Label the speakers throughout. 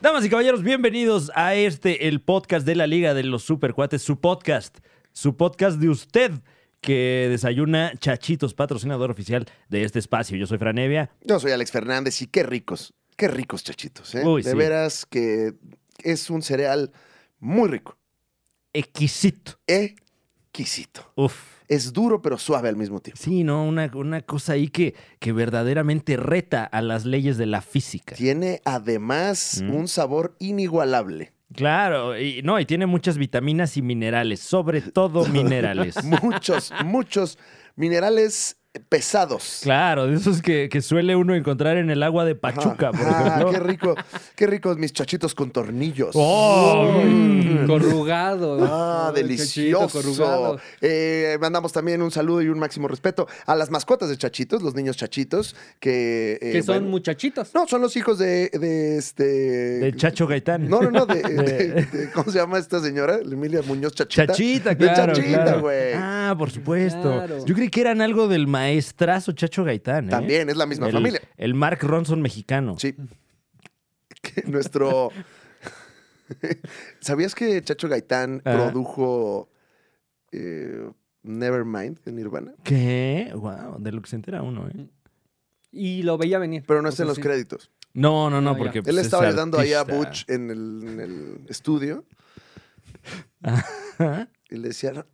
Speaker 1: Damas y caballeros, bienvenidos a este, el podcast de la Liga de los Supercuates, su podcast, su podcast de usted que desayuna chachitos, patrocinador oficial de este espacio. Yo soy Franevia.
Speaker 2: Yo soy Alex Fernández y qué ricos, qué ricos chachitos, ¿eh?
Speaker 1: Uy,
Speaker 2: de
Speaker 1: sí.
Speaker 2: veras que es un cereal muy rico,
Speaker 1: Exquisito.
Speaker 2: exquisito.
Speaker 1: Uf.
Speaker 2: Es duro pero suave al mismo tiempo.
Speaker 1: Sí, no, una, una cosa ahí que, que verdaderamente reta a las leyes de la física.
Speaker 2: Tiene además
Speaker 1: Mm.
Speaker 2: un sabor inigualable.
Speaker 1: Claro, y no, y tiene muchas vitaminas y minerales, sobre todo minerales.
Speaker 2: Muchos, muchos minerales pesados.
Speaker 1: Claro, de esos que, que suele uno encontrar en el agua de Pachuca, por
Speaker 2: Ah,
Speaker 1: ejemplo.
Speaker 2: qué rico, qué ricos mis chachitos con tornillos.
Speaker 1: ¡Oh! Mm.
Speaker 3: Corrugado.
Speaker 2: Ah,
Speaker 3: Ay, qué chido,
Speaker 2: delicioso.
Speaker 3: corrugado.
Speaker 2: Eh, mandamos también un saludo y un máximo respeto a las mascotas de Chachitos, los niños Chachitos, que... eh,
Speaker 3: que son
Speaker 2: bueno,
Speaker 3: muchachitos.
Speaker 2: No, son los hijos de, de este...
Speaker 1: De Chacho Gaitán.
Speaker 2: No, no, no, de,
Speaker 1: De-
Speaker 2: de- de- ¿Cómo se llama esta señora? Emilia Muñoz Chachita.
Speaker 1: Chachita,
Speaker 2: De
Speaker 1: claro.
Speaker 2: Chachita,
Speaker 1: claro.
Speaker 2: güey.
Speaker 1: Ah, por supuesto.
Speaker 3: Claro.
Speaker 1: Yo creí que eran algo del maestrazo Chacho Gaitán. ¿eh?
Speaker 2: También es la misma
Speaker 1: el,
Speaker 2: familia.
Speaker 1: El Mark Ronson mexicano.
Speaker 2: Sí. Que nuestro... ¿Sabías que Chacho Gaitán
Speaker 3: Ah.
Speaker 1: Ajá.
Speaker 2: produjo eh, Nevermind en Nirvana?
Speaker 1: ¿Qué? Wow, de lo que se entera uno, ¿eh?
Speaker 3: Y lo veía venir.
Speaker 2: Pero no
Speaker 3: O
Speaker 2: está
Speaker 3: sea,
Speaker 2: en los
Speaker 3: sí.
Speaker 2: créditos.
Speaker 1: No, no, no,
Speaker 3: No, ya.
Speaker 1: porque. pues,
Speaker 2: Él
Speaker 1: es
Speaker 2: estaba ayudando ahí a
Speaker 1: artista.
Speaker 2: Butch en el, en el estudio
Speaker 1: Ajá.
Speaker 2: y le decía, "No,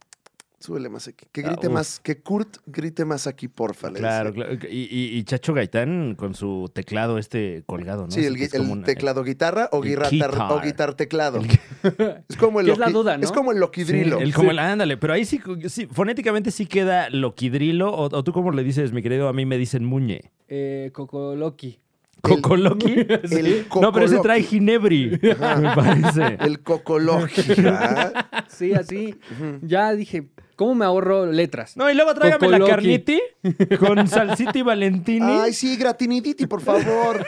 Speaker 2: súbele más aquí. Que
Speaker 1: Ah,
Speaker 2: grite
Speaker 1: uf.
Speaker 2: más, que Kurt grite más aquí, porfa. le
Speaker 1: Claro,
Speaker 2: decía.
Speaker 1: claro. Y, y- y Chacho Gaitán con su teclado este colgado, ¿no?
Speaker 2: Sí, el,
Speaker 1: Así que
Speaker 2: gui-
Speaker 1: es como
Speaker 2: el
Speaker 1: una- eh,
Speaker 2: teclado guitarra o
Speaker 1: el
Speaker 2: guitarra
Speaker 1: guitar.
Speaker 2: o guitar teclado.
Speaker 1: El-
Speaker 2: Es como el
Speaker 3: Que es la
Speaker 2: loqui-
Speaker 3: duda,
Speaker 2: Es
Speaker 3: ¿no?
Speaker 2: como el loquidrilo.
Speaker 1: Sí, el como el- ándale, pero ahí sí, sí, fonéticamente sí queda loquidrilo, o, o tú como le dices, mi querido, a mí me dicen muñe.
Speaker 3: Eh, Cocoloqui.
Speaker 1: Cocoloqui. Sí.
Speaker 2: el
Speaker 1: No, pero ese trae
Speaker 2: cocoloqui.
Speaker 1: ginebri, me parece.
Speaker 2: El cocoloqui. ¿verdad?
Speaker 3: Sí, así. ya dije, ¿cómo me ahorro letras?
Speaker 1: No, y luego tráigame la
Speaker 3: Cocoloqui.
Speaker 1: carniti con salsita y valentini.
Speaker 2: Ay, sí, gratiniditi, por favor.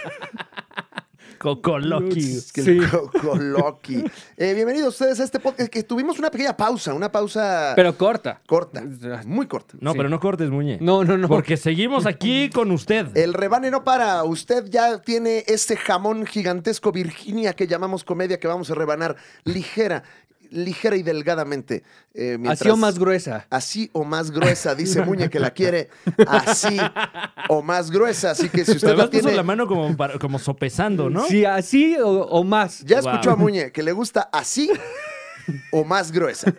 Speaker 1: Cocoloqui.
Speaker 2: Es que el cocoloqui. Eh, bienvenidos ustedes a este podcast. Que tuvimos una pequeña pausa, una pausa
Speaker 3: Pero corta.
Speaker 2: corta, muy corta.
Speaker 1: No,
Speaker 3: Sí.
Speaker 1: pero no cortes, muñe.
Speaker 3: No, no, no.
Speaker 1: Porque seguimos aquí con usted.
Speaker 2: El rebane no para. Usted ya tiene este jamón gigantesco Virginia que llamamos comedia que vamos a rebanar ligera, ligera y delgadamente. eh, mientras-
Speaker 3: Así o más gruesa.
Speaker 2: Así o más gruesa, dice Muñe que la quiere así o más gruesa. Así que si usted
Speaker 1: Además
Speaker 2: la
Speaker 1: puso
Speaker 2: tiene.
Speaker 1: la mano como, para- como sopesando, ¿no?
Speaker 3: Sí, así o, o más.
Speaker 2: Ya escuchó
Speaker 1: Wow.
Speaker 2: a Muñe que le gusta así o más gruesa.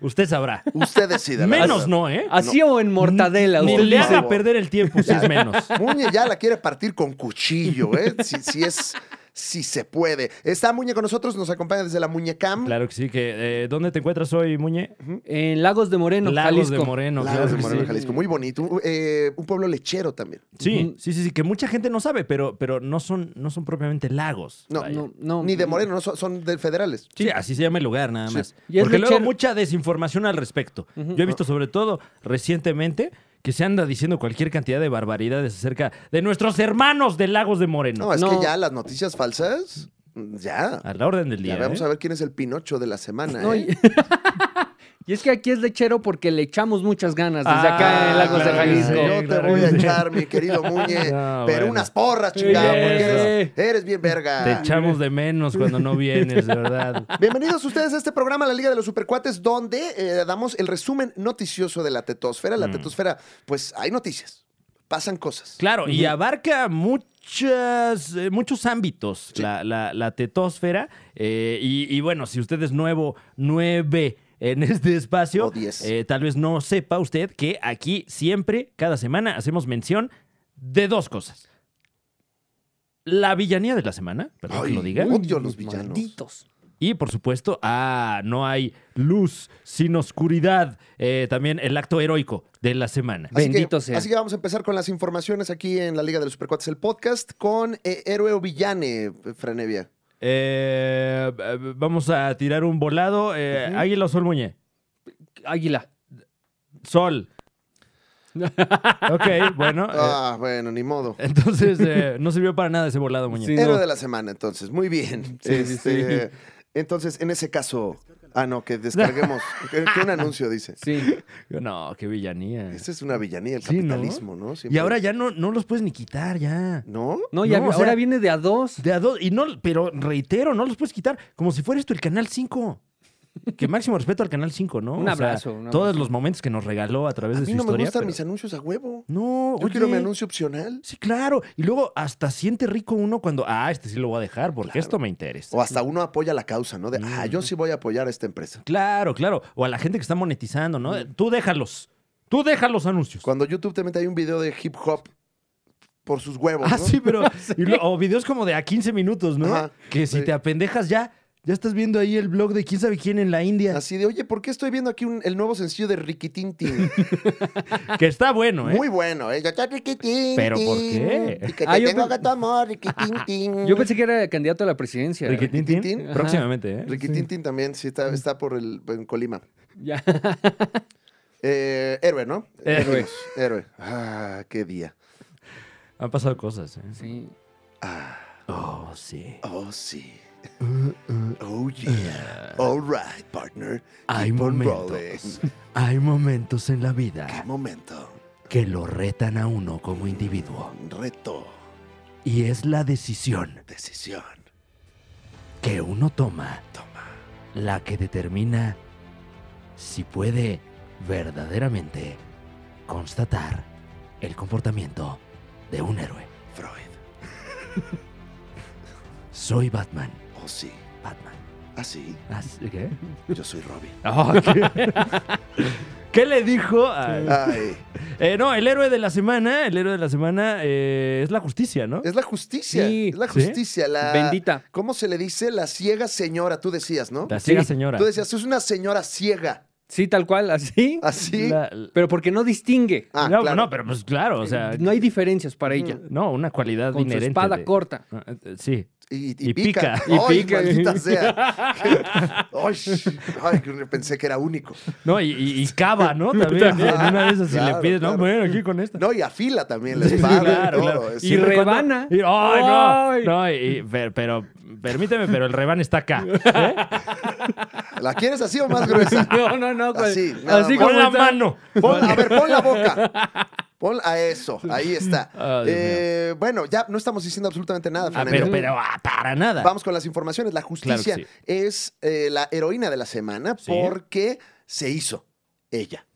Speaker 1: Usted sabrá.
Speaker 2: Usted decida. la
Speaker 1: Menos
Speaker 2: verdad.
Speaker 1: no, ¿eh?
Speaker 3: Así o en mortadela.
Speaker 1: Ni
Speaker 3: usted
Speaker 1: le
Speaker 3: dice.
Speaker 1: haga perder el tiempo si es menos.
Speaker 2: Muñe ya la quiere partir con cuchillo, ¿eh? Si, si es. Si se puede. Está Muñe con nosotros, nos acompaña desde la Muñecam.
Speaker 1: Claro que sí, que eh, ¿dónde te encuentras hoy, Muñe?
Speaker 3: En Lagos de Moreno,
Speaker 1: Lagos de
Speaker 3: Jalisco.
Speaker 1: Moreno,
Speaker 2: Lagos de
Speaker 1: claro que
Speaker 2: Moreno,
Speaker 1: sí.
Speaker 2: Jalisco. Muy bonito. Un, eh, un pueblo lechero también.
Speaker 1: Sí, sí, sí, sí, que mucha gente no sabe, pero, pero no, son, no son propiamente lagos.
Speaker 2: No,
Speaker 1: Vaya.
Speaker 3: No, no.
Speaker 2: Ni de Moreno, no, son, son de federales.
Speaker 1: Sí, así se llama el lugar, nada
Speaker 2: Sí.
Speaker 1: más.
Speaker 3: Y es
Speaker 1: Porque luego
Speaker 3: lechero.
Speaker 1: mucha desinformación al respecto. Yo he visto, sobre todo recientemente, que se anda diciendo cualquier cantidad de barbaridades acerca de nuestros hermanos de Lagos de Moreno.
Speaker 2: No, es que
Speaker 3: No.
Speaker 2: ya las noticias falsas, ya.
Speaker 1: A la orden del día.
Speaker 2: Ya vamos
Speaker 1: ¿eh?
Speaker 2: a ver quién es el Pinocho de la semana.
Speaker 3: No,
Speaker 2: ¿eh?
Speaker 3: y- Y es que aquí es lechero porque le echamos muchas ganas desde
Speaker 1: Ah,
Speaker 3: acá en Lagos de
Speaker 1: claro que sí,
Speaker 3: Jalisco.
Speaker 2: Yo te
Speaker 1: claro
Speaker 2: voy
Speaker 1: que
Speaker 2: a
Speaker 1: sí.
Speaker 2: echar, mi querido Muñe,
Speaker 1: No,
Speaker 2: pero
Speaker 1: bueno.
Speaker 2: unas porras, chingada, porque eres,
Speaker 3: Eso.
Speaker 2: eres bien verga.
Speaker 1: Te echamos de menos cuando no vienes, de verdad.
Speaker 2: Bienvenidos ustedes a este programa, La Liga de los Supercuates, donde eh, damos el resumen noticioso de la tetosfera. La tetosfera, pues hay noticias, pasan cosas.
Speaker 1: Claro, y abarca muchas, eh, muchos ámbitos la, la- la tetósfera. eh, y, y bueno, si usted es nuevo, nueve en este espacio,
Speaker 2: O diez.
Speaker 1: eh, tal vez no sepa usted que aquí siempre, cada semana, hacemos mención de dos cosas. La villanía de la semana, perdón que
Speaker 2: Ay, uh.
Speaker 1: lo diga.
Speaker 2: uy. Odio a los villanos.
Speaker 3: Malditos.
Speaker 1: Y por supuesto, ah, no hay luz sin oscuridad. eh, también el acto heroico de la semana.
Speaker 2: Así
Speaker 3: Bendito
Speaker 2: que,
Speaker 3: sea.
Speaker 2: Así que vamos a empezar con las informaciones aquí en la Liga de los Supercuates, el podcast, con eh, Héroe o Villane, eh, Franevia.
Speaker 1: Eh, eh, vamos a tirar un volado. Eh, Águila o Sol Muñe.
Speaker 3: Águila.
Speaker 1: Sol. ok, bueno. eh,
Speaker 2: Ah, bueno, ni modo.
Speaker 1: entonces eh, no sirvió para nada ese volado, Muñe.
Speaker 3: Sí.
Speaker 2: Héroe
Speaker 3: no.
Speaker 2: de la semana, entonces. Muy bien.
Speaker 3: Sí, sí,
Speaker 2: Este, Entonces, en ese caso. Ah, no, que descarguemos. que, que un anuncio dice.
Speaker 3: Sí.
Speaker 1: No, qué villanía.
Speaker 2: Esta es una villanía, el
Speaker 1: Sí, ¿no?
Speaker 2: capitalismo, ¿no?
Speaker 1: Y
Speaker 2: Siempre-
Speaker 1: ahora ya no, no los puedes ni quitar, ya.
Speaker 2: ¿No?
Speaker 3: No, ya
Speaker 1: No,
Speaker 3: vi-
Speaker 1: o sea-
Speaker 3: ahora viene de a dos.
Speaker 1: De a dos. Y no, pero reitero, no los puedes quitar. Como si fuera esto el Canal 5. Que máximo respeto al Canal 5, ¿no?
Speaker 3: Un abrazo, un abrazo.
Speaker 1: Todos los momentos que nos regaló a través
Speaker 2: A
Speaker 1: de
Speaker 2: mí
Speaker 1: su
Speaker 2: no me
Speaker 1: historia.
Speaker 2: gustan
Speaker 1: pero-
Speaker 2: mis anuncios a huevo.
Speaker 1: No,
Speaker 2: Yo quiero mi
Speaker 1: oye.
Speaker 2: anuncio opcional.
Speaker 1: Sí, claro. Y luego hasta siente rico uno cuando, ah, este sí lo voy a dejar porque
Speaker 2: Claro.
Speaker 1: esto me interesa.
Speaker 2: O hasta uno apoya la causa, ¿no? De,
Speaker 1: Mm.
Speaker 2: ah, yo sí voy a apoyar a esta empresa.
Speaker 1: Claro, claro. O a la gente que está monetizando, ¿no?
Speaker 2: Mm.
Speaker 1: Tú déjalos. Tú déjalos anuncios.
Speaker 2: Cuando YouTube te mete ahí un video de hip hop por sus huevos,
Speaker 1: Ah,
Speaker 2: ¿no?
Speaker 1: sí, pero. y lo- o videos como de a 15 minutos, ¿no?
Speaker 2: Ajá.
Speaker 1: Que si
Speaker 2: Sí.
Speaker 1: te apendejas ya, ya estás viendo ahí el blog de quién sabe quién en la India.
Speaker 2: Así de, oye, ¿por qué estoy viendo aquí un- el nuevo sencillo de Riquitintin?
Speaker 1: Que está bueno, ¿eh?
Speaker 2: Muy bueno, ¿eh? Yo soy Riquitintin.
Speaker 1: ¿Pero por qué?
Speaker 2: Y que te
Speaker 3: Ah, yo
Speaker 2: tengo
Speaker 3: pe-
Speaker 2: que tomar Riquitintin.
Speaker 3: Yo pensé que era candidato a la presidencia.
Speaker 1: Riquitintín.
Speaker 2: Riquitintín.
Speaker 1: Ajá. Próximamente, ¿eh?
Speaker 2: Riquitintin también, sí, está, está por el, en Colima.
Speaker 3: Ya.
Speaker 2: Eh, héroe, ¿no?
Speaker 1: Héroe.
Speaker 2: Héroe. Ah, qué día.
Speaker 1: Han pasado cosas, ¿eh?
Speaker 3: Sí.
Speaker 2: Ah,
Speaker 1: Oh, sí.
Speaker 2: oh, sí. Oh, yeah. All right, partner.
Speaker 1: Ah. Hay
Speaker 2: Keep on
Speaker 1: momentos. Hay momentos en la vida
Speaker 2: momento.
Speaker 1: que lo retan a uno como individuo.
Speaker 2: Reto.
Speaker 1: Y es la decisión
Speaker 2: Decisión.
Speaker 1: que uno toma
Speaker 2: Toma.
Speaker 1: la que determina si puede verdaderamente constatar el comportamiento de un héroe.
Speaker 2: Freud.
Speaker 1: Soy Batman.
Speaker 2: Oh, sí.
Speaker 1: Batman.
Speaker 2: Así.
Speaker 1: Así- ¿Qué?
Speaker 2: Yo soy Robin.
Speaker 1: Ah, ¿qué? le dijo? a-
Speaker 2: Ay.
Speaker 1: Eh, no, el héroe de la semana, el héroe de la semana eh, es la justicia, ¿no?
Speaker 2: Es la justicia.
Speaker 3: Sí.
Speaker 2: es la
Speaker 1: ¿Sí?
Speaker 2: justicia. La...
Speaker 3: Bendita.
Speaker 2: ¿Cómo se le dice? La ciega señora, tú decías, ¿no?
Speaker 1: La ciega
Speaker 3: Sí.
Speaker 1: señora.
Speaker 2: Tú decías, es una señora ciega.
Speaker 3: Sí, tal cual, así.
Speaker 2: Así.
Speaker 1: La- la-
Speaker 3: Pero porque no distingue.
Speaker 2: Ah,
Speaker 1: no,
Speaker 2: claro.
Speaker 1: no, pero pues claro, o sea,
Speaker 3: no hay diferencias para ella.
Speaker 1: no, una cualidad
Speaker 3: Con su
Speaker 1: Mm. inherente.
Speaker 3: espada
Speaker 1: de-
Speaker 3: corta.
Speaker 1: Ah, eh, Sí.
Speaker 2: Y, y
Speaker 1: Y pica,
Speaker 2: pica.
Speaker 1: y
Speaker 2: Ay,
Speaker 3: pica.
Speaker 2: maldita sea. Ay, ay, que pensé que era único.
Speaker 1: No, y, y- y cava, ¿no? También. ¿eh? En una de esas, si
Speaker 2: Claro,
Speaker 1: le pides,
Speaker 2: claro.
Speaker 1: no, bueno, aquí con esta.
Speaker 2: No, y afila también la espada. y
Speaker 1: claro,
Speaker 2: todo,
Speaker 1: claro.
Speaker 2: es-
Speaker 3: Y
Speaker 1: Siempre cuando-
Speaker 3: rebana.
Speaker 1: y- ¡Ay, no!
Speaker 3: ¡Ay!
Speaker 1: No, y- y- per- pero, permíteme, pero el rebán está acá. ¿eh?
Speaker 2: ¿La quieres así o más gruesa?
Speaker 3: No, no, no. cual-
Speaker 2: Así, nada
Speaker 3: así
Speaker 2: más.
Speaker 1: Con
Speaker 3: como
Speaker 1: la
Speaker 3: está.
Speaker 1: mano.
Speaker 2: Pon- a ver, pon la boca. Pon a eso, ahí está.
Speaker 1: Ah, Dios
Speaker 2: Eh, bueno, ya no estamos diciendo absolutamente nada,
Speaker 1: Ah,
Speaker 2: Fernando.
Speaker 1: pero, pero ah, para nada.
Speaker 2: Vamos con las informaciones. La justicia
Speaker 1: Claro
Speaker 2: es eh, la heroína de la semana
Speaker 1: Sí.
Speaker 2: porque se hizo ella.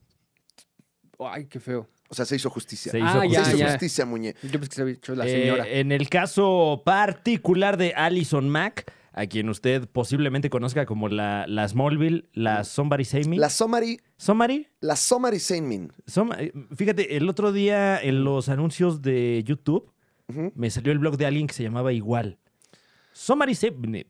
Speaker 3: Ay, qué feo.
Speaker 2: O sea, se hizo justicia.
Speaker 1: Se
Speaker 2: Se
Speaker 1: hizo
Speaker 3: Ah,
Speaker 1: justicia.
Speaker 3: ya,
Speaker 2: hizo
Speaker 3: ya.
Speaker 2: justicia, Muñe.
Speaker 3: Yo pensé que se había hecho la
Speaker 1: Eh,
Speaker 3: señora.
Speaker 1: en el caso particular de Allison Mack, a quien usted posiblemente conozca como la, la Smallville, la Somebody Save Me.
Speaker 2: La Somari,
Speaker 1: ¿Somebody?
Speaker 2: la Somari Seinmin.
Speaker 1: Som- eh, Fíjate, el otro día en los anuncios de YouTube
Speaker 2: Ujú.
Speaker 1: me salió el blog de alguien que se llamaba igual. Somebody Save Me.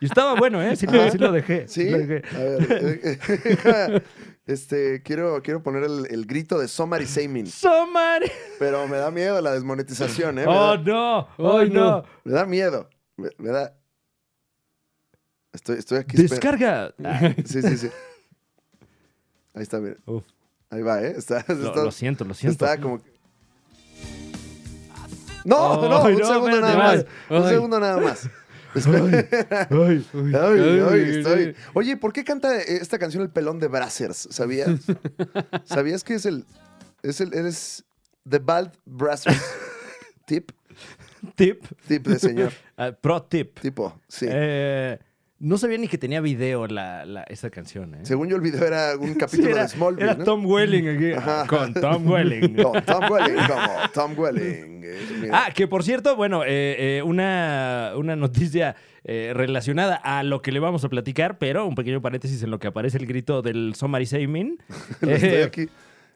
Speaker 1: y estaba bueno, ¿eh? Sí, lo, sí lo dejé.
Speaker 2: Sí.
Speaker 1: lo
Speaker 2: A
Speaker 1: dejé.
Speaker 2: ver. este, quiero, quiero poner el, el grito de Somari Seinmin.
Speaker 1: Somebody.
Speaker 2: Pero me da miedo la desmonetización, ¿eh? Me
Speaker 1: Oh,
Speaker 2: da-
Speaker 1: no. Oh, no.
Speaker 2: Me da miedo. Me, me da. Estoy, estoy aquí. esper-
Speaker 1: Descarga. Ah,
Speaker 2: Sí, sí, sí. Ahí está, mira.
Speaker 1: uf.
Speaker 2: Ahí va, ¿eh? Está,
Speaker 1: Lo,
Speaker 2: está-
Speaker 1: lo siento, lo siento.
Speaker 2: está como. que- No, no,
Speaker 1: Ay,
Speaker 2: un
Speaker 1: no,
Speaker 2: segundo nada más.
Speaker 1: espérate,
Speaker 2: Un
Speaker 3: ay.
Speaker 2: segundo nada más. Espera.
Speaker 1: Ay,
Speaker 2: Ay, ay, estoy- Oye, ¿por qué canta eh, esta canción el pelón de Brassers? ¿Sabías? ¿Sabías que es el. Es el. Eres. The Bald Brassers. tip.
Speaker 1: Tip.
Speaker 2: Tip de señor.
Speaker 1: Ah, pro tip.
Speaker 2: Tipo, sí.
Speaker 1: Eh, no sabía ni que tenía video la, la- esa canción, ¿eh?
Speaker 2: Según yo, el video era un capítulo
Speaker 1: Sí,
Speaker 2: de
Speaker 1: era,
Speaker 2: Smallville,
Speaker 1: era
Speaker 2: ¿no?
Speaker 1: Tom Welling aquí.
Speaker 2: Ajá.
Speaker 1: Con Tom Welling.
Speaker 2: Tom, Tom Welling, como Tom Welling. eh, mira.
Speaker 1: Ah, que por cierto, bueno, eh, eh, una, una noticia eh, relacionada a lo que le vamos a platicar, pero un pequeño paréntesis en lo que aparece el grito del Somebody Save Me.
Speaker 2: Lo estoy
Speaker 1: Eh,
Speaker 2: aquí.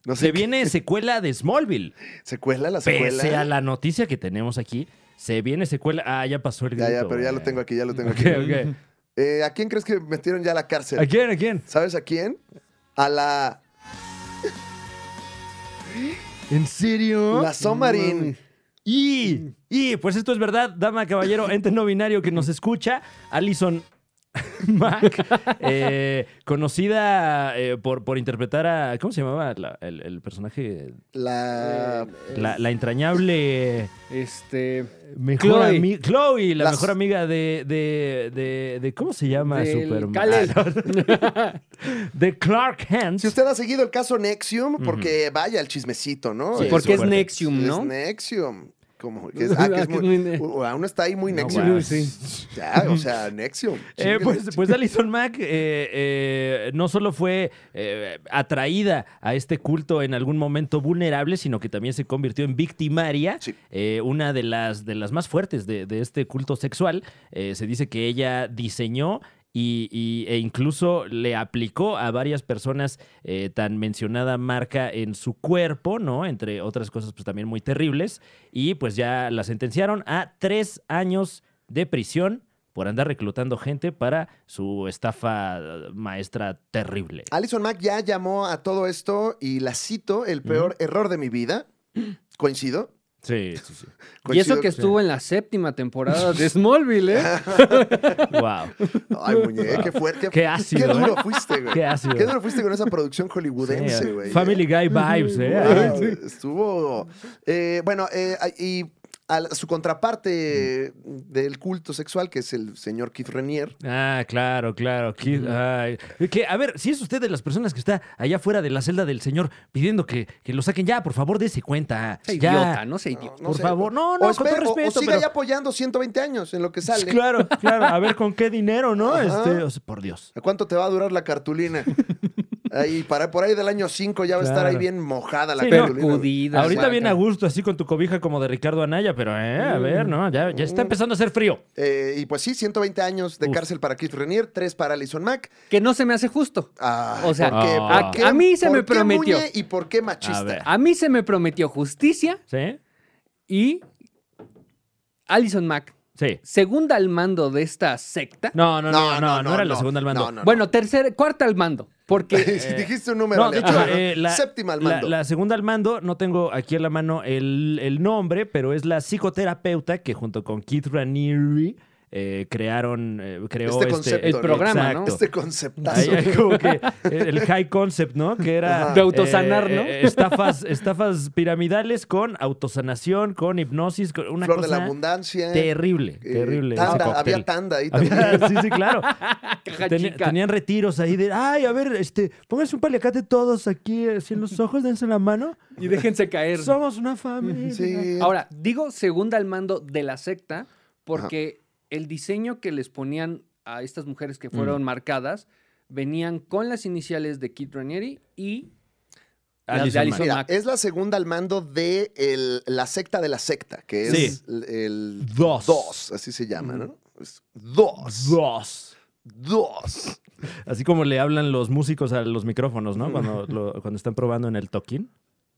Speaker 2: No sé
Speaker 1: se
Speaker 2: qué-
Speaker 1: viene secuela de Smallville.
Speaker 2: ¿Secuela? ¿La secuela?
Speaker 1: Pese a la noticia que tenemos aquí, se viene secuela. Ah, ya pasó el grito.
Speaker 2: Ya, ya, pero ya
Speaker 1: güey.
Speaker 2: lo tengo aquí, ya lo tengo
Speaker 1: Ok,
Speaker 2: aquí.
Speaker 1: ok.
Speaker 2: Eh, ¿A quién crees que metieron ya a la cárcel?
Speaker 1: ¿A quién? ¿A quién?
Speaker 2: ¿Sabes a quién? A la...
Speaker 1: ¿En serio?
Speaker 2: La Somarin. Mm.
Speaker 1: Y, y, pues esto es verdad, dama, caballero, ente no binario que nos escucha. Alison Mac, eh, conocida eh, por, por interpretar a. ¿Cómo se llamaba la- el, el personaje?
Speaker 2: La.
Speaker 1: La, la entrañable
Speaker 3: Este.
Speaker 1: mejor
Speaker 3: Chloe.
Speaker 1: amiga. Chloe, la
Speaker 2: Las-
Speaker 1: mejor amiga de, de, de, de- ¿Cómo se llama
Speaker 3: del
Speaker 1: Superman?
Speaker 3: Kal-El.
Speaker 1: Ah, no. de Clark Hans.
Speaker 2: Si usted ha seguido el caso Nexium, porque vaya el chismecito, ¿no?
Speaker 1: Sí,
Speaker 2: Es-
Speaker 1: por
Speaker 3: porque es
Speaker 1: fuerte.
Speaker 3: Nexium,
Speaker 2: Es
Speaker 3: ¿no?
Speaker 2: Nexium. Como que es, ah, que es muy, uh, aún está ahí muy
Speaker 1: No,
Speaker 2: Nexium.
Speaker 1: guau.
Speaker 3: sí.
Speaker 2: Ya, o sea, Nexium.
Speaker 1: Eh,
Speaker 2: Chíngale.
Speaker 1: pues, pues Alison Mack eh, eh, no solo fue eh, atraída a este culto en algún momento vulnerable, sino que también se convirtió en victimaria,
Speaker 2: Sí.
Speaker 1: eh, una de las, de las más fuertes de, de este culto sexual. Eh, se dice que ella diseñó y, y- e incluso le aplicó a varias personas eh, tan mencionada marca en su cuerpo, ¿no? Entre otras cosas, pues también muy terribles. Y pues ya la sentenciaron a tres años de prisión por andar reclutando gente para su estafa eh, maestra terrible.
Speaker 2: Alison Mack ya llamó a todo esto y la cito el peor error de mi vida. Coincido.
Speaker 1: Sí, sí, sí.
Speaker 3: Y eso
Speaker 2: coincido.
Speaker 3: que estuvo en la séptima temporada de Smallville, ¿eh?
Speaker 1: Wow.
Speaker 2: Ay, muñeca, qué fuerte.
Speaker 1: Qué ácido,
Speaker 2: Qué duro
Speaker 1: ¿eh?
Speaker 2: fuiste, güey.
Speaker 1: Qué ácido.
Speaker 2: Qué duro fuiste con esa producción
Speaker 1: Sí, eh,
Speaker 2: hollywoodense, güey.
Speaker 1: Family Guy vibes,
Speaker 2: Wow,
Speaker 1: ¿eh?
Speaker 2: estuvo. eh, bueno, eh, y a la- su contraparte
Speaker 1: Mm.
Speaker 2: del culto sexual, que es el señor Keith Renier.
Speaker 1: Ah, claro, claro. Kid- ay. Que, a ver, si es usted de las personas que está allá afuera de la celda del señor pidiendo que, que lo saquen ya, por favor, dése cuenta.
Speaker 3: Sea
Speaker 1: Ya.
Speaker 3: idiota, no sea idiota.
Speaker 1: Por favor. No, no,
Speaker 2: o
Speaker 1: con todo
Speaker 2: espere- o- O,
Speaker 1: respeto,
Speaker 2: siga
Speaker 1: pero- pues,
Speaker 2: ya apoyando 120 años en lo que sale.
Speaker 1: Claro, claro. A ver con qué dinero, ¿no?
Speaker 2: Ajá.
Speaker 1: Este, o sea, por Dios.
Speaker 2: ¿A cuánto te va a durar la cartulina? Ahí, para, por ahí del año 5 ya va a estar ahí
Speaker 1: Claro.
Speaker 2: bien mojada la
Speaker 1: Sí, no.
Speaker 2: cartulina.
Speaker 3: Percudida.
Speaker 1: Ahorita
Speaker 2: saca.
Speaker 1: viene a gusto, así con tu cobija como de Ricardo Anaya, pero eh, a ver,
Speaker 2: Mm.
Speaker 1: ¿no? Ya, ya está empezando a hacer frío.
Speaker 2: Eh, y pues sí, 120 años de
Speaker 1: Uf.
Speaker 2: cárcel para Keith Renier, 3 para Alison Mack.
Speaker 3: Que no se me hace justo.
Speaker 2: Ah,
Speaker 3: O sea,
Speaker 2: ¿por qué?
Speaker 1: Ah.
Speaker 2: ¿Por qué-
Speaker 3: a mí se
Speaker 2: por
Speaker 3: me
Speaker 2: qué
Speaker 3: prometió.
Speaker 2: Muñe ¿Y por qué machista?
Speaker 1: A ver.
Speaker 3: A mí se me prometió justicia
Speaker 1: ¿Sí?
Speaker 3: y Alison Mack,
Speaker 1: Sí.
Speaker 3: segunda al mando de esta secta.
Speaker 1: No, no, no, no, no, era la segunda al mando.
Speaker 2: No, no, no.
Speaker 3: bueno, tercera, cuarta al mando. Porque
Speaker 2: Si dijiste un número
Speaker 1: de hecho,
Speaker 2: aleatorio, ¿no?
Speaker 1: eh, la,
Speaker 2: Séptima al
Speaker 1: la-
Speaker 2: mando.
Speaker 1: La, segunda al mando, no tengo aquí en la mano el, el nombre, pero es la psicoterapeuta que junto con Keith Raniere eh, crearon, eh, creó
Speaker 2: Este
Speaker 1: este,
Speaker 2: concepto,
Speaker 1: el
Speaker 2: ¿no?
Speaker 1: programa,
Speaker 3: Exacto.
Speaker 1: ¿no?
Speaker 2: Este conceptazo.
Speaker 1: Ahí hay como que eh, el high concept, ¿no? Que era...
Speaker 2: Ajá. De
Speaker 3: autosanar, ¿no?
Speaker 1: eh, estafas, estafas piramidales con autosanación, con hipnosis, con una
Speaker 2: Flor de
Speaker 1: cosa
Speaker 2: la abundancia.
Speaker 1: terrible,
Speaker 2: eh,
Speaker 1: terrible. ese
Speaker 2: tanda,
Speaker 1: cóctel.
Speaker 2: había tanda ahí también.
Speaker 1: Había- sí, sí, claro.
Speaker 3: Caja
Speaker 1: Teni-
Speaker 3: chica.
Speaker 1: Tenían retiros ahí de, ay, a ver, este, pónganse un paliacate todos aquí, así en los ojos, dense la mano.
Speaker 3: y déjense caer.
Speaker 1: Somos una familia.
Speaker 2: Sí.
Speaker 3: Ahora, digo segunda al mando de la secta porque el diseño que les ponían a estas mujeres que fueron marcadas venían con las iniciales de Kit Ranieri y las de
Speaker 1: Alison
Speaker 3: Alison
Speaker 2: Mira,
Speaker 3: Mack.
Speaker 2: es la segunda al mando de el- la secta de la secta, que es
Speaker 1: Sí.
Speaker 2: el, el
Speaker 1: Dos.
Speaker 2: dos, así se llama, ¿no? Es dos.
Speaker 1: Dos.
Speaker 2: Dos.
Speaker 1: Así como le hablan los músicos a los micrófonos, ¿no? Cuando, lo- cuando están probando en el toquín.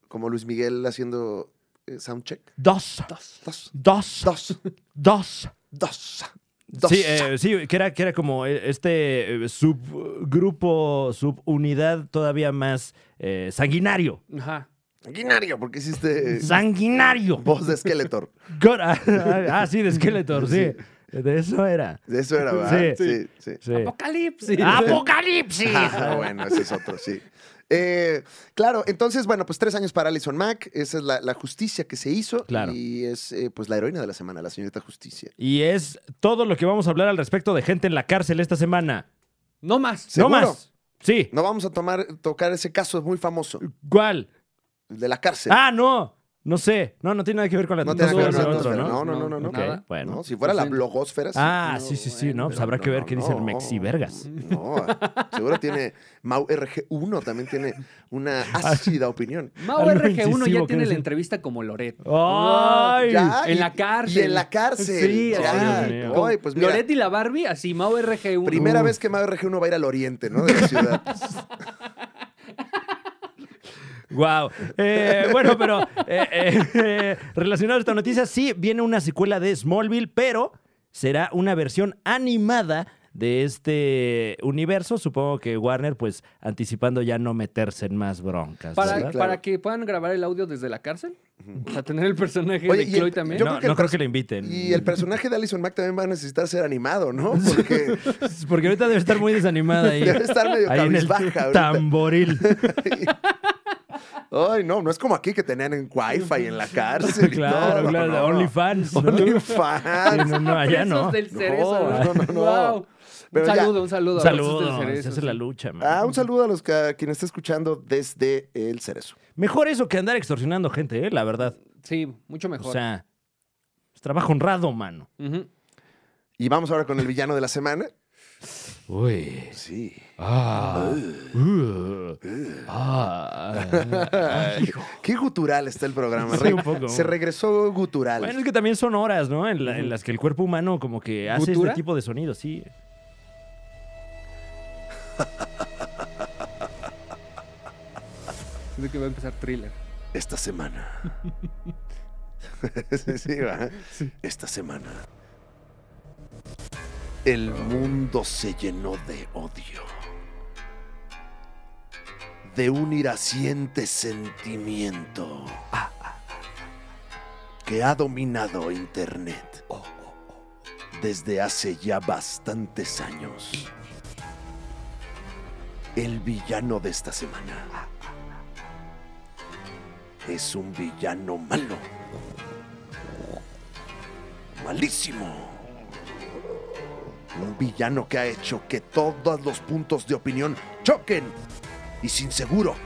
Speaker 2: Como Luis Miguel haciendo eh, soundcheck.
Speaker 1: Dos.
Speaker 2: Dos. Dos.
Speaker 1: Dos.
Speaker 2: Dos.
Speaker 1: Dos.
Speaker 2: Dos. Dos.
Speaker 1: Sí, eh, sí que, era, que era como eh, este eh, subgrupo, subunidad todavía más eh, sanguinario.
Speaker 3: Ajá.
Speaker 2: Sanguinario, porque hiciste eh,
Speaker 1: Sanguinario.
Speaker 2: voz de Skeletor.
Speaker 1: Gor- ah, sí, de Skeletor, sí. De eso era.
Speaker 2: Eso era, ¿verdad?
Speaker 1: Sí.
Speaker 2: Sí, sí.
Speaker 1: Sí.
Speaker 3: Apocalipsis.
Speaker 1: ¡Apocalipsis!
Speaker 2: Ah, bueno, ese es otro, sí. Eh, claro, entonces, bueno, pues tres años para Alison Mack. Esa es la, la justicia que se hizo.
Speaker 1: Claro.
Speaker 2: Y es, eh, pues, la heroína de la semana, la señorita justicia.
Speaker 1: Y es todo lo que vamos a hablar al respecto de gente en la cárcel esta semana.
Speaker 3: No más.
Speaker 2: ¿Seguro?
Speaker 1: No más. Sí.
Speaker 2: No vamos a tomar, tocar ese caso muy famoso,
Speaker 1: ¿Cuál?
Speaker 2: el de la cárcel.
Speaker 1: Ah, no. No sé. No, no tiene nada que ver con la
Speaker 2: No tiene nada que
Speaker 1: es
Speaker 2: ver con la
Speaker 1: otro,
Speaker 2: atmósfera,
Speaker 1: ¿no?
Speaker 2: no, no, no, no.
Speaker 1: Ok,
Speaker 3: Nada.
Speaker 1: bueno.
Speaker 2: ¿no? Si fuera la
Speaker 3: Sí.
Speaker 2: blogosfera. sí.
Speaker 1: Ah,
Speaker 3: No,
Speaker 1: sí, sí, sí,
Speaker 3: bueno,
Speaker 1: no. Pues
Speaker 2: Pero
Speaker 1: habrá que
Speaker 2: no,
Speaker 1: ver qué dice el
Speaker 2: no,
Speaker 1: Mexi Vergas.
Speaker 2: No, seguro tiene Mau RG1, también tiene una
Speaker 1: Ah,
Speaker 2: ácida opinión.
Speaker 3: Mau
Speaker 1: Algo
Speaker 3: RG1
Speaker 1: incisivo,
Speaker 3: ya
Speaker 1: ¿qué
Speaker 3: tiene la
Speaker 1: decir?
Speaker 3: entrevista como Loret.
Speaker 1: ¡Ay!
Speaker 2: Ya,
Speaker 3: en
Speaker 2: y-
Speaker 3: la
Speaker 2: Y
Speaker 3: cárcel.
Speaker 2: en la cárcel.
Speaker 3: Sí,
Speaker 2: ya.
Speaker 1: así. Dios mío. uh.
Speaker 2: Ay, pues mira,
Speaker 3: Loret y la Barbie, así, Mau RG1.
Speaker 2: primera vez que Mau RG1 va a ir al oriente, ¿no? De la ciudad.
Speaker 1: Wow. bueno, pero eh, eh, eh, relacionado a esta noticia, sí viene una secuela de Smallville, pero será una versión animada de este universo, supongo que Warner, pues anticipando ya no meterse en más broncas.
Speaker 3: Para,
Speaker 1: ¿verdad?
Speaker 2: claro.
Speaker 3: para que puedan grabar el audio desde la cárcel. O sea, tener el personaje
Speaker 2: Oye,
Speaker 3: de
Speaker 2: y
Speaker 3: Chloe
Speaker 2: el-
Speaker 3: también.
Speaker 2: yo
Speaker 1: no
Speaker 2: creo que el
Speaker 1: no creo
Speaker 2: pers-
Speaker 1: que lo inviten.
Speaker 2: Y el personaje de Alison Mack también va a necesitar ser animado, ¿no? Porque
Speaker 1: Porque ahorita debe estar muy desanimada ahí.
Speaker 2: debe estar medio
Speaker 1: Ahí en el
Speaker 2: cabizbaja ahorita.
Speaker 1: tamboril.
Speaker 2: Ay, no, no es como aquí que tenían en Wi-Fi en la cárcel. y
Speaker 1: claro,
Speaker 2: todo,
Speaker 1: claro.
Speaker 2: no.
Speaker 1: OnlyFans. ¿no? Sí,
Speaker 2: OnlyFans.
Speaker 1: no, no, allá no.
Speaker 3: Presos del cerezo.
Speaker 2: No, no, no.
Speaker 3: Guau.
Speaker 2: Pero
Speaker 3: un
Speaker 2: ya.
Speaker 3: saludo, un saludo.
Speaker 1: Un
Speaker 3: a Presos
Speaker 1: saludo.
Speaker 3: del
Speaker 1: Se
Speaker 3: Cerezo,
Speaker 1: hace
Speaker 3: sí.
Speaker 1: la lucha, man.
Speaker 2: Ah, un saludo a los que, a quien está escuchando desde el Cerezo.
Speaker 1: Mejor eso que andar extorsionando gente, eh, la verdad.
Speaker 3: Sí, mucho mejor.
Speaker 1: O sea, es trabajo honrado, mano.
Speaker 3: Ujú.
Speaker 2: Y vamos ahora con el villano de la semana.
Speaker 1: Uy.
Speaker 2: Sí.
Speaker 1: Ah. Uh. Ah.
Speaker 2: Qué gutural está el programa.
Speaker 1: Sí,
Speaker 2: Re-
Speaker 1: un poco.
Speaker 2: Se regresó gutural.
Speaker 1: Bueno, es que también son horas, ¿no? En, la- en las que el cuerpo humano como que hace
Speaker 3: ¿Gutura?
Speaker 1: este tipo de sonidos, sí.
Speaker 3: Siento que va a empezar thriller.
Speaker 2: Esta semana. sí, sí, va. Esta semana. El mundo se llenó de odio. De un iraciente sentimiento que ha dominado Internet desde hace ya bastantes años. El villano de esta semana es un villano malo. Malísimo. Un villano que ha hecho que todos los puntos de opinión choquen y sin seguro.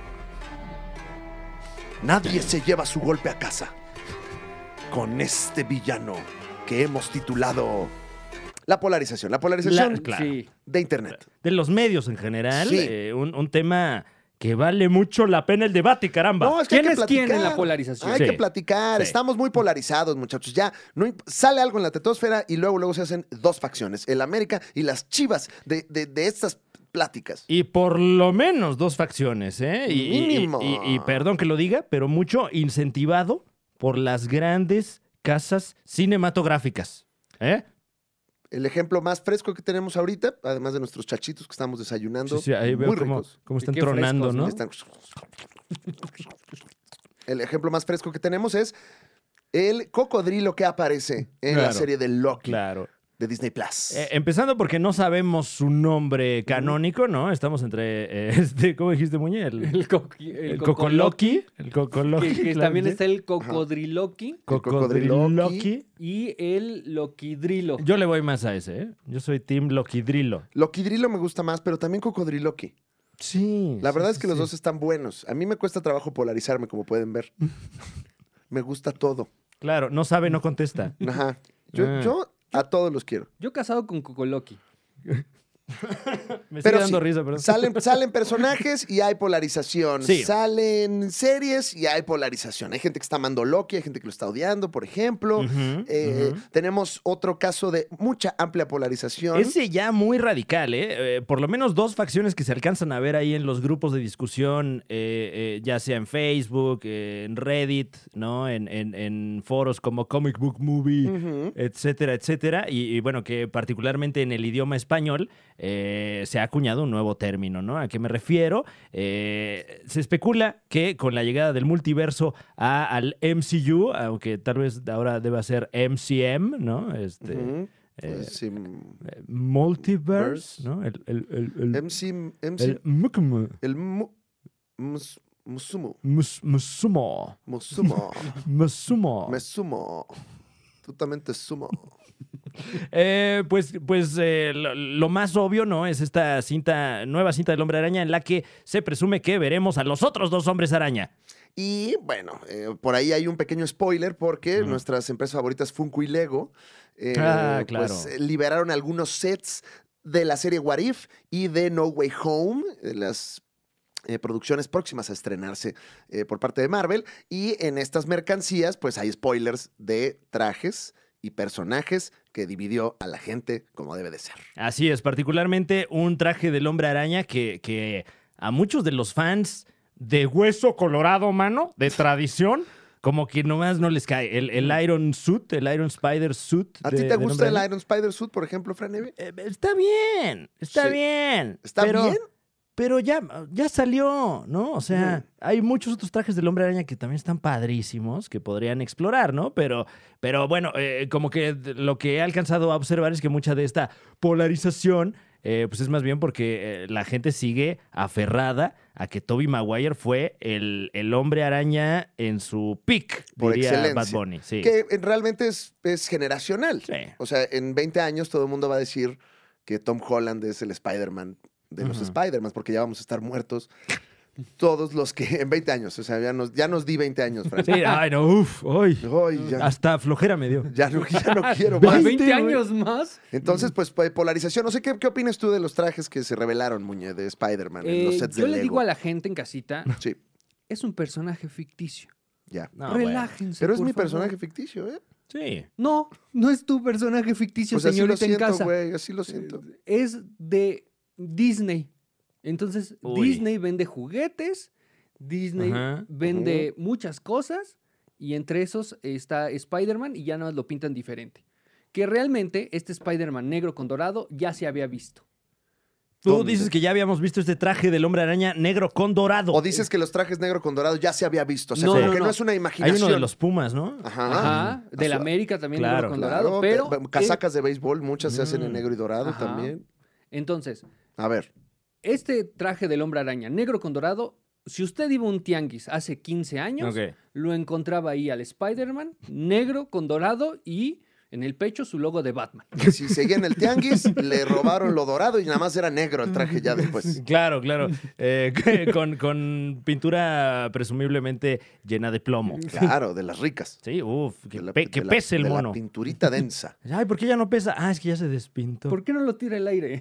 Speaker 2: Nadie se lleva su golpe a casa con este villano que hemos titulado la polarización, la polarización
Speaker 1: La- Claro.
Speaker 3: Sí.
Speaker 2: de internet.
Speaker 1: De los medios en general,
Speaker 2: Sí.
Speaker 1: eh, un, un tema que vale mucho la pena el debate, caramba.
Speaker 2: No, es que hay
Speaker 3: ¿Quién
Speaker 2: que
Speaker 3: es quién en
Speaker 2: platicar.
Speaker 3: la polarización?
Speaker 2: Hay
Speaker 1: Sí.
Speaker 2: que platicar.
Speaker 1: Sí.
Speaker 2: Estamos muy polarizados, muchachos. Ya no imp- sale algo en la tetosfera y luego luego se hacen dos facciones, el América y las Chivas de, de- de estas pláticas.
Speaker 1: Y por lo menos dos facciones, ¿eh? Y, y- y-
Speaker 2: Mínimo.
Speaker 1: y- y perdón que lo diga, pero mucho incentivado por las grandes casas cinematográficas. ¿Eh?
Speaker 2: El ejemplo más fresco que tenemos ahorita, además de nuestros chachitos que estamos desayunando,
Speaker 1: Sí, sí, ahí veo
Speaker 2: muy
Speaker 1: cómo,
Speaker 2: ricos.
Speaker 1: cómo están
Speaker 3: Qué frescos,
Speaker 1: tronando,
Speaker 3: ¿no?
Speaker 1: ¿no?
Speaker 2: Están- El ejemplo más fresco que tenemos es el cocodrilo que aparece en la
Speaker 1: Claro.
Speaker 2: serie de Loki
Speaker 1: Claro.
Speaker 2: de Disney Plus.
Speaker 1: Eh, empezando porque no sabemos su nombre canónico, ¿no? Estamos entre, eh, este, ¿cómo dijiste, Muñe? El,
Speaker 3: El, coqui- el
Speaker 1: el
Speaker 3: cocoloqui.
Speaker 1: Cocoloqui. El Cocoloqui.
Speaker 3: Que, que
Speaker 1: claro,
Speaker 3: también
Speaker 1: sí.
Speaker 3: está el cocodriloqui
Speaker 1: Cocodriloqui.
Speaker 3: y el loquidrilo.
Speaker 1: Yo le voy más a ese, ¿eh? Yo soy Team Loquidrilo.
Speaker 2: Loquidrilo me gusta más, pero también cocodriloqui.
Speaker 1: Sí.
Speaker 2: La
Speaker 1: sí,
Speaker 2: verdad
Speaker 1: sí,
Speaker 2: es que los
Speaker 1: sí.
Speaker 2: dos están buenos. A mí me cuesta trabajo polarizarme, como pueden ver. me gusta todo.
Speaker 1: Claro, no sabe, no contesta.
Speaker 2: Ajá. Yo,
Speaker 1: Ah.
Speaker 2: yo a todos los quiero.
Speaker 3: Yo casado con cocoloqui.
Speaker 1: Me sigue
Speaker 2: Pero
Speaker 1: dando
Speaker 2: sí,
Speaker 1: risa, pero...
Speaker 2: Salen, salen personajes y hay polarización.
Speaker 1: Sí.
Speaker 2: Salen series y hay polarización. Hay gente que está amando Loki, hay gente que lo está odiando, por ejemplo.
Speaker 1: Ujú,
Speaker 2: Eh,
Speaker 1: ujú.
Speaker 2: Tenemos otro caso de mucha amplia polarización.
Speaker 1: Ese ya muy radical, ¿eh? Eh, Por lo menos dos facciones que se alcanzan a ver ahí en los grupos de discusión, eh, eh, ya sea en Facebook, eh, en Reddit, ¿no? En, en- en foros como Comic Book Movie,
Speaker 2: Ujú.
Speaker 1: etcétera, etcétera. Y, y bueno, que particularmente en el idioma español eh, se ha acuñado un nuevo término, ¿no? ¿A qué me refiero? Eh, se especula que con la llegada del multiverso a- al MCU, aunque tal vez ahora deba ser MCM, ¿no? Este,
Speaker 2: Ujú. Pues
Speaker 1: eh,
Speaker 2: Sí,
Speaker 1: eh, multiverse,
Speaker 2: Verse.
Speaker 1: ¿no? El, el, el, el,
Speaker 2: MC, MC,
Speaker 1: el mukm,
Speaker 2: el mu- mus- musumo,
Speaker 1: mus- musumo,
Speaker 2: musumo,
Speaker 1: musumo.
Speaker 2: me sumo, tú también te sumo.
Speaker 1: Eh, pues pues eh, lo, lo más obvio, ¿no? Es esta cinta, nueva cinta del Hombre Araña en la que se presume que veremos a los otros dos Hombres Araña.
Speaker 2: Y bueno, eh, por ahí hay un pequeño spoiler porque
Speaker 1: Ujú.
Speaker 2: nuestras empresas favoritas Funko y Lego eh,
Speaker 1: Ah,
Speaker 2: pues,
Speaker 1: claro.
Speaker 2: eh, liberaron algunos sets de la serie What If y de No Way Home, eh, las eh, producciones próximas a estrenarse eh, por parte de Marvel. Y en estas mercancías, pues hay spoilers de trajes y personajes que dividió a la gente como debe de ser.
Speaker 1: Así es, particularmente un traje del Hombre Araña que, que a muchos de los fans de hueso colorado, mano, de tradición, Como que nomás no les cae. El, el Iron Suit, el Iron Spider Suit.
Speaker 2: ¿A
Speaker 1: de-
Speaker 2: ti
Speaker 1: de
Speaker 2: te gusta
Speaker 1: nombre
Speaker 2: el
Speaker 1: de-
Speaker 2: Iron Spider Suit, por ejemplo, Fran Evia?
Speaker 1: Eh, está bien, está
Speaker 2: Sí.
Speaker 1: bien.
Speaker 2: ¿Está
Speaker 1: pero,
Speaker 2: bien?
Speaker 1: Pero ya, ya salió, ¿no? O sea, hay muchos otros trajes del hombre araña que también están padrísimos, que podrían explorar, ¿no? Pero, pero bueno, eh, como que d- lo que he alcanzado a observar es que mucha de esta polarización, eh, pues es más bien porque eh, la gente sigue aferrada a que Toby Maguire fue el, el hombre araña en su peak,
Speaker 2: Por
Speaker 1: diría Bad
Speaker 2: excelencia.
Speaker 1: Bunny. Sí.
Speaker 2: Que eh, realmente es, es generacional.
Speaker 1: Sí.
Speaker 2: O sea, en 20 años todo el mundo va a decir que Tom Holland es el Spider-Man de los
Speaker 1: Ujú.
Speaker 2: Spider-Man, porque ya vamos a estar muertos todos los que en 20 años. O sea, ya nos, ya nos di 20 años, Fran.
Speaker 1: Sí, ay, no, uf, uy,
Speaker 2: Ay, ya,
Speaker 1: hasta flojera me dio.
Speaker 2: ya no, ya no quiero
Speaker 1: Ve-
Speaker 2: más.
Speaker 3: 20
Speaker 1: güey.
Speaker 3: años más.
Speaker 2: Entonces, pues, pues, polarización. No sé, ¿qué, qué opinas tú de los trajes que se revelaron, Muñe, de Spider-Man en los
Speaker 3: Eh,
Speaker 2: sets de
Speaker 3: yo le
Speaker 2: Lego?
Speaker 3: digo a la gente en casita,
Speaker 2: Sí,
Speaker 3: es un personaje ficticio.
Speaker 2: ya.
Speaker 1: No, bueno.
Speaker 3: Relájense.
Speaker 2: Pero es
Speaker 3: por
Speaker 2: mi
Speaker 3: favor.
Speaker 2: personaje ficticio, ¿eh?
Speaker 1: Sí.
Speaker 3: No, no es tu personaje ficticio,
Speaker 2: Pues así lo
Speaker 3: señorita en
Speaker 2: siento,
Speaker 3: casa.
Speaker 2: güey, así lo siento.
Speaker 3: Es de Disney. Entonces,
Speaker 1: Uy.
Speaker 3: Disney vende juguetes, Disney
Speaker 1: Ajá.
Speaker 3: vende muchas cosas, y entre esos está Spider-Man y ya nada más lo pintan diferente. Que realmente este Spider-Man negro con dorado ya se había visto.
Speaker 1: Tú
Speaker 2: ¿Dónde?
Speaker 1: dices que ya habíamos visto este traje del hombre araña negro con dorado.
Speaker 2: O dices que los trajes negro con dorado ya se había visto. O sea,
Speaker 3: No,
Speaker 2: como
Speaker 3: no,
Speaker 2: que no,
Speaker 3: no.
Speaker 2: es una
Speaker 1: Hay
Speaker 2: imaginación.
Speaker 1: uno de los Pumas, ¿no?
Speaker 2: Ajá.
Speaker 3: Ajá, del
Speaker 2: Azul-
Speaker 3: América también
Speaker 1: Claro,
Speaker 3: negro con
Speaker 2: Claro,
Speaker 3: dorado, pero...
Speaker 2: te- casacas de béisbol, muchas se hacen en
Speaker 1: Mm.
Speaker 2: negro y dorado
Speaker 3: Ajá.
Speaker 2: también.
Speaker 3: Entonces,
Speaker 2: A ver,
Speaker 3: este traje del hombre araña negro con dorado, si usted iba a un tianguis hace 15 años, lo encontraba ahí al Spider-Man, negro con dorado y en el pecho su logo de Batman.
Speaker 2: si seguía en el tianguis, le robaron lo dorado y nada más era negro el traje ya después.
Speaker 1: Claro, claro. Eh, que- con, con pintura presumiblemente llena de plomo.
Speaker 2: Claro, de las ricas.
Speaker 1: Sí, uff, que,
Speaker 2: De la-
Speaker 1: pe- que
Speaker 2: de la-
Speaker 1: pese el
Speaker 2: de la
Speaker 1: mono.
Speaker 2: pinturita densa.
Speaker 1: Ay, ¿por qué ya no pesa? Ah, es que ya se despintó.
Speaker 3: ¿Por qué no lo tira el aire?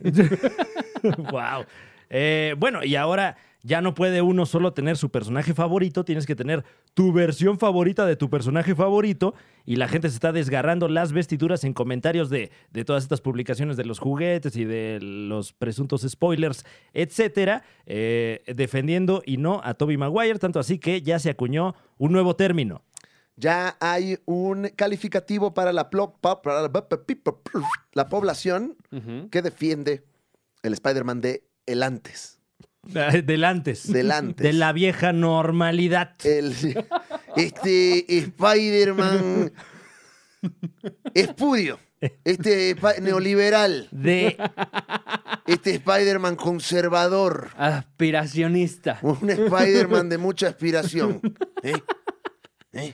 Speaker 1: wow. Eh, bueno, y ahora ya no puede uno solo tener su personaje favorito, tienes que tener tu versión favorita de tu personaje favorito. Y la gente se está desgarrando las vestiduras en comentarios de, de todas estas publicaciones de los juguetes y de los presuntos spoilers, etcétera, eh, defendiendo y no a Toby Maguire, tanto así que ya se acuñó un nuevo término.
Speaker 2: Ya hay un calificativo para la, plo- pa- para la, pa- pa- pi- pa- la población que defiende el Spider-Man de el antes.
Speaker 1: Del antes.
Speaker 2: Del antes. Eh.
Speaker 1: De la vieja normalidad.
Speaker 2: El, este Spider-Man espudio. Este Spi- neoliberal.
Speaker 1: De
Speaker 2: Este Spider-Man conservador.
Speaker 3: Aspiracionista.
Speaker 2: Un Spider-Man de mucha aspiración. ¿eh? ¿eh?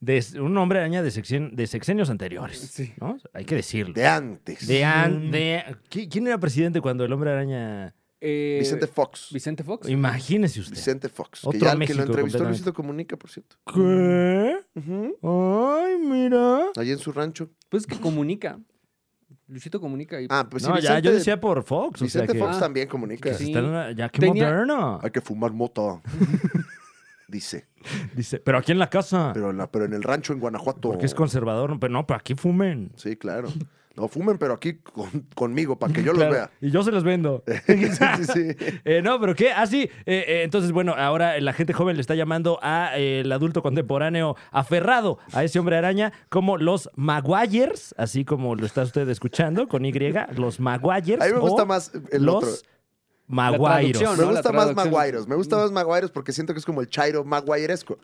Speaker 1: de s- un hombre araña de, sexien- de sexenios anteriores. ¿no? Hay que decirlo.
Speaker 2: De antes.
Speaker 1: De an- de- ¿qui- ¿Quién era presidente cuando el hombre araña?
Speaker 3: Eh,
Speaker 2: Vicente Fox.
Speaker 3: Vicente Fox.
Speaker 1: Imagínese usted.
Speaker 2: Vicente Fox. Que
Speaker 1: Otro
Speaker 2: ya que
Speaker 1: México
Speaker 2: lo entrevistó
Speaker 1: completamente.
Speaker 2: Luisito Comunica, por cierto.
Speaker 1: ¿Qué? Ay, mira.
Speaker 2: Allí en su rancho.
Speaker 3: Pues que comunica. Luisito comunica. Y...
Speaker 2: Ah, pues sí,
Speaker 1: no, ya,
Speaker 2: Vicente,
Speaker 1: yo decía por Fox. o sea
Speaker 2: Vicente
Speaker 1: que-
Speaker 2: Fox
Speaker 3: Ah.
Speaker 2: también comunica.
Speaker 1: que se
Speaker 3: sí.
Speaker 1: está en una- ya que
Speaker 3: Tenía-
Speaker 1: moderno.
Speaker 2: Hay que fumar mota. Dice.
Speaker 1: Dice, pero aquí en la casa.
Speaker 2: Pero en, la- pero en el rancho en Guanajuato.
Speaker 1: porque es conservador. no, Pero no, pero aquí fumen.
Speaker 2: Sí, claro. No fumen, pero aquí con- conmigo, para que yo
Speaker 1: Claro,
Speaker 2: los vea.
Speaker 1: Y yo se los vendo.
Speaker 2: sí, sí, sí.
Speaker 1: Eh, no, pero ¿qué? Ah, sí. Eh, eh, entonces, bueno, ahora la gente joven le está llamando al adulto contemporáneo aferrado a ese hombre araña como los Maguires, así como lo está usted escuchando con Y, los Maguires.
Speaker 2: A mí me gusta
Speaker 1: o
Speaker 2: más el
Speaker 1: los
Speaker 2: otro.
Speaker 1: Maguiros.
Speaker 3: traducción,
Speaker 2: Me
Speaker 3: ¿no? La
Speaker 2: gusta más
Speaker 3: traducción.
Speaker 2: Maguairos. Me
Speaker 1: Mm.
Speaker 2: gusta más Maguairos porque siento que es como el Chairo Maguairesco.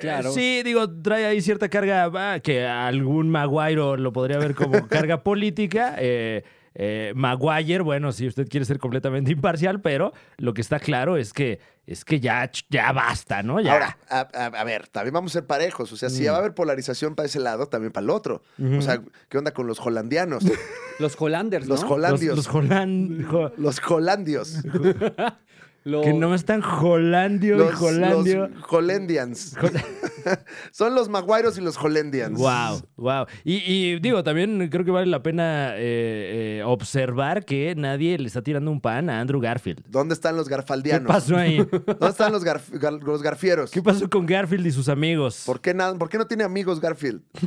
Speaker 3: claro.
Speaker 1: Sí, digo, trae ahí cierta carga ah, que algún Maguire lo podría ver como carga política. Eh, eh, Maguire, bueno, si usted quiere ser completamente imparcial, pero lo que está claro es que es que ya, ya basta, ¿no? Ya. Mm.
Speaker 2: Ahora, a, a- a ver, también vamos a ser parejos. O sea, si ya va a haber polarización para ese lado, también para el otro. O sea, ¿qué onda con los holandianos?
Speaker 3: Los Hollanders, ¿no?
Speaker 2: Los
Speaker 1: los,
Speaker 2: holandios.
Speaker 1: Pues los
Speaker 2: Los,
Speaker 1: holan- jo-
Speaker 2: holandios.
Speaker 3: Lo-
Speaker 1: Que no están holandio
Speaker 2: Los,
Speaker 1: y holandio.
Speaker 2: los holendians. Son los Maguairos y los holendians.
Speaker 1: Wow, wow. Y, y digo, también creo que vale la pena eh, eh, observar que nadie le está tirando un pan a Andrew Garfield.
Speaker 2: ¿Dónde están los
Speaker 1: ¿Qué
Speaker 2: garfaldianos?
Speaker 1: pasó ahí?
Speaker 2: ¿Dónde están los, garf- gar- los garfieros?
Speaker 1: ¿Qué pasó con Garfield y sus amigos?
Speaker 2: ¿Por qué, nada- ¿Por qué no tiene amigos Garfield?
Speaker 1: Eh,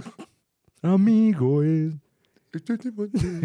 Speaker 1: Amigo es.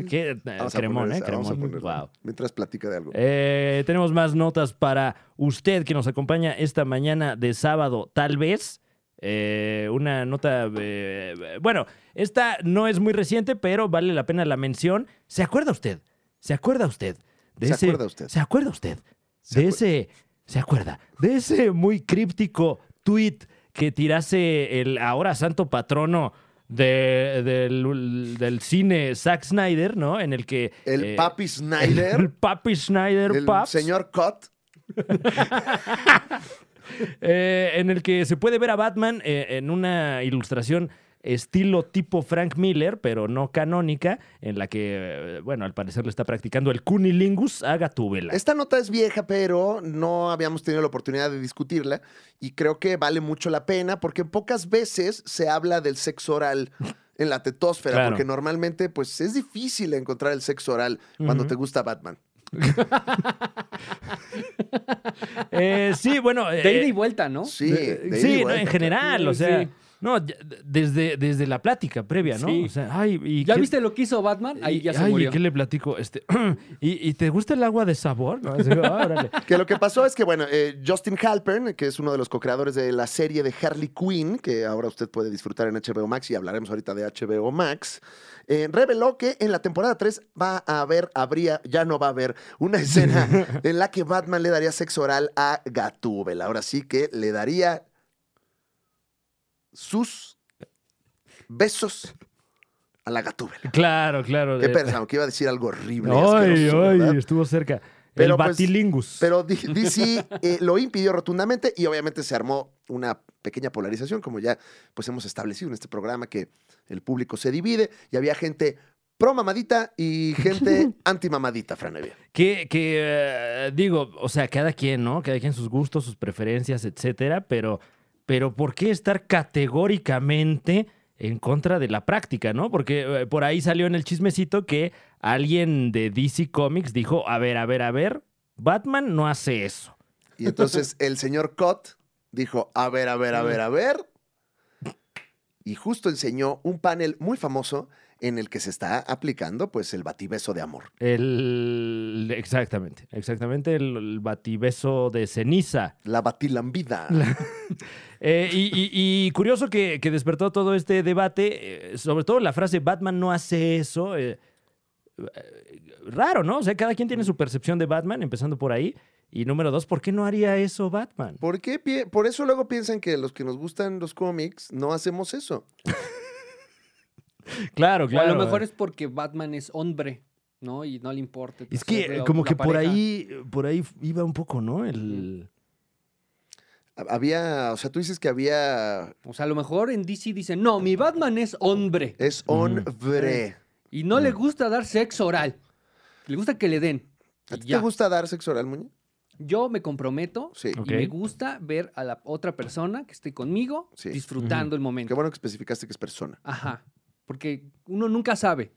Speaker 1: ¿Qué? eh,
Speaker 2: Vamos a
Speaker 1: cremón,
Speaker 2: poner
Speaker 1: ¿eh?
Speaker 2: esa, vamos a
Speaker 1: Cremón.
Speaker 2: poner esa.
Speaker 1: Wow.
Speaker 2: Mientras platica de algo.
Speaker 1: Eh, tenemos más notas para usted que nos acompaña esta mañana de sábado, tal vez. Eh, una nota. eh, bueno, esta no es muy reciente, pero vale la pena la mención. ¿Se acuerda usted? ¿Se acuerda usted?
Speaker 2: ¿Se acuerda usted?
Speaker 1: ¿Se acuerda usted?
Speaker 2: Se
Speaker 1: de
Speaker 2: acuer-
Speaker 1: ese. ¿Se acuerda? De ese muy críptico tweet que tirase el ahora santo patrono. de- del, del cine Zack Snyder, ¿no? En el que.
Speaker 2: El
Speaker 1: eh,
Speaker 2: Papi Snyder,
Speaker 1: El Papi Snyder,
Speaker 2: el
Speaker 1: Paps.
Speaker 2: señor Cott.
Speaker 1: Eh, en el que se puede ver a Batman eh, en una ilustración estilo tipo Frank Miller, pero no canónica, en la que, eh, bueno, al parecer le está practicando el cunilingus haga tu vela.
Speaker 2: Esta nota es vieja, pero no habíamos tenido la oportunidad de discutirla y creo que vale mucho la pena porque pocas veces se habla del sexo oral en la tetósfera,
Speaker 1: Claro.
Speaker 2: porque normalmente pues es difícil encontrar el sexo oral cuando
Speaker 1: Ujú.
Speaker 2: te gusta Batman.
Speaker 1: Eh, sí, bueno. eh,
Speaker 3: De ida y vuelta, ¿no?
Speaker 2: Sí,
Speaker 1: eh,
Speaker 2: de
Speaker 1: sí,
Speaker 2: ida y
Speaker 1: no,
Speaker 2: vuelta.
Speaker 1: en general, o
Speaker 3: Sí,
Speaker 1: sea.
Speaker 3: sí.
Speaker 1: No, ya- desde, desde la plática previa, ¿no?
Speaker 3: Sí.
Speaker 1: O sea, ay, ¿y
Speaker 3: ¿Ya
Speaker 1: qué-
Speaker 3: viste lo que hizo Batman? Ahí
Speaker 1: y-
Speaker 3: ya se
Speaker 1: ay, ¿y
Speaker 3: murió.
Speaker 1: qué le platico? Este, ¿y, y te gusta el agua de sabor? ¿No? Así, ah, órale.
Speaker 2: Que lo que pasó es que, bueno, eh, Justin Halpern, que es uno de los co-creadores de la serie de Harley Quinn, que ahora usted puede disfrutar en HBO Max y hablaremos ahorita de HBO Max, eh, reveló que en la temporada 3 va a haber, habría, ya no va a haber, una escena en la que Batman le daría sexo oral a Gatúbel. Ahora sí que le daría sus besos a la Gatúbel.
Speaker 1: Claro, claro.
Speaker 2: ¿Qué
Speaker 1: eh,
Speaker 2: pensamos? Que iba a decir algo horrible. y
Speaker 1: Ay,
Speaker 2: asqueroso,
Speaker 1: ay,
Speaker 2: ¿verdad?
Speaker 1: estuvo cerca.
Speaker 2: Pero,
Speaker 1: el
Speaker 2: pues,
Speaker 1: batilingus.
Speaker 2: Pero D- DC eh, lo impidió rotundamente y obviamente se armó una pequeña polarización, como ya pues hemos establecido en este programa, que el público se divide y había gente pro mamadita y gente anti mamadita, Fran Evia.
Speaker 1: Que, que, eh, digo, o sea, cada quien, ¿no? Cada quien sus gustos, sus preferencias, etcétera, pero, pero ¿por qué estar categóricamente en contra de la práctica, ¿no? Porque eh, por ahí salió en el chismecito que alguien de DC Comics dijo, a ver, a ver, a ver, Batman no hace eso.
Speaker 2: Y entonces el señor Cott dijo, a ver, a ver, a ver, a ver. Y justo enseñó un panel muy famoso en el que se está aplicando pues el batibeso de amor.
Speaker 1: El, exactamente, exactamente, el, el batibeso de ceniza.
Speaker 2: La batilambida.
Speaker 1: Eh, y, y- y curioso que, que despertó todo este debate, eh, sobre todo la frase Batman no hace eso. eh, eh, raro, ¿no? O sea, cada quien tiene su percepción de Batman, empezando por ahí. Y número dos, ¿por qué no haría eso Batman?
Speaker 2: ¿Por qué? pi- Por eso luego piensan que los que nos gustan los cómics no hacemos eso.
Speaker 1: Claro,
Speaker 3: O a
Speaker 1: claro.
Speaker 3: lo mejor es porque Batman es hombre, ¿no? Y no le importa.
Speaker 1: Es
Speaker 3: hacer
Speaker 1: que eh,
Speaker 3: la-
Speaker 1: como
Speaker 3: la
Speaker 1: que por
Speaker 3: pareja.
Speaker 1: ahí, por ahí iba un poco, ¿no? El...
Speaker 2: Ha- Había, o sea, tú dices que había.
Speaker 3: O sea, a lo mejor en DC dicen, no, mi Batman es hombre.
Speaker 2: Es
Speaker 1: Mm, eh,
Speaker 2: hombre.
Speaker 3: Y no le gusta dar sexo oral. Le gusta que le den.
Speaker 2: ¿A
Speaker 3: Y
Speaker 2: ti
Speaker 3: ya.
Speaker 2: te gusta dar sexo oral, Muñe?
Speaker 3: Yo me comprometo
Speaker 2: Sí.
Speaker 1: Ok.
Speaker 3: y me gusta ver a la otra persona que esté conmigo
Speaker 2: Sí.
Speaker 3: disfrutando el
Speaker 2: Qué
Speaker 3: momento.
Speaker 2: bueno que especificaste que es persona.
Speaker 3: Ajá. Porque uno nunca sabe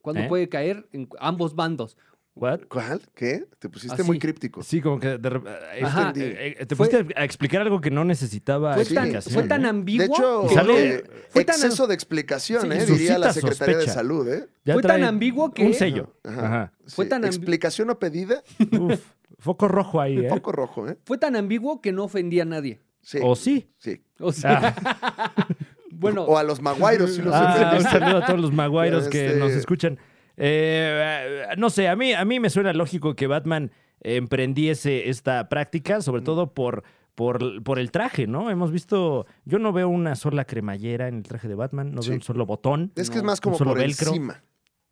Speaker 3: cuándo
Speaker 1: ¿Eh?
Speaker 3: puede caer en ambos bandos.
Speaker 1: ¿What?
Speaker 2: ¿Cuál? ¿Qué? Te pusiste muy
Speaker 3: Así.
Speaker 2: críptico.
Speaker 1: Ah, Sí, como que de rep- eh,
Speaker 3: Ajá.
Speaker 1: este, eh, eh, te
Speaker 3: Fue-
Speaker 1: fuiste a explicar algo que no necesitaba
Speaker 3: Fue
Speaker 2: sí,
Speaker 3: tan,
Speaker 1: explicación,
Speaker 3: fue
Speaker 1: ¿eh?
Speaker 3: tan ambiguo.
Speaker 2: De hecho,
Speaker 1: Y sale-
Speaker 2: eh,
Speaker 3: fue tan-
Speaker 2: exceso de explicación,
Speaker 1: Sí,
Speaker 2: eh,
Speaker 1: suscita
Speaker 2: diría la Secretaría de
Speaker 1: sospecha.
Speaker 2: Salud. ¿eh?
Speaker 1: Ya
Speaker 3: fue tan
Speaker 1: trae
Speaker 3: ambiguo que-
Speaker 1: Un sello.
Speaker 2: Ajá.
Speaker 1: Ajá.
Speaker 2: Fue
Speaker 3: Fue tan
Speaker 2: tan
Speaker 3: ambi-
Speaker 2: explicación no pedida,
Speaker 1: Uf, foco rojo ahí, ¿eh?
Speaker 2: poco rojo, ¿eh?
Speaker 3: fue tan ambiguo que no ofendía a nadie.
Speaker 2: Sí.
Speaker 1: ¿O sí?
Speaker 2: sí.
Speaker 3: O sea, Ah. bueno,
Speaker 2: O a los maguairos, si los
Speaker 1: Ah, un
Speaker 2: entendiste.
Speaker 1: saludo a todos los maguairos que
Speaker 2: Este-
Speaker 1: nos escuchan. Eh, eh, no sé, a mí, a mí me suena lógico que Batman emprendiese esta práctica,
Speaker 2: Mm.
Speaker 1: sobre todo por, por, por el traje, ¿no? Hemos visto, yo no veo una sola cremallera en el traje de Batman, no
Speaker 2: Sí.
Speaker 1: veo un solo botón.
Speaker 2: Es que es
Speaker 3: No,
Speaker 2: más
Speaker 1: un
Speaker 2: como
Speaker 1: solo
Speaker 2: por
Speaker 1: velcro.
Speaker 2: encima.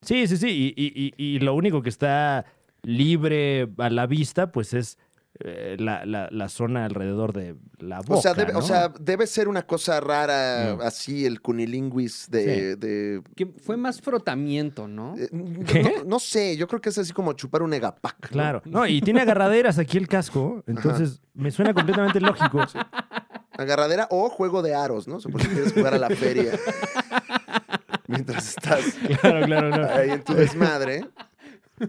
Speaker 1: Sí, sí, sí, y, y- y- y lo único que está libre a la vista, pues es eh, la, la- la zona alrededor de la boca.
Speaker 2: o, sea, debe, o
Speaker 1: ¿no?
Speaker 2: sea, debe ser una cosa rara,
Speaker 1: Mm.
Speaker 2: así el cunilinguis de- de
Speaker 3: que fue más frotamiento, ¿no?
Speaker 2: Eh, n-
Speaker 1: ¿Qué?
Speaker 2: No, no sé, yo creo que es así como chupar un egapac. ¿no?
Speaker 1: Claro. No, y tiene agarraderas aquí el casco, entonces me suena completamente lógico.
Speaker 2: Agarradera o juego de aros, ¿no? O sea, por si quieres jugar a la feria. Mientras estás
Speaker 1: Claro, claro, claro.
Speaker 2: ahí en tu desmadre. eh.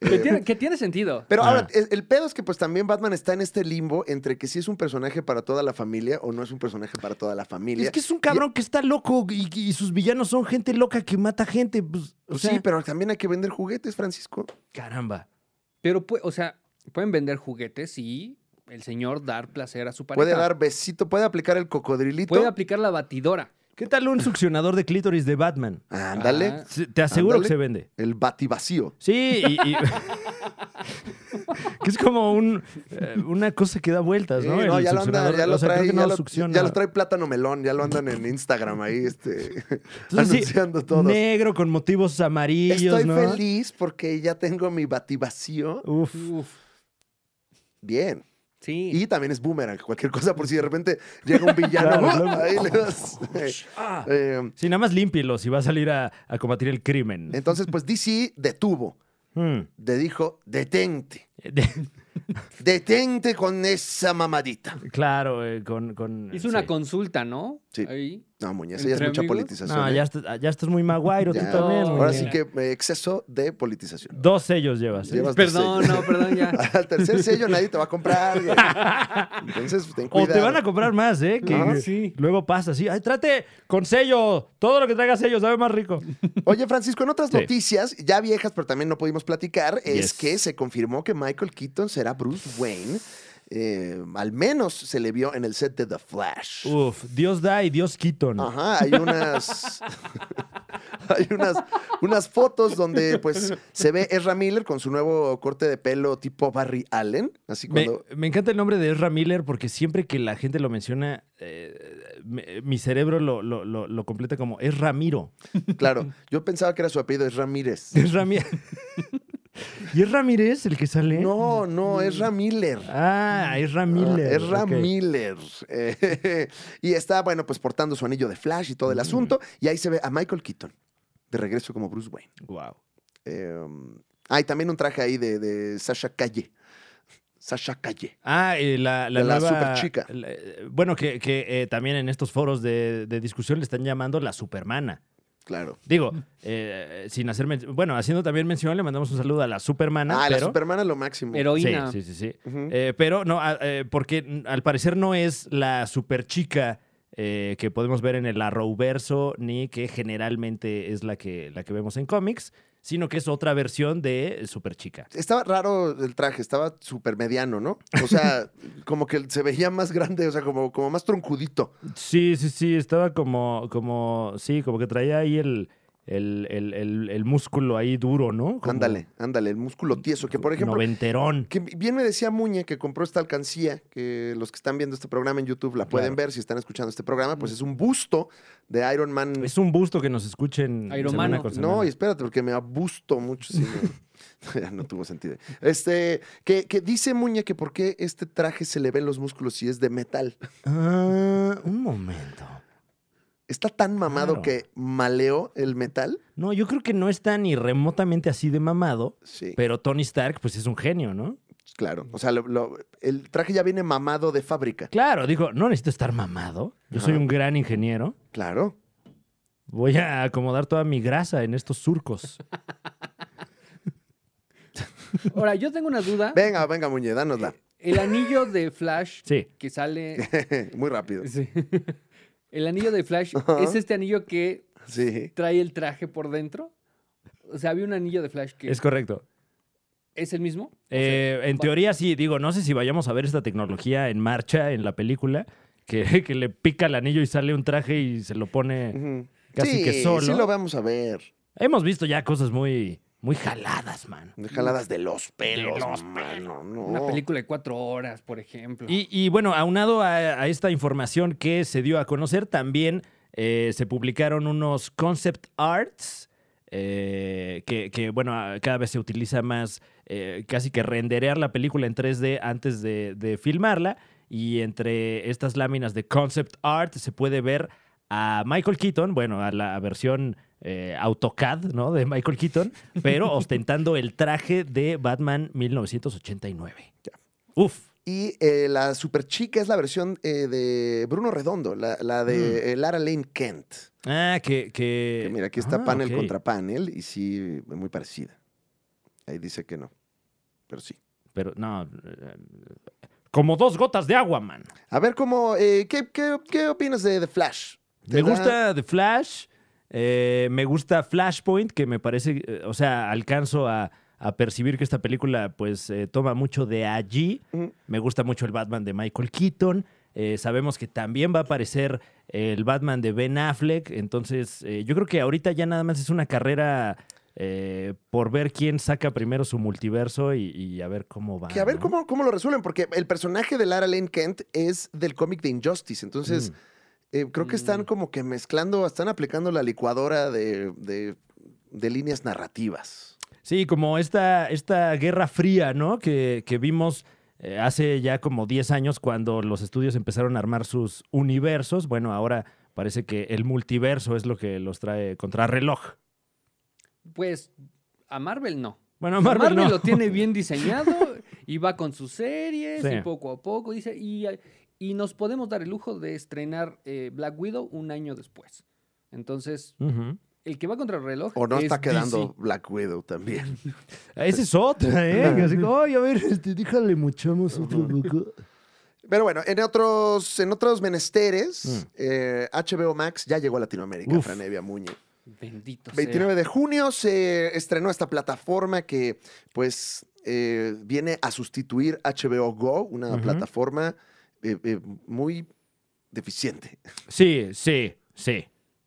Speaker 3: Que tiene, que tiene sentido.
Speaker 2: Pero ahora,
Speaker 1: Ah.
Speaker 2: el, el pedo es que pues también Batman está en este limbo entre que si es un personaje para toda la familia o no es un personaje para toda la familia.
Speaker 1: Es que es un cabrón que está loco y, y sus villanos son gente loca que mata gente. Pues, o
Speaker 2: Pues
Speaker 1: sea,
Speaker 2: sí, pero también hay que vender juguetes, Francisco.
Speaker 1: Caramba.
Speaker 3: Pero, pu- o sea, pueden vender juguetes y el señor dar placer a su pareja.
Speaker 2: Puede dar besito, puede aplicar el cocodrilito.
Speaker 3: Puede aplicar la batidora.
Speaker 1: ¿Qué tal un succionador de clítoris de Batman?
Speaker 2: Ándale.
Speaker 3: Ah.
Speaker 1: Se- Te aseguro
Speaker 2: Ándale.
Speaker 1: que se vende.
Speaker 2: El bativacío.
Speaker 1: Sí, y. y- que es como un, eh, una cosa que da vueltas, ¿no?
Speaker 2: Eh, no,
Speaker 1: El
Speaker 2: ya lo anda,
Speaker 1: succionador,
Speaker 2: ya lo
Speaker 1: o sea, creo
Speaker 2: trae,
Speaker 1: que no
Speaker 2: ya, lo,
Speaker 1: succiona.
Speaker 2: ya lo trae plátano melón, ya lo andan en Instagram ahí, este,
Speaker 1: Entonces, sí,
Speaker 2: anunciando todo.
Speaker 1: Negro con motivos amarillos,
Speaker 2: Estoy
Speaker 1: ¿no?
Speaker 2: feliz porque ya tengo mi bativacío.
Speaker 1: Uf.
Speaker 3: Uf,
Speaker 2: Bien.
Speaker 3: sí.
Speaker 2: Y también es boomerang, cualquier cosa, por si de repente llega un villano.
Speaker 1: Claro,
Speaker 2: ¡ah!
Speaker 1: claro.
Speaker 2: Ahí le das.
Speaker 3: Ah,
Speaker 2: Eh,
Speaker 1: Sí, nada más límpielo si va a salir a, a combatir el crimen.
Speaker 2: entonces, pues DC detuvo,
Speaker 1: Mm.
Speaker 2: le dijo, detente,
Speaker 1: De-
Speaker 2: detente con esa mamadita.
Speaker 1: claro, eh, con, con-
Speaker 3: hizo una
Speaker 1: sí.
Speaker 3: consulta, ¿no?
Speaker 2: Sí.
Speaker 3: Ahí.
Speaker 2: No, muñe, eso ya es
Speaker 3: ¿Entre
Speaker 2: mucha
Speaker 3: amigos?
Speaker 2: politización.
Speaker 1: No,
Speaker 2: ¿eh?
Speaker 1: ya, estás, ah, ya estás muy maguairo
Speaker 2: Ya.
Speaker 1: tú también.
Speaker 3: No,
Speaker 1: muy
Speaker 2: Ahora
Speaker 1: bien.
Speaker 2: sí que eh, exceso de politización.
Speaker 1: Dos sellos llevas. ¿eh?
Speaker 2: Llevas
Speaker 3: Perdón,
Speaker 2: dos
Speaker 3: no, perdón, ya.
Speaker 2: Al tercer sello nadie te va a comprar. güey. Entonces, ten
Speaker 1: O
Speaker 2: cuidado.
Speaker 1: te van a comprar más, ¿eh? Que
Speaker 3: Ah, sí.
Speaker 1: luego pasa así. Ay, trate con sello. Todo lo que traiga sello sabe más rico.
Speaker 2: Oye, Francisco, en otras
Speaker 1: Sí.
Speaker 2: noticias, ya viejas, pero también no pudimos platicar, es
Speaker 1: Yes.
Speaker 2: que se confirmó que Michael Keaton será Bruce Wayne. Eh, al menos se le vio en el set de The Flash.
Speaker 1: Uf, Dios da y Dios quito. ¿no?
Speaker 2: Ajá, hay unas. hay unas, unas fotos donde pues se ve Ezra Miller con su nuevo corte de pelo tipo Barry Allen. Así
Speaker 1: Me,
Speaker 2: cuando.
Speaker 1: me encanta el nombre de Ezra Miller porque siempre que la gente lo menciona, eh, me- mi cerebro lo, lo- lo- lo completa como es Ramiro.
Speaker 2: Claro, yo pensaba que era su apellido, es Ramírez.
Speaker 1: Es Ramírez. ¿Y es Ramírez el que sale?
Speaker 2: No, no, es Miller.
Speaker 1: Ah, es
Speaker 2: Ah,
Speaker 1: Ramírez.
Speaker 2: Es Ram
Speaker 1: ok.
Speaker 2: Miller. Eh, y está, bueno, pues portando su anillo de Flash y todo el
Speaker 1: Mm.
Speaker 2: asunto. Y ahí se ve a Michael Keaton, de regreso como Bruce Wayne.
Speaker 1: Guau.
Speaker 2: Eh, ah, y también un traje ahí de, de Sasha Calle. Sasha Calle.
Speaker 1: Ah, eh, la, la
Speaker 2: De la
Speaker 1: nueva-
Speaker 2: superchica.
Speaker 1: la- eh, bueno, que, que, eh, también en estos foros de, de discusión le están llamando la supermana.
Speaker 2: Claro.
Speaker 1: Digo, eh, sin hacer... men- Bueno, haciendo también mención, le mandamos un saludo a la supermana.
Speaker 2: ah, la
Speaker 1: pero,
Speaker 2: Supermana lo máximo.
Speaker 3: Heroína.
Speaker 1: Sí, sí, sí. sí.
Speaker 2: Ujú.
Speaker 1: Eh, pero no, a- eh, porque mm, al parecer no es la superchica eh, que podemos ver en el Arrowverso, ni que generalmente es la que, la que vemos en cómics, sino que es otra versión de superchica.
Speaker 2: Estaba raro el traje, estaba súper mediano, ¿no? O sea, como que se veía más grande, o sea, como, como más troncudito.
Speaker 1: Sí, sí, sí, estaba como, como, sí, como que traía ahí el, el, el, el- el músculo ahí duro, ¿no? Como
Speaker 2: Ándale, ándale, el músculo tieso, que por ejemplo,
Speaker 1: Noventerón.
Speaker 2: Que bien me decía Muñe que compró esta alcancía, que los que están viendo este programa en YouTube la pueden
Speaker 1: Claro.
Speaker 2: ver si están escuchando este programa, pues es un busto de Iron Man.
Speaker 1: Es un busto que nos escuchen.
Speaker 3: Iron
Speaker 1: semana
Speaker 3: Man.
Speaker 1: con semana.
Speaker 2: No, y espérate, porque me abusto mucho. si no, ya no tuvo sentido. Este, que, que dice Muñe que por qué este traje se le ven los músculos si es de metal.
Speaker 1: Ah, un momento.
Speaker 2: Está tan mamado
Speaker 1: Claro.
Speaker 2: que maleó el metal.
Speaker 1: No, yo creo que no está ni remotamente así de mamado,
Speaker 2: Sí,
Speaker 1: pero Tony Stark, pues es un genio, ¿no?
Speaker 2: claro. O sea, lo- lo- el traje ya viene mamado de fábrica.
Speaker 1: Claro, dijo, no necesito estar mamado. Yo soy
Speaker 2: Ajá.
Speaker 1: un gran ingeniero.
Speaker 2: Claro.
Speaker 1: Voy a acomodar toda mi grasa en estos surcos.
Speaker 3: Ahora, yo tengo una
Speaker 1: Ah.
Speaker 3: duda.
Speaker 2: Venga, venga, Muñe, dánosla.
Speaker 3: El anillo de Flash
Speaker 1: Sí.
Speaker 3: que sale.
Speaker 2: Muy rápido.
Speaker 3: Sí. El anillo de Flash
Speaker 2: Ajá.
Speaker 3: es este anillo que
Speaker 2: Sí.
Speaker 3: trae el traje por dentro. O sea, había un anillo de Flash que
Speaker 1: Es
Speaker 3: es,
Speaker 1: correcto.
Speaker 3: el mismo. O sea,
Speaker 1: Eh, en
Speaker 3: va-
Speaker 1: teoría sí, digo, no sé si vayamos a ver esta tecnología en marcha en la película, que, que le pica el anillo y sale un traje y se lo pone
Speaker 2: Ujú.
Speaker 1: casi
Speaker 2: sí,
Speaker 1: que solo.
Speaker 2: Sí, lo vamos a ver.
Speaker 1: Hemos visto ya cosas muy, muy jaladas, man.
Speaker 2: Jaladas de los pelos.
Speaker 1: De los
Speaker 2: mano, no.
Speaker 3: Una película de cuatro horas, por ejemplo.
Speaker 1: Y, y bueno, aunado a, a esta información que se dio a conocer, también eh, se publicaron unos concept arts. eh, que, que, bueno, a- cada vez se utiliza más eh, casi que renderear la película en 3D antes de, de filmarla. Y entre estas láminas de concept art se puede ver a Michael Keaton, bueno, a la versión eh, AutoCAD, ¿no? De Michael Keaton, pero ostentando el traje de Batman 1989. Uf.
Speaker 2: Y eh, la super chica es la versión eh, de Bruno Redondo, la, la de eh,
Speaker 1: Mm.
Speaker 2: Lara Lane Kent.
Speaker 1: Ah, que. que...
Speaker 2: Que mira, aquí está
Speaker 1: Ah,
Speaker 2: panel
Speaker 1: ok.
Speaker 2: contra panel y sí, muy parecida. Ahí dice que no, pero sí.
Speaker 1: Pero no. eh, Como dos gotas de agua, man.
Speaker 2: A ver, cómo, eh, ¿qué, qué, qué opinas de The Flash?
Speaker 1: Me
Speaker 2: ¿Te da-
Speaker 1: gusta The Flash. eh, me gusta Flashpoint, que me parece. eh, o sea, alcanzo a, a percibir que esta película pues eh, toma mucho de allí.
Speaker 2: Ujú.
Speaker 1: Me gusta mucho el Batman de Michael Keaton. Eh, sabemos que también va a aparecer el Batman de Ben Affleck. Entonces, eh, yo creo que ahorita ya nada más es una carrera eh, por ver quién saca primero su multiverso y, y a ver cómo va.
Speaker 2: Que a ver
Speaker 1: ¿no?
Speaker 2: cómo, cómo lo resuelven, porque el personaje de Lara Lane Kent es del cómic de Injustice. Entonces,
Speaker 1: Mm.
Speaker 2: eh, creo que están
Speaker 3: Mm.
Speaker 2: como que mezclando, están aplicando la licuadora de, de- de líneas narrativas.
Speaker 1: Sí, como esta, esta guerra fría, ¿no? Que, que vimos eh, hace ya como 10 años cuando los estudios empezaron a armar sus universos. Bueno, ahora parece que el multiverso es lo que los trae contra reloj.
Speaker 3: Pues a Marvel no.
Speaker 1: Bueno, Marvel,
Speaker 3: Marvel
Speaker 1: no.
Speaker 3: lo tiene bien diseñado y va con sus series
Speaker 1: Sí.
Speaker 3: y poco a poco. Dice, y, y nos podemos dar el lujo de estrenar eh, Black Widow un año después. Entonces,
Speaker 1: Ujú.
Speaker 3: el que va contra el reloj.
Speaker 2: O no
Speaker 3: es
Speaker 2: está quedando
Speaker 3: DC.
Speaker 2: Black Widow también.
Speaker 1: Esa es otra, ¿eh? Que Así como, "Ay, a ver, este, déjale muchamos otro poco.
Speaker 2: Pero bueno, en otros, en otros menesteres,
Speaker 1: Mm.
Speaker 2: eh, HBO Max ya llegó a Latinoamérica,
Speaker 1: Uf.
Speaker 2: Franevia Muñe.
Speaker 3: Bendito
Speaker 2: 29 de junio se estrenó esta plataforma que pues eh, viene a sustituir HBO Go, una
Speaker 1: Ujú.
Speaker 2: plataforma eh, eh, muy deficiente.
Speaker 1: Sí, sí, sí,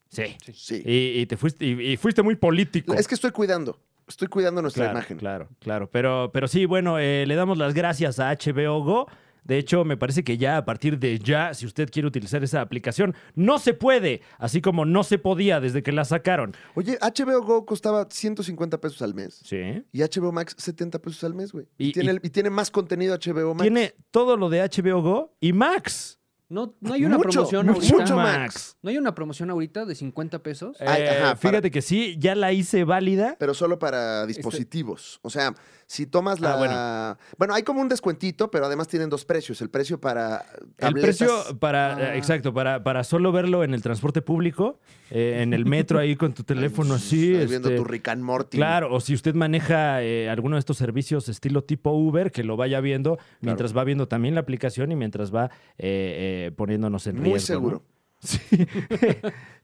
Speaker 1: sí.
Speaker 2: Sí.
Speaker 1: Y, y te fuiste, y, y fuiste muy político.
Speaker 2: Es que estoy cuidando, estoy cuidando nuestra
Speaker 1: claro,
Speaker 2: Pues, imagen.
Speaker 1: Claro, claro. Pero, pero sí, bueno, eh, le damos las gracias a HBO Go. De hecho, me parece que ya a partir de ya, si usted quiere utilizar esa aplicación, no se puede, así como no se podía desde que la sacaron.
Speaker 2: Oye, HBO Go costaba 150 pesos al mes
Speaker 1: Sí.
Speaker 2: y HBO Max 70 pesos al mes, güey.
Speaker 1: Y-
Speaker 2: Y, tiene
Speaker 1: y-
Speaker 2: el- y tiene más contenido HBO Max.
Speaker 1: Tiene todo lo de HBO Go y Max.
Speaker 3: No, no hay una
Speaker 2: Mucho,
Speaker 3: promoción ahorita.
Speaker 2: mucho más.
Speaker 3: No hay una promoción ahorita de 50 pesos.
Speaker 1: Eh,
Speaker 2: Ay, ajá,
Speaker 1: fíjate que sí, ya la hice válida.
Speaker 2: pero solo para dispositivos. O sea, si tomas la...
Speaker 1: Este Ah,
Speaker 2: bueno. hay como un descuentito, pero además tienen dos precios. El precio para
Speaker 1: El
Speaker 2: tabletas-
Speaker 1: precio para, eh,
Speaker 3: Ah.
Speaker 1: exacto, para, para solo verlo en el transporte público, eh, en el metro ahí con tu teléfono así.
Speaker 2: Estás pues, viendo
Speaker 1: este,
Speaker 2: tu Rick and Morty.
Speaker 1: Claro, o si usted maneja eh, alguno de estos servicios estilo tipo Uber, que lo vaya viendo mientras va viendo también la aplicación y mientras va eh, eh, poniéndonos en
Speaker 2: Muy
Speaker 1: riesgo.
Speaker 2: seguro.
Speaker 1: ¿no? Sí.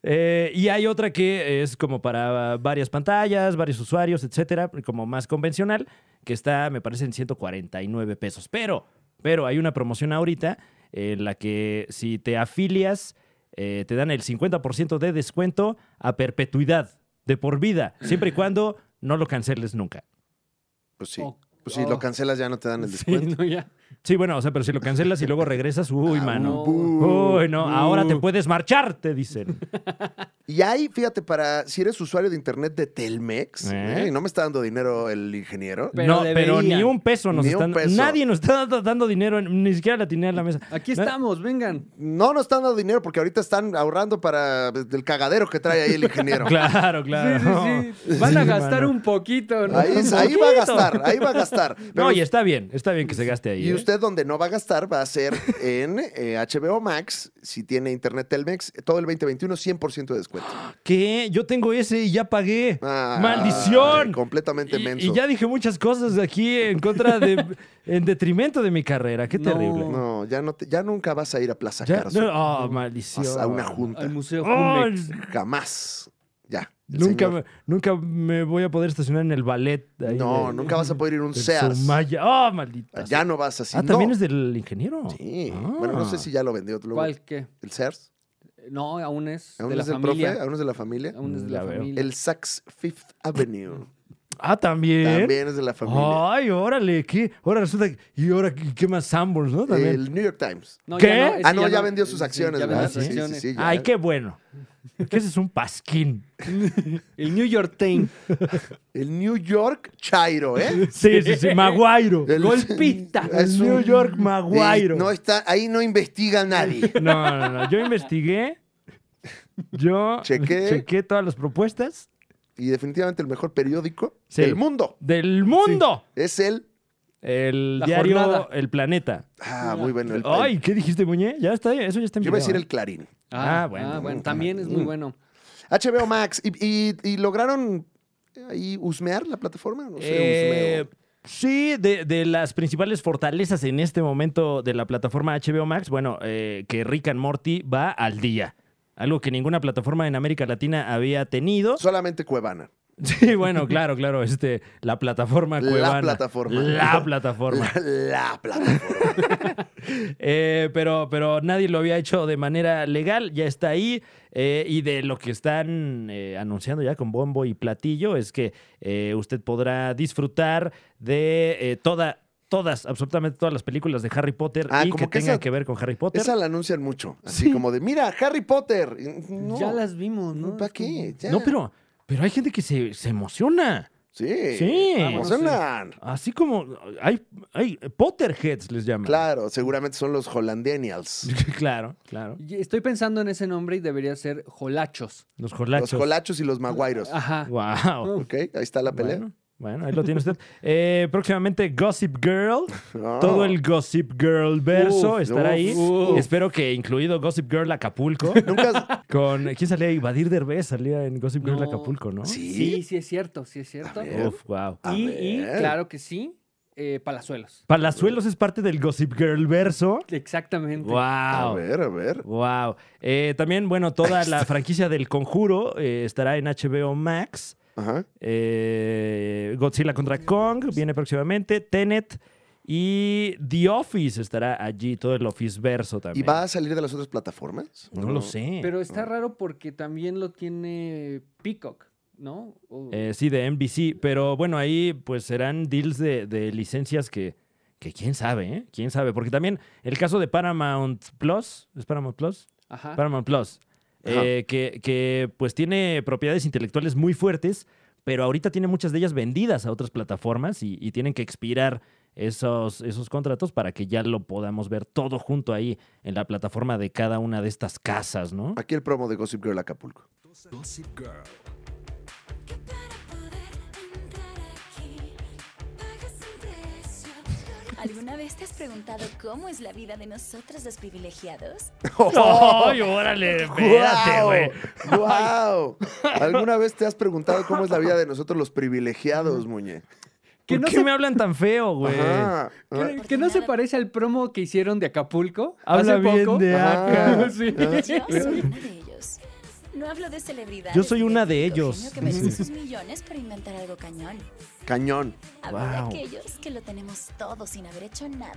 Speaker 1: Eh, y hay otra que es como para varias pantallas, varios usuarios, etcétera, como más convencional, que está, me parece, en 149 pesos. Pero, pero hay una promoción ahorita en la que si te afilias, eh, te dan el 50% de descuento a perpetuidad, de por vida, siempre y cuando no lo canceles nunca.
Speaker 2: Pues sí.
Speaker 3: Oh,
Speaker 2: Pues si
Speaker 3: oh.
Speaker 2: lo cancelas ya no te dan el
Speaker 3: Sí,
Speaker 2: descuento.
Speaker 3: no, ya.
Speaker 1: Sí, bueno, o sea, pero si lo cancelas y luego regresas, uy,
Speaker 2: Ah,
Speaker 1: mano.
Speaker 2: bu,
Speaker 1: Uy, no,
Speaker 2: bu.
Speaker 1: ahora te puedes marchar, te dicen.
Speaker 2: Y hay, fíjate, para si eres usuario de internet de Telmex,
Speaker 1: ¿Eh?
Speaker 2: ¿eh? y no me está dando dinero el ingeniero.
Speaker 3: Pero
Speaker 1: no, pero ni
Speaker 3: deberían.
Speaker 1: un peso nos
Speaker 2: Ni un
Speaker 1: están.
Speaker 2: peso.
Speaker 1: Nadie nos está dando- dando dinero, ni siquiera la tiene en la mesa.
Speaker 3: Aquí
Speaker 1: No.
Speaker 3: estamos, vengan.
Speaker 2: No nos están dando dinero porque ahorita están ahorrando para el cagadero que trae ahí el ingeniero.
Speaker 1: Claro, claro.
Speaker 3: Sí, sí, sí. Van a
Speaker 1: Sí,
Speaker 3: gastar
Speaker 1: mano.
Speaker 3: un poquito, ¿no?
Speaker 2: Ahí,
Speaker 1: Un
Speaker 2: ahí va a
Speaker 1: poquito.
Speaker 2: gastar, ahí va a gastar. Pero
Speaker 1: No, y está bien, está bien que se gaste ahí.
Speaker 2: Y
Speaker 1: ¿eh?
Speaker 2: usted donde no va a gastar va a ser en eh, HBO Max, si tiene internet Telmex, todo el 2021 100% de descuento.
Speaker 1: ¿Qué? Yo tengo ese y ya pagué.
Speaker 2: Ah,
Speaker 1: ¡Maldición!
Speaker 2: Completamente
Speaker 1: Y-
Speaker 2: menso.
Speaker 1: Y, ya dije muchas cosas aquí en contra de. en detrimento de mi carrera. Qué
Speaker 3: No.
Speaker 1: terrible.
Speaker 2: No, ya, no te- ya nunca vas a ir a Plaza
Speaker 1: Ya-
Speaker 2: Carso,
Speaker 1: no, oh, maldición.
Speaker 2: a una junta.
Speaker 3: Al museo.
Speaker 1: Oh,
Speaker 3: Jumex.
Speaker 2: Jamás. Ya. el
Speaker 1: nunca,
Speaker 2: señor.
Speaker 1: me, nunca me voy a poder estacionar en el ballet. ahí
Speaker 2: No,
Speaker 1: de-
Speaker 2: nunca vas a poder ir a un
Speaker 1: del
Speaker 2: SEAS.
Speaker 1: Sumaya. ¡Oh, maldita!
Speaker 2: Ya no vas así.
Speaker 1: ah, también
Speaker 2: No.
Speaker 1: es del ingeniero.
Speaker 2: Sí.
Speaker 1: Ah.
Speaker 2: Bueno, no sé si ya lo vendió. luego.
Speaker 3: ¿Cuál qué?
Speaker 2: ¿El SEARS?
Speaker 3: No, aún es
Speaker 2: ¿Aún
Speaker 3: de la
Speaker 2: es del
Speaker 3: familia.
Speaker 2: profe? ¿Aún es de la familia?
Speaker 3: Aún es de
Speaker 1: Ya
Speaker 3: la
Speaker 1: veo.
Speaker 3: familia.
Speaker 2: El Saks Fifth Avenue.
Speaker 1: Ah, también.
Speaker 2: También es de la
Speaker 3: Ah,
Speaker 2: familia.
Speaker 1: Ay, órale, ¿qué? Ahora resulta. que- ¿Y ahora qué qué más Sanborns, no? También.
Speaker 2: El New York Times.
Speaker 3: No,
Speaker 1: ¿Qué?
Speaker 3: ya
Speaker 2: Ah,
Speaker 3: ese
Speaker 2: no, ya vendió sus
Speaker 3: Eh, Sí,
Speaker 2: acciones,
Speaker 3: ya vendió
Speaker 1: ¿verdad?
Speaker 3: sus
Speaker 1: Sí, sí,
Speaker 3: acciones.
Speaker 2: sí, ya.
Speaker 1: Ay, qué bueno. Que ese es un pasquín.
Speaker 3: El New York Times.
Speaker 2: El New York Chairo, ¿eh?
Speaker 1: Sí, sí, sí, Maguairo.
Speaker 2: El-
Speaker 1: Golpista.
Speaker 2: Es
Speaker 1: El New
Speaker 2: un-
Speaker 1: York Maguairo.
Speaker 2: Eh, No está, ahí no investiga nadie.
Speaker 1: No, no, no. Yo investigué. Yo
Speaker 2: Chequé.
Speaker 1: chequé todas las propuestas
Speaker 2: Y definitivamente el mejor periódico
Speaker 1: Sí.
Speaker 2: del mundo
Speaker 1: del mundo.
Speaker 2: es el.
Speaker 1: El
Speaker 3: La
Speaker 1: diario
Speaker 3: jornada.
Speaker 1: El Planeta.
Speaker 2: Ah, muy bueno. El,
Speaker 1: Ay, ¿qué dijiste, Muñe? Ya está, eso ya está en
Speaker 2: yo iba a
Speaker 1: video,
Speaker 2: decir
Speaker 1: ¿eh?
Speaker 2: el Clarín.
Speaker 1: Ah, bueno.
Speaker 3: También es muy bueno.
Speaker 2: HBO Max. ¿Y, y- y lograron ahí husmear la plataforma? No sé,
Speaker 1: Eh,
Speaker 2: husmeo.
Speaker 1: sí, de, de las principales fortalezas en este momento de la plataforma HBO Max, bueno, eh, que Rick and Morty va al día. Algo que ninguna plataforma en América Latina había tenido.
Speaker 2: Solamente Cuevana.
Speaker 1: Sí, bueno, claro, claro. Este, la plataforma
Speaker 2: La
Speaker 1: cuevana.
Speaker 2: plataforma.
Speaker 1: La plataforma.
Speaker 2: La, la plataforma.
Speaker 1: Eh, pero, pero nadie lo había hecho de manera legal, ya está ahí. Eh, y de lo que están eh, anunciando ya con bombo y platillo es que eh, usted podrá disfrutar de eh, toda, todas, absolutamente todas las películas de Harry Potter
Speaker 2: Ah,
Speaker 1: y
Speaker 2: como
Speaker 1: que,
Speaker 2: que
Speaker 1: tengan
Speaker 2: esa-
Speaker 1: que ver con Harry Potter.
Speaker 2: Esa la anuncian mucho. Así como de, mira, Harry Potter. No,
Speaker 3: Ya las vimos, ¿no?
Speaker 2: ¿Para
Speaker 3: Es como-
Speaker 2: qué? Ya.
Speaker 1: No, pero, pero hay gente que se, se emociona.
Speaker 2: Sí.
Speaker 1: Sí.
Speaker 2: Se emocionan.
Speaker 1: Así como hay, hay Potterheads les llaman.
Speaker 2: Claro, seguramente son los holandenials.
Speaker 1: claro, claro.
Speaker 3: Y Estoy pensando en ese nombre y debería ser Jolachos.
Speaker 1: Los
Speaker 2: Los
Speaker 1: jorlachos.
Speaker 2: colachos y los maguairos.
Speaker 3: Ajá.
Speaker 1: Wow.
Speaker 2: Ok, ahí está la
Speaker 1: Ah,
Speaker 2: pelea.
Speaker 1: Bueno, bueno, ahí lo tiene usted. Eh, próximamente Gossip Girl.
Speaker 2: Ah.
Speaker 1: Todo el Gossip Girl verso
Speaker 2: Uf,
Speaker 1: estará
Speaker 2: uf,
Speaker 1: ahí.
Speaker 2: uf.
Speaker 1: Espero que incluido Gossip Girl Acapulco.
Speaker 2: Nunca.
Speaker 1: con ¿Quién salía ahí? Badir Derbez salía en Gossip Girl
Speaker 3: No.
Speaker 1: Acapulco, ¿no?
Speaker 2: Sí.
Speaker 3: Sí, sí es cierto, sí es cierto.
Speaker 2: A ver.
Speaker 1: Uf, wow.
Speaker 2: A
Speaker 3: Y, y,
Speaker 2: ver.
Speaker 3: claro que sí, eh, Palazuelos.
Speaker 1: Palazuelos es parte del Gossip Girl verso.
Speaker 3: Exactamente.
Speaker 2: A
Speaker 1: Wow.
Speaker 2: ver, a ver.
Speaker 1: Wow. Eh, también, bueno, toda la franquicia del Conjuro eh, estará en HBO Max.
Speaker 2: Ajá.
Speaker 1: Eh, Godzilla contra Kong viene próximamente. Tenet y The Office estará allí, todo el Office verso
Speaker 2: ¿Y
Speaker 1: también.
Speaker 2: va a salir de las otras plataformas?
Speaker 1: No lo sé.
Speaker 3: Pero está raro porque también lo tiene Peacock, ¿no? O-
Speaker 1: Eh, sí, de NBC. Pero bueno, ahí pues serán deals de, de licencias que, que quién sabe, ¿eh? Quién sabe. Porque también el caso de Paramount Plus, ¿es Paramount Plus?
Speaker 3: Ajá.
Speaker 1: Paramount Plus,
Speaker 2: Ajá.
Speaker 1: eh, que, que, pues tiene propiedades intelectuales muy fuertes, pero ahorita tiene muchas de ellas vendidas a otras plataformas y, y tienen que expirar esos, esos contratos para que ya lo podamos ver todo junto ahí en la plataforma de cada una de estas casas, ¿no?
Speaker 2: Aquí el promo de Gossip Girl Acapulco.
Speaker 4: Gossip Girl.
Speaker 5: Que para poder entrar aquí pagas un precio.
Speaker 6: ¿Alguna vez te has preguntado cómo es la vida de nosotros los privilegiados?
Speaker 1: ¡Ay, órale! Espérate, güey.
Speaker 2: ¡Guau! ¿Alguna vez te has preguntado cómo es la vida de nosotros los privilegiados, Muñe?
Speaker 3: Que
Speaker 1: ¿Por
Speaker 3: no
Speaker 1: qué
Speaker 3: se-
Speaker 1: me hablan tan feo, güey?
Speaker 2: Ajá. Ah,
Speaker 3: Que, que no se parece al promo que hicieron de Acapulco.
Speaker 1: Habla
Speaker 3: hace
Speaker 1: bien
Speaker 3: poco. Ah,
Speaker 1: de
Speaker 2: Ajá.
Speaker 1: acá.
Speaker 3: Sí.
Speaker 2: Ah,
Speaker 6: Yo soy una de ellos. No hablo de celebridades.
Speaker 1: Yo soy
Speaker 6: ni
Speaker 1: una de
Speaker 6: rico
Speaker 1: ellos.
Speaker 6: genio que merecen sus millones para inventar algo cañón.
Speaker 2: Cañón.
Speaker 6: Hablo de
Speaker 1: Wow.
Speaker 6: aquellos que lo tenemos todo sin haber hecho nada.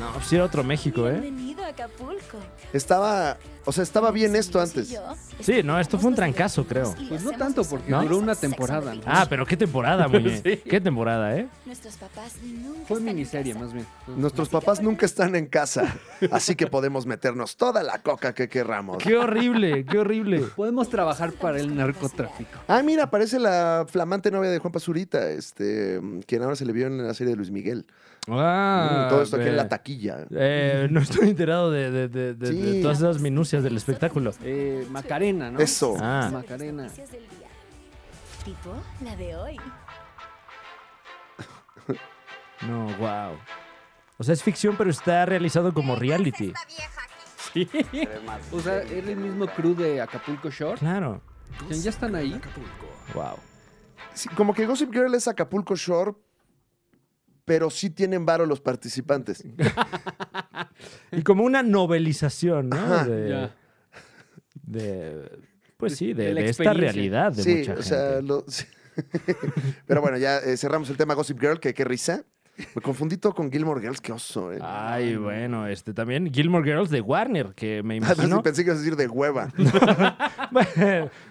Speaker 1: No, pues era otro México, ¿eh?
Speaker 6: Bienvenido a Acapulco.
Speaker 2: Estaba. O sea, estaba bien
Speaker 6: Mis
Speaker 2: esto
Speaker 6: amigos y
Speaker 2: antes.
Speaker 6: yo
Speaker 1: Sí, no, esto fue un
Speaker 6: nos
Speaker 1: trancazo,
Speaker 6: divertimos
Speaker 1: creo.
Speaker 6: y
Speaker 3: Pues no
Speaker 6: hacemos
Speaker 3: tanto,
Speaker 6: cosas
Speaker 3: porque
Speaker 6: como
Speaker 3: duró una
Speaker 6: sexo
Speaker 3: temporada,
Speaker 6: de
Speaker 3: ¿no?
Speaker 1: Ah, pero qué temporada, muñe.
Speaker 3: Sí.
Speaker 1: Qué temporada, ¿eh?
Speaker 6: Nuestros papás nunca
Speaker 3: Fue
Speaker 6: están en
Speaker 3: miniserie,
Speaker 6: casa.
Speaker 3: más bien.
Speaker 2: Nuestros papás nunca están en casa, así que podemos meternos toda la coca que querramos.
Speaker 1: Qué horrible, qué horrible.
Speaker 3: Podemos trabajar para el narcotráfico.
Speaker 2: Ah, mira, aparece la flamante novia de Juan Pazurita, este, quien ahora se le vio en la serie de Luis Miguel.
Speaker 1: Ah,
Speaker 2: Mm, Todo esto aquí en
Speaker 1: ve.
Speaker 2: la taquilla.
Speaker 1: Eh, no estoy enterado de, de- de- de- de
Speaker 2: Sí.
Speaker 1: todas esas minucias del espectáculo.
Speaker 3: Eh, Macarena, ¿no?
Speaker 2: Eso.
Speaker 1: Ah.
Speaker 6: Sobre las
Speaker 3: Macarena.
Speaker 6: noticias del día. Tipo la de hoy.
Speaker 1: No, wow. O sea, es ficción, pero está realizado como reality.
Speaker 3: O sea, era el mismo crew de Acapulco Shore.
Speaker 1: Claro.
Speaker 3: Ya están ahí.
Speaker 4: Acapulco.
Speaker 1: Wow.
Speaker 2: Sí, como que Gossip Girl es Acapulco Shore, pero sí tienen varo los participantes.
Speaker 1: Y como una novelización, ¿no?
Speaker 2: Ajá.
Speaker 1: De,
Speaker 3: Ya.
Speaker 1: de- pues sí, de,
Speaker 3: De la
Speaker 1: de esta
Speaker 3: experiencia.
Speaker 1: realidad de
Speaker 2: sí,
Speaker 1: mucha
Speaker 2: o
Speaker 1: gente.
Speaker 2: sea, lo- sí. pero bueno, ya eh, cerramos el tema Gossip Girl, que qué risa. Me confundí todo con Gilmore Girls, qué oso, eh.
Speaker 1: Ay, bueno, este también Gilmore Girls de Warner, que me
Speaker 2: Además,
Speaker 1: imagino.
Speaker 2: pensé que ibas a decir de hueva.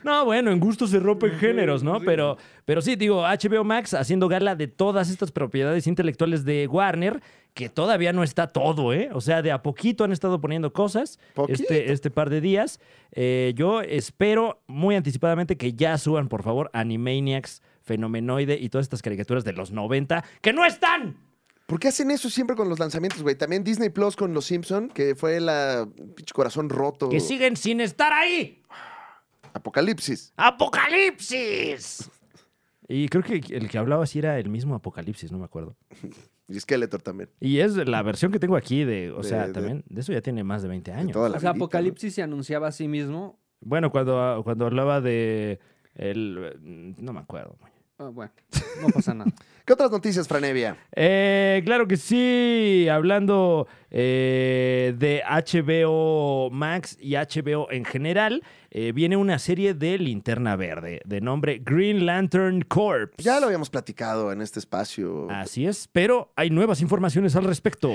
Speaker 1: no, bueno, en gusto se rompen géneros, ¿no? Pero, pero sí, digo, HBO Max haciendo gala de todas estas propiedades intelectuales de Warner, que todavía no está todo, ¿eh? O sea, de a poquito han estado poniendo cosas
Speaker 2: Poquito.
Speaker 1: este, este par de días. Eh, yo espero muy anticipadamente que ya suban, por favor, Animaniacs, Fenomenoide y todas estas caricaturas de los 90 que no están.
Speaker 2: ¿Por qué hacen eso siempre con los lanzamientos, güey? También Disney Plus con Los Simpson, que fue la pinche corazón roto.
Speaker 1: Que siguen sin estar ahí.
Speaker 2: Apocalipsis.
Speaker 1: ¡Apocalipsis! Y creo que el que hablaba sí era el mismo Apocalipsis, no me acuerdo.
Speaker 2: Y Skeletor también.
Speaker 1: Y es la versión que tengo aquí de, o
Speaker 2: De-
Speaker 1: sea,
Speaker 2: de-
Speaker 1: también, de eso ya tiene más de 20
Speaker 2: De
Speaker 1: años.
Speaker 2: toda la
Speaker 3: O sea,
Speaker 2: vidita, ¿no?
Speaker 3: Apocalipsis se anunciaba a sí mismo.
Speaker 1: Bueno, cuando, cuando hablaba de el, no me acuerdo.
Speaker 3: Ah, bueno, no pasa nada.
Speaker 2: ¿Qué otras noticias, Franevia?
Speaker 1: Eh, claro que sí. Hablando eh, de HBO Max y HBO en general, eh, viene una serie de Linterna Verde de nombre Green Lantern Corps.
Speaker 2: Ya lo habíamos platicado en este espacio.
Speaker 1: Así es, pero hay nuevas informaciones al respecto.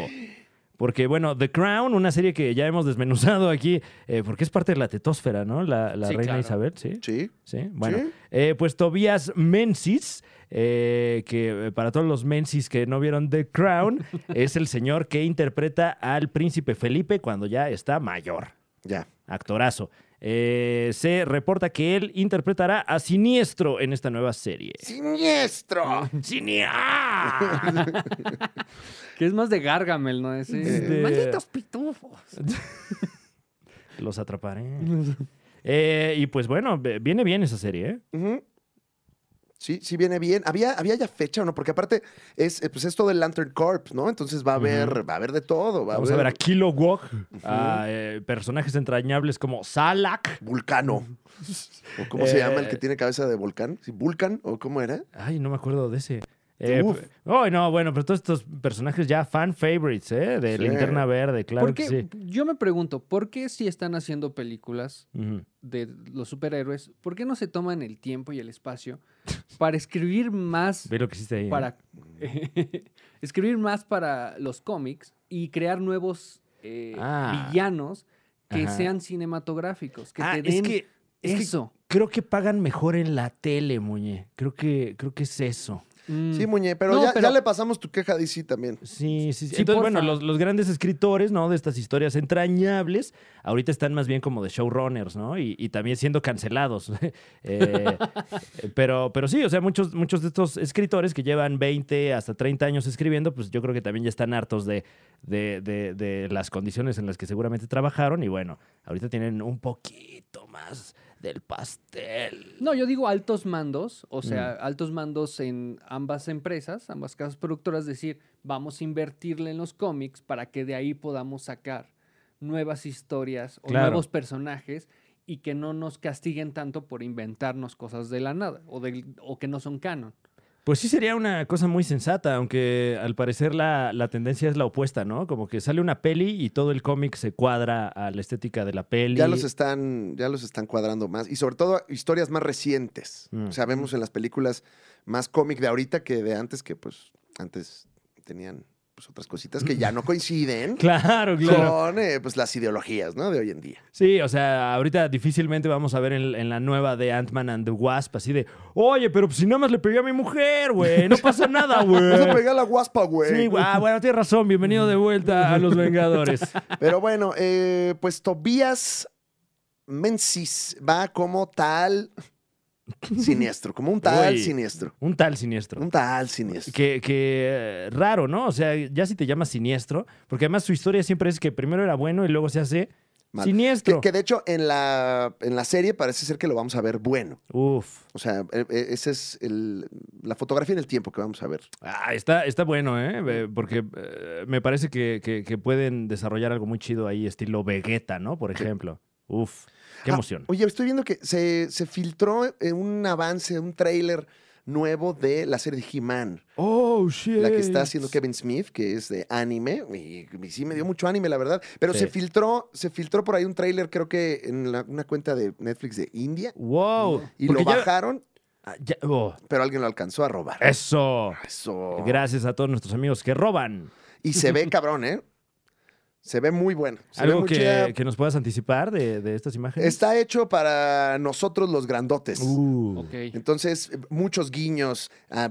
Speaker 1: Porque, bueno, The Crown, una serie que ya hemos desmenuzado aquí, eh, porque es parte de la tetósfera, ¿no? La, la
Speaker 3: Sí,
Speaker 1: reina
Speaker 3: claro.
Speaker 1: Isabel, ¿sí?
Speaker 2: Sí.
Speaker 1: Sí, bueno.
Speaker 2: Sí.
Speaker 1: Eh, pues Tobias Menzies, eh, que eh, para todos los Menzies que no vieron The Crown, es el señor que interpreta al príncipe Felipe cuando ya está mayor.
Speaker 2: Ya.
Speaker 1: Actorazo. Eh, se reporta que él interpretará a Siniestro en esta nueva serie.
Speaker 2: ¡Siniestro!
Speaker 1: ¡Siniestro!
Speaker 3: Que es más de Gargamel, ¿no? Ese-
Speaker 1: Este-
Speaker 3: Malditos pitufos.
Speaker 1: Los atraparé. Eh, y pues bueno, ve- viene bien esa serie, ¿eh?
Speaker 2: Ujú. Sí, sí viene bien. ¿Había, había ya fecha o no? Porque aparte es, eh, pues es todo el Lantern Corps, ¿no? Entonces va a haber, va a haber de todo. Va
Speaker 1: Vamos
Speaker 2: a
Speaker 1: a ver
Speaker 2: haber
Speaker 1: a Kilo Wog, a eh, personajes entrañables como Salak.
Speaker 2: Vulcano. ¿O cómo se
Speaker 1: Eh,
Speaker 2: llama el que tiene cabeza de volcán? ¿Sí, ¿Vulcan? ¿O cómo era?
Speaker 1: Ay, no me acuerdo de ese. Eh,
Speaker 2: Uf.
Speaker 1: p- ay, no, bueno, pero todos estos personajes ya fan favorites, ¿eh? De
Speaker 2: Sí.
Speaker 1: Linterna Verde, claro
Speaker 3: Porque
Speaker 1: que sí.
Speaker 3: yo me pregunto, ¿por qué si están haciendo películas
Speaker 1: Ujú.
Speaker 3: de los superhéroes, por qué no se toman el tiempo y el espacio para escribir más
Speaker 1: Ve lo que hiciste ahí. ¿eh?
Speaker 3: para escribir más para los cómics y crear nuevos eh,
Speaker 1: Ah.
Speaker 3: villanos que
Speaker 1: Ajá.
Speaker 3: sean cinematográficos, que
Speaker 1: Ah,
Speaker 3: te
Speaker 1: es
Speaker 3: den
Speaker 1: que- es que-
Speaker 3: eso.
Speaker 1: Creo que pagan mejor en la tele, Muñe. Creo que, creo que es eso.
Speaker 3: Mm.
Speaker 2: Sí, Muñe, pero,
Speaker 3: No,
Speaker 2: ya,
Speaker 3: pero-
Speaker 2: ya le pasamos tu queja a DC también.
Speaker 1: Sí, sí, sí.
Speaker 3: Sí,
Speaker 1: Entonces,
Speaker 3: porfa.
Speaker 1: bueno, los, los grandes escritores, ¿no? De estas historias entrañables, ahorita están más bien como de showrunners, ¿no? Y, y también siendo cancelados. Eh, pero, pero sí, o sea, muchos, muchos de estos escritores que llevan 20 hasta 30 años escribiendo, pues yo creo que también ya están hartos de, de, de- de las condiciones en las que seguramente trabajaron. Y bueno, ahorita tienen un poquito más del pastel.
Speaker 3: No, yo digo altos mandos, o sea,
Speaker 2: Mm.
Speaker 3: altos mandos en ambas empresas, ambas casas productoras, decir, vamos a invertirle en los cómics para que de ahí podamos sacar nuevas historias o
Speaker 1: Claro.
Speaker 3: nuevos personajes y que no nos castiguen tanto por inventarnos cosas de la nada o, del- o que no son canon.
Speaker 1: Pues sí sería una cosa muy sensata, aunque al parecer la, la tendencia es la opuesta, ¿no? Como que sale una peli y todo el cómic se cuadra a la estética de la peli.
Speaker 2: Ya los están, ya los están cuadrando más. Y sobre todo historias más recientes.
Speaker 1: Mm.
Speaker 2: O sea, vemos en las películas más cómic de ahorita que de antes, que pues antes tenían pues, otras cositas que ya no coinciden
Speaker 1: Claro, claro.
Speaker 2: con eh, pues, las ideologías, ¿no? De hoy en día.
Speaker 1: Sí, o sea, ahorita difícilmente vamos a ver en, en la nueva de Ant-Man and the Wasp así de, oye, pero si nada más le pegué a mi mujer, güey, no pasa nada,
Speaker 2: Vas a
Speaker 1: güey.
Speaker 2: pegar la guaspa, güey.
Speaker 1: Eh. Sí, güey, ah, bueno, tienes razón, bienvenido de vuelta a Los Vengadores.
Speaker 2: Pero bueno, eh, pues Tobías Menzies va como tal siniestro, como un tal
Speaker 1: Uy.
Speaker 2: siniestro.
Speaker 1: Un tal siniestro.
Speaker 2: Un tal siniestro.
Speaker 1: Que, que, eh, raro, ¿no? O sea, ya si te llamas siniestro, porque además su historia siempre es que primero era bueno y luego se hace
Speaker 2: Mal.
Speaker 1: siniestro.
Speaker 2: Que, que de hecho en la, en la serie parece ser que lo vamos a ver bueno.
Speaker 1: Uf.
Speaker 2: O sea, e- e- esa es el- la fotografía en el tiempo que vamos a ver.
Speaker 1: Ah, está, está bueno, ¿eh? Eh, Porque eh, me parece que, que- que pueden desarrollar algo muy chido ahí, estilo Vegeta, ¿no? Por ejemplo. Uf. Qué
Speaker 2: Ah,
Speaker 1: emoción.
Speaker 2: Oye, estoy viendo que se, se filtró eh, un avance, un tráiler nuevo de la serie de He-Man,
Speaker 1: Oh, shit.
Speaker 2: la que está haciendo Kevin Smith, que es de anime, y, y sí me dio mucho anime, la verdad, pero
Speaker 1: Sí.
Speaker 2: se filtró se filtró por ahí un tráiler, creo que en la- una cuenta de Netflix de India,
Speaker 1: Wow.
Speaker 2: y
Speaker 1: Porque
Speaker 2: lo
Speaker 1: ya-
Speaker 2: bajaron,
Speaker 1: ah, ya- oh,
Speaker 2: pero alguien lo alcanzó a robar.
Speaker 1: eso.
Speaker 2: Eso.
Speaker 1: Gracias a todos nuestros amigos que roban.
Speaker 2: Y se ve cabrón, ¿eh? Se ve muy bueno. Se ve
Speaker 1: ¿Algo
Speaker 2: muy
Speaker 1: que,
Speaker 2: chida.
Speaker 1: que nos puedas anticipar de, de estas imágenes?
Speaker 2: Está hecho para nosotros los grandotes.
Speaker 1: Uh.
Speaker 3: Ok.
Speaker 2: Entonces, eh, muchos guiños a,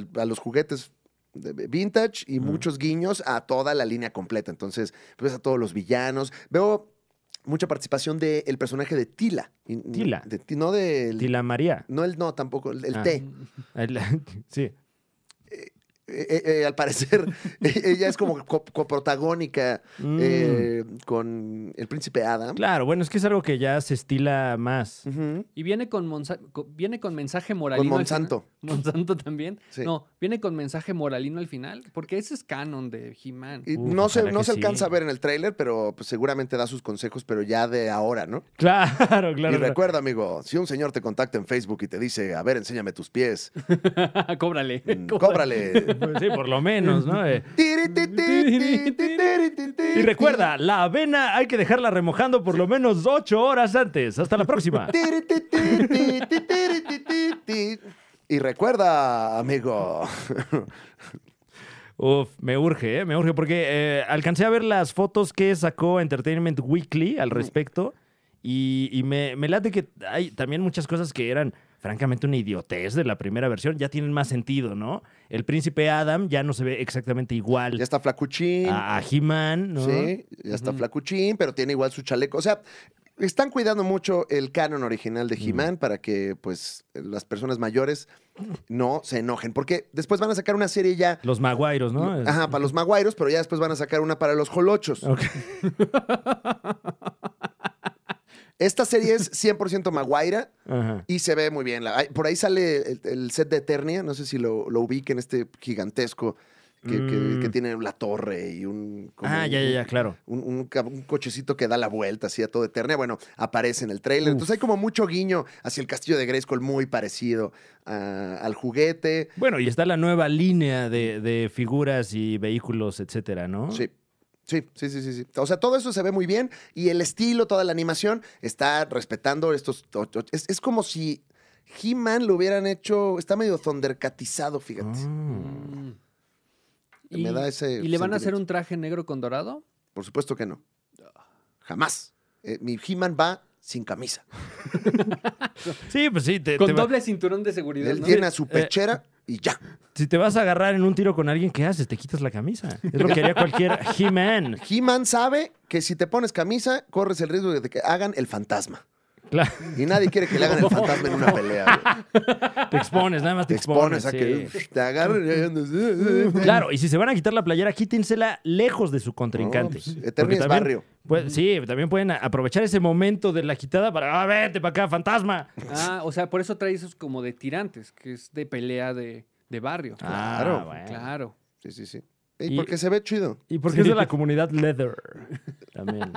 Speaker 2: a- a los juguetes de- de vintage y muchos guiños a toda la línea completa. Entonces, ves a todos los villanos. Veo mucha participación del personaje de Tila. Y-
Speaker 1: Tila. Ah.
Speaker 2: de Ti- no del.
Speaker 1: Tila María.
Speaker 2: No el no tampoco, el, el
Speaker 1: Ah.
Speaker 2: T.
Speaker 1: El- sí.
Speaker 2: eh, eh, al parecer, e- ella es como co- coprotagónica eh, con el príncipe Adam.
Speaker 1: Mm. Claro, bueno, es que es algo que ya se estila más.
Speaker 2: Ujú.
Speaker 3: Y viene con, monsa- co- viene con mensaje moralino.
Speaker 2: Con
Speaker 3: al final.
Speaker 2: Monsanto.
Speaker 3: Monsanto también.
Speaker 2: Sí.
Speaker 3: No, viene con mensaje moralino al final, porque ese es canon de He-Man.
Speaker 2: Y
Speaker 1: Uf,
Speaker 2: no se,
Speaker 1: Uh, ojalá
Speaker 2: no
Speaker 1: que
Speaker 2: se
Speaker 1: sí.
Speaker 2: alcanza a ver en el tráiler, pero pues, seguramente da sus consejos, pero ya de ahora, ¿no?
Speaker 1: Claro,
Speaker 2: y
Speaker 1: claro.
Speaker 2: recuerda, amigo, si un señor te contacta en Facebook y te dice, a ver, enséñame tus pies,
Speaker 3: Cóbrale.
Speaker 2: mm, cóbrale.
Speaker 1: Pues sí, por lo menos, ¿no? Eh, Y
Speaker 2: Y
Speaker 1: recuerda, la avena hay que dejarla remojando por lo menos ocho horas antes. Hasta la próxima.
Speaker 2: Y recuerda, amigo.
Speaker 1: Uf, me urge, ¿eh? me urge, porque eh, alcancé a ver las fotos que sacó Entertainment Weekly al respecto y, y me, me late que hay también muchas cosas que eran francamente una idiotez de la primera versión, ya tienen más sentido, ¿no? El príncipe Adam ya no se ve exactamente igual
Speaker 2: Ya está flacuchín.
Speaker 1: a, a He-Man, Ah, ¿no?
Speaker 2: Sí, ya está flacuchín, pero tiene igual su chaleco. O sea, están cuidando mucho el canon original de He-Man para que, pues, las personas mayores no se enojen. Porque después van a sacar una serie ya.
Speaker 1: Los Maguairos, ¿no?
Speaker 2: Ajá, para los maguairos, pero ya después van a sacar una para los jolochos.
Speaker 1: Ok.
Speaker 2: Esta serie es 100% maguaira
Speaker 1: Ajá.
Speaker 2: y se ve muy bien. La- ay, por ahí sale el, el set de Eternia, no sé si lo, lo ubiquen, este gigantesco que, que-
Speaker 1: Mm.
Speaker 2: que tiene la torre y un... como
Speaker 1: Ah, ya, ya,
Speaker 2: un-
Speaker 1: ya, claro.
Speaker 2: un, un ca- un cochecito que da la vuelta así a todo Eternia. Bueno, aparece en el trailer.
Speaker 1: Uf.
Speaker 2: Entonces hay como mucho guiño hacia el castillo de Grayskull muy parecido a- al juguete.
Speaker 1: Bueno, y está la nueva línea de, de figuras y vehículos, etcétera, ¿no? Ah.
Speaker 2: Sí. Sí, sí, sí, sí, sí. O sea, todo eso se ve muy bien y el estilo, toda la animación está respetando estos... o- o- Es, es como si He-Man lo hubieran hecho... Está medio thundercatizado, fíjate.
Speaker 1: Ah.
Speaker 3: Mm.
Speaker 2: Me da ese
Speaker 3: ¿Y le van a hacer
Speaker 2: sentimiento.
Speaker 3: un traje negro con dorado?
Speaker 2: Por supuesto que no. Jamás. Eh, mi He-Man va sin camisa.
Speaker 1: Sí, pues sí. Te,
Speaker 3: Con
Speaker 1: te va-
Speaker 3: doble cinturón de seguridad.
Speaker 2: Él
Speaker 3: ¿no?
Speaker 2: tiene a su pechera
Speaker 1: Eh.
Speaker 2: y ya.
Speaker 1: Si te vas a agarrar en un tiro con alguien, ¿qué haces? Te quitas la camisa. Es lo que haría cualquier He-Man.
Speaker 2: He-Man sabe que si te pones camisa, corres el riesgo de que hagan el fantasma.
Speaker 1: Claro,
Speaker 2: Y nadie quiere que le hagan el fantasma en una pelea. güey.
Speaker 1: te expones, nada más te,
Speaker 2: Te expones a que
Speaker 1: expones, sí.
Speaker 2: uf, te agarren.
Speaker 1: Claro, y si se van a quitar la playera, quítensela lejos de su contrincante.
Speaker 2: No, pues, Eternia
Speaker 1: Porque
Speaker 2: es
Speaker 1: también
Speaker 2: barrio.
Speaker 1: puede- sí, también pueden a- aprovechar ese momento de la quitada para, ah, vete para acá, fantasma.
Speaker 3: Ah, o sea, por eso trae esos como de tirantes, que es de pelea de, de barrio.
Speaker 2: Ah,
Speaker 1: Claro,
Speaker 3: Claro.
Speaker 2: Sí, sí, sí. Ey,
Speaker 1: Y-
Speaker 2: porque se ve chido.
Speaker 1: Y porque es de la comunidad leather. También.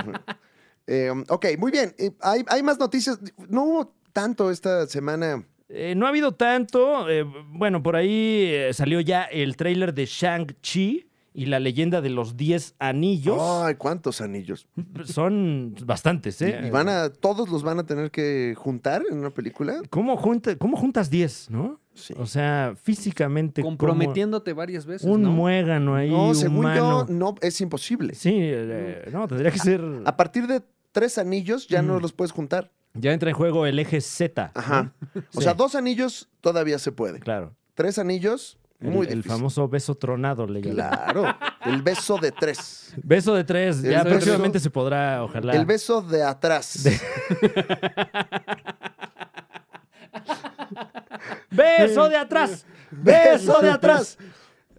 Speaker 2: Eh, ok, muy bien. Eh, hay, hay más noticias. No hubo tanto esta semana.
Speaker 1: Eh, no ha habido tanto. eh, bueno, por ahí eh, salió ya el tráiler de Shang-Chi y la leyenda de los 10 anillos.
Speaker 2: Ay, cuántos anillos.
Speaker 1: Son bastantes, ¿eh?
Speaker 2: Y van a, todos los van a tener que juntar en una película.
Speaker 1: ¿Cómo, junta- cómo juntas 10, no?
Speaker 2: Sí.
Speaker 1: O sea, físicamente. como
Speaker 3: Comprometiéndote varias veces.
Speaker 1: Un
Speaker 3: ¿no?
Speaker 1: muégano ahí.
Speaker 2: No, según
Speaker 1: humano.
Speaker 2: yo, no, es imposible.
Speaker 1: Sí, eh, no, tendría que ser.
Speaker 2: A partir de tres anillos ya no
Speaker 1: Mm.
Speaker 2: los puedes juntar.
Speaker 1: Ya entra en juego el eje Z. ¿no?
Speaker 2: Ajá. O
Speaker 1: Sí.
Speaker 2: sea, dos anillos todavía se puede.
Speaker 1: Claro.
Speaker 2: Tres anillos,
Speaker 1: El,
Speaker 2: muy
Speaker 1: el
Speaker 2: difícil.
Speaker 1: famoso beso tronado le llaman.
Speaker 2: Claro. El beso de tres.
Speaker 1: Beso de tres.
Speaker 2: El
Speaker 1: ya
Speaker 2: beso-
Speaker 1: próximamente se podrá, ojalá.
Speaker 2: El beso de atrás.
Speaker 1: ¡Beso de atrás! ¡Beso de atrás!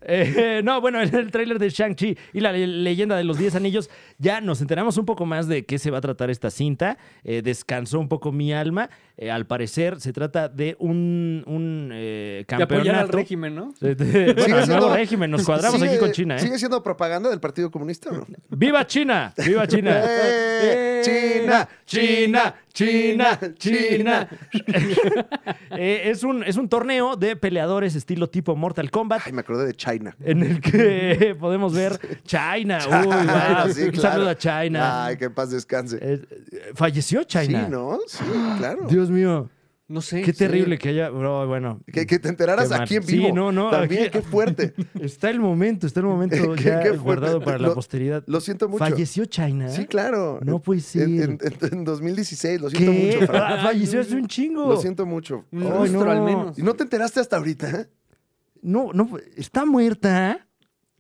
Speaker 1: Eh, no, bueno, en el tráiler de Shang-Chi y la le- leyenda de los 10 anillos, ya nos enteramos un poco más de qué se va a tratar esta cinta. Eh, descansó un poco mi alma. Eh, al parecer se trata de un, un eh,
Speaker 3: De apoyar al
Speaker 1: campeonato.
Speaker 3: régimen, ¿no?
Speaker 1: Eh, de- bueno, el nuevo régimen, nos cuadramos
Speaker 2: sigue-
Speaker 1: aquí con China. ¿eh?
Speaker 2: ¿Sigue siendo propaganda del Partido Comunista o no?
Speaker 1: ¡Viva China! ¡Viva China!
Speaker 2: ¡Eh! ¡China!
Speaker 1: ¡China! ¡China! ¡China! Eh, es, un, es un torneo de peleadores estilo tipo Mortal Kombat.
Speaker 2: Ay, me acordé de China.
Speaker 1: en el que podemos ver China. Uy, wow.
Speaker 2: Sí,
Speaker 1: Un
Speaker 2: claro.
Speaker 1: saludo a China.
Speaker 2: Ay, que en paz descanse.
Speaker 1: Eh, eh, falleció China.
Speaker 2: Sí, ¿no? Sí, claro.
Speaker 1: Dios mío.
Speaker 3: No sé.
Speaker 1: Qué
Speaker 3: sí.
Speaker 1: terrible que haya. bro, bueno.
Speaker 2: Que, que te enteraras
Speaker 1: Qué mal.
Speaker 2: aquí en
Speaker 1: Sí,
Speaker 2: vivo.
Speaker 1: no, no,
Speaker 2: También,
Speaker 1: aquí-
Speaker 2: qué fuerte.
Speaker 1: Está el momento, está el momento
Speaker 2: Qué-
Speaker 1: ya
Speaker 2: qué fuerte.
Speaker 1: guardado para la
Speaker 2: Lo-
Speaker 1: posteridad.
Speaker 2: Lo siento mucho.
Speaker 1: Falleció China.
Speaker 2: Sí, claro.
Speaker 1: No puede ser.
Speaker 2: En, en- en- en 2016, lo siento
Speaker 1: ¿Qué?
Speaker 2: mucho, Fran.
Speaker 1: Ah, falleció hace un chingo.
Speaker 2: Lo siento mucho.
Speaker 3: Un
Speaker 1: Ay,
Speaker 3: lustro
Speaker 1: no.
Speaker 3: al menos.
Speaker 2: ¿Y no te enteraste hasta ahorita?
Speaker 1: No, no, está muerta.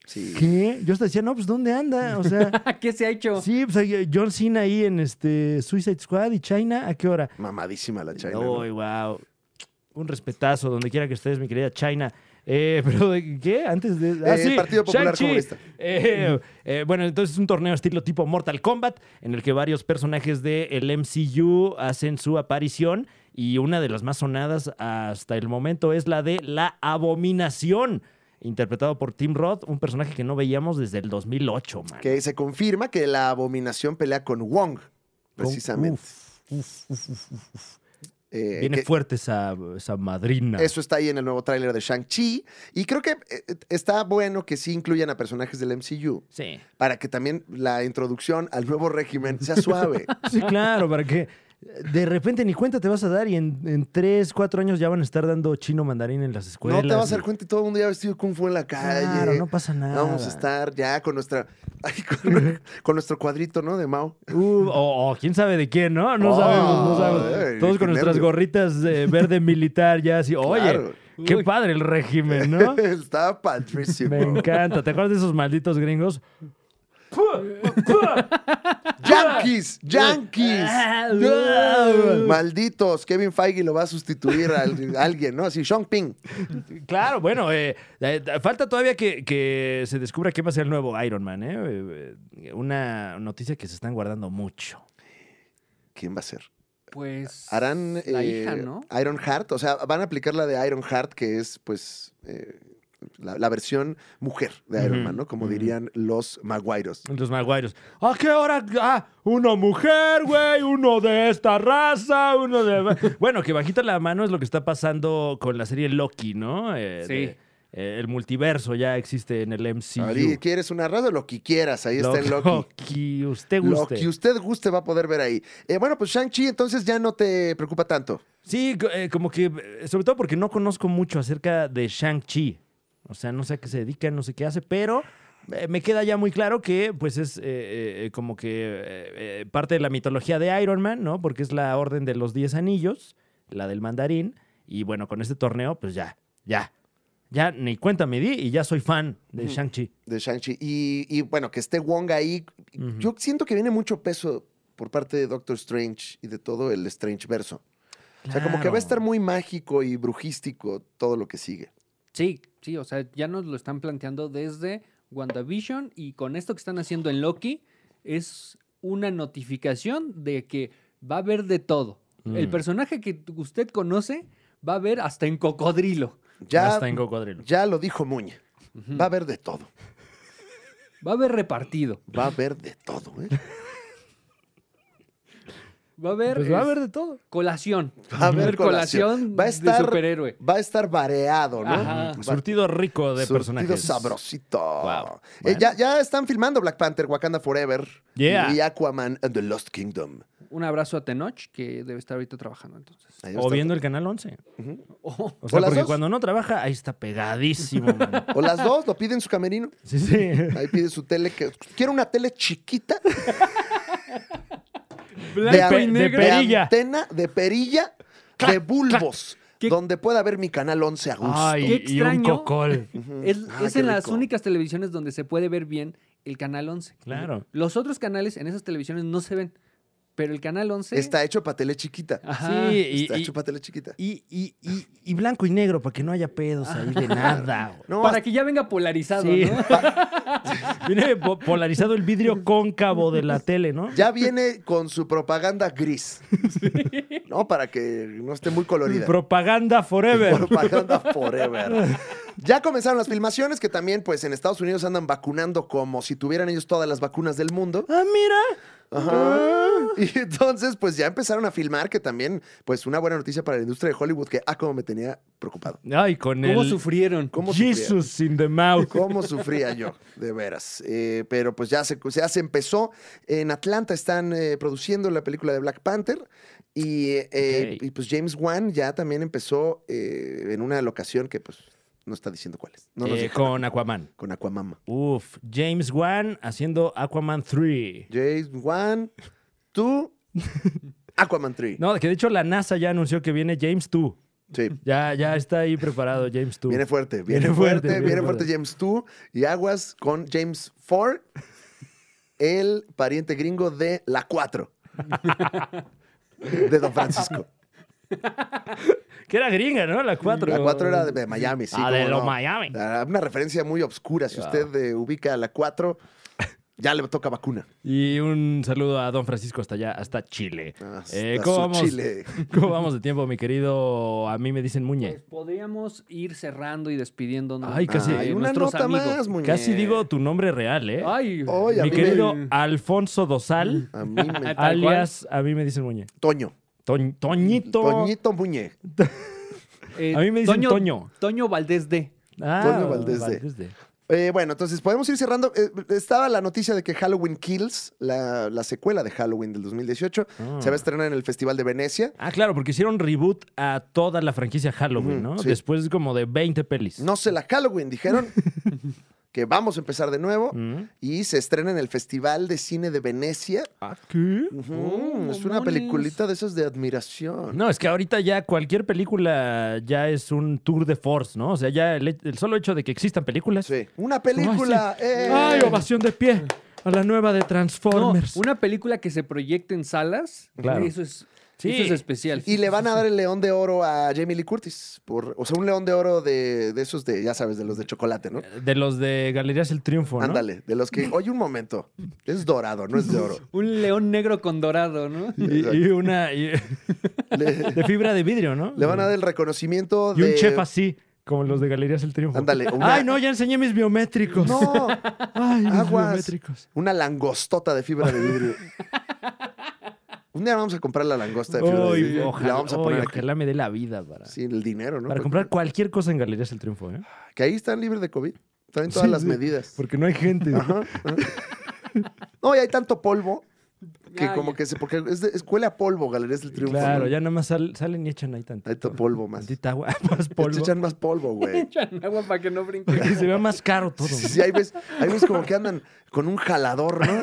Speaker 2: Sí.
Speaker 1: ¿Qué? Yo hasta decía, no, pues ¿dónde anda? O sea,
Speaker 3: Ah, ¿Qué se ha hecho?
Speaker 1: sí, pues ahí, John Cena ahí en este Suicide Squad y China, ¿a qué hora?
Speaker 2: Mamadísima la China. ¿no?
Speaker 1: Uy, wow. Un respetazo donde quiera que estés, mi querida China. Eh, pero ¿de qué? Antes de. Ah,
Speaker 2: Eh,
Speaker 1: sí,
Speaker 2: Partido Popular
Speaker 1: Shang-Chi.
Speaker 2: Comunista.
Speaker 1: Eh, eh, bueno, entonces es un torneo estilo tipo Mortal Kombat, en el que varios personajes del MCU hacen su aparición. Y una de las más sonadas hasta el momento es la de La Abominación, interpretado por Tim Roth, un personaje que no veíamos desde el 2008, man.
Speaker 2: Que se confirma que la abominación pelea con Wong, precisamente.
Speaker 1: Uf, uf, uf, uf, uf.
Speaker 2: Eh,
Speaker 1: Viene
Speaker 2: que-
Speaker 1: fuerte esa, esa madrina.
Speaker 2: Eso está ahí en el nuevo tráiler de Shang-Chi. Y creo que eh, está bueno que sí incluyan a personajes del MCU
Speaker 1: Sí.
Speaker 2: para que también la introducción al nuevo régimen sea suave.
Speaker 1: Sí, claro, para que de repente ni cuenta te vas a dar y en, en tres, cuatro años ya van a estar dando chino mandarín en las
Speaker 2: no
Speaker 1: escuelas.
Speaker 2: te vas a dar
Speaker 1: y-
Speaker 2: cuenta y todo el mundo ya vestido de kung fu en la calle.
Speaker 1: Claro, no pasa nada.
Speaker 2: Vamos a estar ya con nuestra ay, con, con nuestro cuadrito, ¿no? De Mao.
Speaker 1: Uh, o, o quién sabe de quién, ¿no? No
Speaker 2: Oh,
Speaker 1: sabemos, no sabemos.
Speaker 2: ay,
Speaker 1: Todos
Speaker 2: qué
Speaker 1: con nuestras
Speaker 2: nervio.
Speaker 1: gorritas eh, verde militar ya así. Oye,
Speaker 2: Claro.
Speaker 1: qué
Speaker 3: Uy.
Speaker 1: padre el régimen, ¿no?
Speaker 2: está padrísimo.
Speaker 1: Me encanta. ¿Te acuerdas de esos malditos gringos?
Speaker 2: Yankees, Yankees. Malditos, Kevin Feige lo va a sustituir a al- a alguien, ¿no? Así, Sean Ping.
Speaker 1: Claro, bueno, eh, eh, falta todavía que, que se descubra quién va a ser el nuevo Iron Man, ¿eh? Eh, eh, Una noticia que se están guardando mucho.
Speaker 2: ¿Quién va a ser?
Speaker 3: Pues.
Speaker 2: harán
Speaker 3: La
Speaker 2: eh,
Speaker 3: hija, ¿no?
Speaker 2: Iron Heart, o sea, van a aplicar la de Iron Heart, que es pues eh, la, la versión mujer de Iron
Speaker 1: Ujú,
Speaker 2: Man, ¿no? Como
Speaker 1: ujú.
Speaker 2: dirían los maguairos.
Speaker 1: Los maguayos. ¿A qué hora? Ah, una mujer, güey, uno de esta raza, uno de... Bueno, que bajita la mano es lo que está pasando con la serie Loki, ¿no? Eh,
Speaker 3: Sí.
Speaker 1: de- eh, el multiverso ya existe en el MCU.
Speaker 2: Ahí quieres una raza, lo que quieras, ahí está en Loki.
Speaker 1: Loki, usted
Speaker 2: Lo
Speaker 1: guste.
Speaker 2: que usted guste va a poder ver ahí. Eh, bueno, pues Shang-Chi entonces ya no te preocupa tanto.
Speaker 1: Sí, co- eh, como que, eh, sobre todo porque no conozco mucho acerca de Shang-Chi. O sea, no sé a qué se dedica, no sé qué hace, pero eh, me queda ya muy claro que, pues, es eh, eh, como que eh, eh, parte de la mitología de Iron Man, ¿no? Porque es la orden de los 10 anillos, la del mandarín. Y bueno, con este torneo, pues ya, ya. Ya ni cuenta me di y ya soy fan de
Speaker 2: Ujú.
Speaker 1: Shang-Chi.
Speaker 2: de Shang-Chi. Y, y, bueno, que esté Wong ahí.
Speaker 1: Ujú.
Speaker 2: Yo siento que viene mucho peso por parte de Doctor Strange y de todo el Strange verso. O sea, como que va
Speaker 1: Claro.
Speaker 2: a estar muy mágico y brujístico todo lo que sigue.
Speaker 3: Sí, sí, o sea, ya nos lo están planteando desde WandaVision y con esto que están haciendo en Loki es una notificación de que va a haber de todo. El
Speaker 1: Mm.
Speaker 3: personaje que t- usted conoce va a haber hasta en cocodrilo.
Speaker 2: Ya,
Speaker 1: Hasta en cocodrilo.
Speaker 2: ya lo dijo Muñe. Va a haber de todo.
Speaker 3: Va a haber repartido.
Speaker 2: Va a haber de todo, ¿eh?
Speaker 3: Va a haber,
Speaker 1: Pues va a
Speaker 3: es,
Speaker 1: haber de todo.
Speaker 3: colación.
Speaker 2: Va a haber colación. Va a estar-
Speaker 3: de superhéroe.
Speaker 2: Va a estar vareado, ¿no?
Speaker 3: Ajá.
Speaker 2: Va-
Speaker 1: Surtido rico de
Speaker 2: surtido
Speaker 1: personajes.
Speaker 2: sabrosito.
Speaker 1: Wow.
Speaker 2: Eh,
Speaker 1: Bueno.
Speaker 2: ya, ya están filmando Black Panther, Wakanda Forever
Speaker 1: Yeah.
Speaker 2: y Aquaman and the Lost Kingdom.
Speaker 3: Un abrazo a Tenoch que debe estar ahorita trabajando entonces.
Speaker 2: Ahí va a
Speaker 1: O
Speaker 2: estar-
Speaker 1: viendo el Canal 11.
Speaker 3: Oh,
Speaker 1: O sea,
Speaker 2: O las
Speaker 1: porque
Speaker 2: dos.
Speaker 1: cuando no trabaja, ahí está pegadísimo. man.
Speaker 2: O las dos, lo piden su camerino.
Speaker 1: Sí, sí.
Speaker 2: Ahí pide su tele. Que, quiero una tele chiquita.
Speaker 3: blanco
Speaker 2: an-
Speaker 3: y
Speaker 1: de
Speaker 3: negro.
Speaker 1: pe- perilla.
Speaker 2: antena, de perilla, de bulbos.
Speaker 3: ¿Qué-
Speaker 2: Donde pueda ver mi canal 11 a gusto.
Speaker 1: Ay,
Speaker 3: Qué
Speaker 1: y un
Speaker 3: extraño.
Speaker 1: cocol.
Speaker 3: Es,
Speaker 2: Ah,
Speaker 3: es
Speaker 2: qué
Speaker 3: en las
Speaker 2: rico.
Speaker 3: únicas televisiones donde se puede ver bien el canal 11.
Speaker 1: Claro.
Speaker 3: Los otros canales en esas televisiones no se ven, pero el canal 11
Speaker 2: Está hecho para tele chiquita.
Speaker 3: Ajá.
Speaker 1: Sí, y,
Speaker 2: Está
Speaker 1: y-
Speaker 2: hecho para tele chiquita.
Speaker 1: y- y- y- y blanco y negro para que no haya pedos ahí de nada. güey.
Speaker 2: No,
Speaker 3: para que ya venga polarizado,
Speaker 1: Sí.
Speaker 3: ¿no?
Speaker 1: Viene po- polarizado el vidrio cóncavo de la tele, ¿no?
Speaker 2: ya viene con su propaganda gris. No, para que no esté muy colorida.
Speaker 1: Propaganda forever.
Speaker 2: Propaganda forever. Ya comenzaron las filmaciones que también, pues, en Estados Unidos andan vacunando como si tuvieran ellos todas las vacunas del mundo.
Speaker 1: Ah, mira.
Speaker 2: Ajá.
Speaker 1: Ah.
Speaker 2: Y entonces, pues ya empezaron a filmar, que también, pues una buena noticia para la industria de Hollywood, que, ah, como me tenía preocupado.
Speaker 1: Ay, con
Speaker 3: ¿Cómo
Speaker 1: el
Speaker 3: sufrieron?
Speaker 2: ¿Cómo sufría?
Speaker 1: Jesus in the mouth.
Speaker 2: ¿Cómo sufría yo? De veras. Eh, pero pues ya se, ya se empezó. En Atlanta están eh, produciendo la película de Black Panther. Y, eh,
Speaker 1: Ok.
Speaker 2: y, pues James Wan ya también empezó eh, en una locación que pues no está diciendo cuál es. No nos
Speaker 1: Eh,
Speaker 2: dijo nada.
Speaker 1: con Aquaman.
Speaker 2: con Aquamama.
Speaker 1: Uf, James Wan haciendo Aquaman 3.
Speaker 2: James Wan, tú, Aquaman 3.
Speaker 1: No, que de hecho la NASA ya anunció que viene James 2.
Speaker 2: Sí.
Speaker 1: Ya, ya está ahí preparado James 2.
Speaker 2: Viene fuerte, viene,
Speaker 1: Viene
Speaker 2: fuerte,
Speaker 1: fuerte,
Speaker 2: viene,
Speaker 1: viene
Speaker 2: fuerte
Speaker 1: fuerte.
Speaker 2: James 2 y aguas con James Ford, el pariente gringo de la 4 de Don Francisco.
Speaker 1: Que era gringa, ¿no? La 4.
Speaker 2: La 4 era de Miami, sí.
Speaker 1: Ah, de
Speaker 2: cómo
Speaker 1: lo
Speaker 2: no.
Speaker 1: Miami.
Speaker 2: Ah, Una referencia muy obscura. Si
Speaker 1: Ya.
Speaker 2: usted eh, ubica la 4, ya le toca vacuna.
Speaker 1: Y un saludo a don Francisco hasta allá, hasta Chile.
Speaker 2: Ah, Hasta
Speaker 1: Eh, ¿cómo,
Speaker 2: su
Speaker 1: vamos,
Speaker 2: Chile.
Speaker 1: ¿Cómo vamos de tiempo, mi querido? A mí me dicen Muñe.
Speaker 3: Pues podríamos ir cerrando y despidiéndonos.
Speaker 1: Ay, casi.
Speaker 3: de
Speaker 1: Hay
Speaker 2: una
Speaker 3: nuestros
Speaker 2: nota
Speaker 3: amigos.
Speaker 2: más, muñe.
Speaker 1: Casi digo tu nombre real, ¿eh?
Speaker 3: Ay,
Speaker 2: Oye, a
Speaker 1: mi
Speaker 2: mí me- Mm.
Speaker 1: querido Alfonso Dosal,
Speaker 2: A mí me...
Speaker 3: Ah, Tal cual.
Speaker 1: alias A mí me dicen Muñe.
Speaker 2: Toño.
Speaker 1: Toñ- Toñito.
Speaker 2: Toñito Muñe.
Speaker 3: eh,
Speaker 1: A mí me dicen Toño.
Speaker 3: Toño Valdés D.
Speaker 1: Ah,
Speaker 2: Toño Valdés de- Eh, bueno, entonces podemos ir cerrando. Eh, estaba la noticia de que Halloween Kills, la, la secuela de Halloween del 2018,
Speaker 1: Ah.
Speaker 2: se va a estrenar en el Festival de Venecia.
Speaker 1: Ah, claro, porque hicieron reboot a toda la franquicia Halloween,
Speaker 2: Ujú,
Speaker 1: ¿no?
Speaker 2: sí.
Speaker 1: Después como de 20 pelis.
Speaker 2: No se la Halloween, dijeron que vamos a empezar de nuevo.
Speaker 1: Mm.
Speaker 2: Y se estrena en el Festival de Cine de Venecia.
Speaker 1: ¿Ah, qué?
Speaker 2: Ujú,
Speaker 3: Oh,
Speaker 2: es una
Speaker 3: mamones.
Speaker 2: peliculita de esas de admiración.
Speaker 1: No, es que ahorita ya cualquier película ya es un tour de force, ¿no? O sea, ya el, el solo hecho de que existan películas.
Speaker 2: Sí. Una película.
Speaker 1: Ay, sí.
Speaker 2: ¡eh!
Speaker 1: Ay, ovación de pie a la nueva de
Speaker 3: No,
Speaker 1: Transformers.
Speaker 3: una película que se proyecta en salas.
Speaker 1: Claro.
Speaker 3: Eso es,
Speaker 1: Sí.
Speaker 3: eso es especial.
Speaker 2: Y le van a dar el león de oro a Jamie Lee Curtis. Por, o sea, un león de oro de, de esos de, ya sabes, de los de chocolate, ¿no?
Speaker 1: De los de Galerías El Triunfo, ¿no?
Speaker 2: Ándale, de los que. Oye, un momento. Es dorado, no es de oro.
Speaker 3: Un león negro con dorado, ¿no?
Speaker 1: Y, y una y-
Speaker 2: Le,
Speaker 1: de fibra de vidrio, ¿no?
Speaker 2: le van a dar el reconocimiento
Speaker 1: Y
Speaker 2: de.
Speaker 1: un chef así, como los de Galerías El Triunfo.
Speaker 2: Ándale, una-
Speaker 1: Ay, no, ya enseñé mis biométricos.
Speaker 2: No,
Speaker 1: Ay, mis
Speaker 2: Aguas.
Speaker 1: biométricos.
Speaker 2: una langostota de fibra de vidrio. Un día vamos a comprar la langosta de fibra
Speaker 1: Ay,
Speaker 2: de vidrio. y
Speaker 1: ojalá,
Speaker 2: la vamos a
Speaker 1: ay,
Speaker 2: poner aquí.
Speaker 1: ojalá me dé la vida para,
Speaker 2: Sí, el dinero, ¿no?
Speaker 1: para
Speaker 2: Porque-
Speaker 1: comprar cualquier cosa en Galerías El Triunfo, ¿eh?
Speaker 2: Que ahí están libres de COVID. Están en todas
Speaker 1: Sí,
Speaker 2: las
Speaker 1: sí,
Speaker 2: medidas.
Speaker 1: Porque no hay gente.
Speaker 2: Ajá, ajá. No, y hay tanto polvo que
Speaker 3: Ya,
Speaker 2: como
Speaker 3: Ah, ya.
Speaker 2: que se. Porque es, de- es- huele a polvo, Galerías del Triunfo.
Speaker 1: Claro,
Speaker 2: ¿no?
Speaker 1: ya nada más sal- salen y echan ahí tantito.
Speaker 2: Hay to- polvo más.
Speaker 1: Tantita agua, más polvo.
Speaker 2: Echan más polvo, güey.
Speaker 3: Echan agua para que no brinque.
Speaker 1: Que se vea más caro todo.
Speaker 2: Sí, sí, ahí ves, ahí ves como que andan con un jalador, ¿no?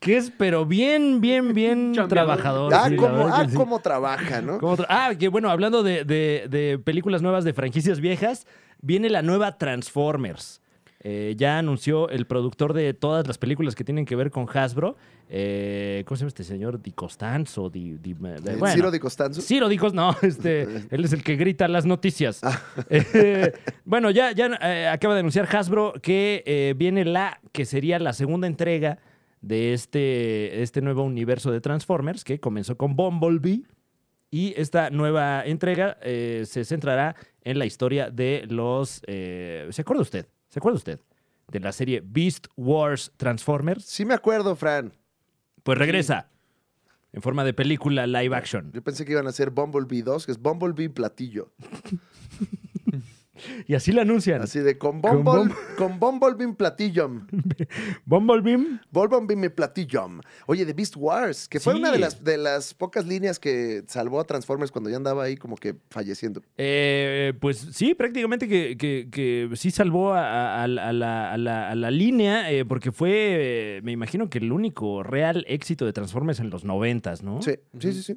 Speaker 1: Que es, pero bien, bien, bien
Speaker 3: Chambeador.
Speaker 1: trabajador.
Speaker 2: Ah,
Speaker 1: Oh, sí, la
Speaker 2: cómo,
Speaker 1: verdad
Speaker 2: ah,
Speaker 1: que sí.
Speaker 2: cómo trabaja, ¿no?
Speaker 1: Como tra- Ah, que bueno, hablando de, de- de películas nuevas de franquicias viejas, viene la nueva Transformers. Eh, ya anunció el productor de todas las películas que tienen que ver con Hasbro. eh, ¿Cómo se llama este señor? Di Costanzo. Di, Di-
Speaker 2: El
Speaker 1: bueno.
Speaker 2: Eh, Ciro de Costanzo.
Speaker 1: Ciro Dicos, no, este, él es el que grita las noticias.
Speaker 2: Ah.
Speaker 1: Eh, bueno, ya, ya eh, acaba de anunciar Hasbro que eh, viene la, que sería la segunda entrega de este, este nuevo universo de Transformers, que comenzó con Bumblebee. Y esta nueva entrega eh, se centrará en la historia de los... eh, ¿Se acuerda usted? ¿Se acuerda usted? De la serie Beast Wars Transformers.
Speaker 2: Sí me acuerdo, Fran.
Speaker 1: Pues regresa en forma de película live action.
Speaker 2: Yo pensé que iban a hacer Bumblebee 2, que es Bumblebee Platillo.
Speaker 1: Y así la anuncian.
Speaker 2: Así de con,
Speaker 1: Con
Speaker 2: Bumble-
Speaker 1: Bum-
Speaker 2: con Bumblebee Platillum.
Speaker 1: Bumblebee
Speaker 2: Bumblebee me Platillum. Oye, de Beast Wars, que fue
Speaker 1: Sí.
Speaker 2: una de las, de las pocas líneas que salvó a Transformers cuando ya andaba ahí como que falleciendo.
Speaker 1: Eh, pues sí, prácticamente que, que- que sí salvó a, a- a la- a la, a la- a la línea, eh, porque fue, eh, me imagino que el único real éxito de Transformers en los noventas, ¿no?
Speaker 2: Sí, sí, sí, sí.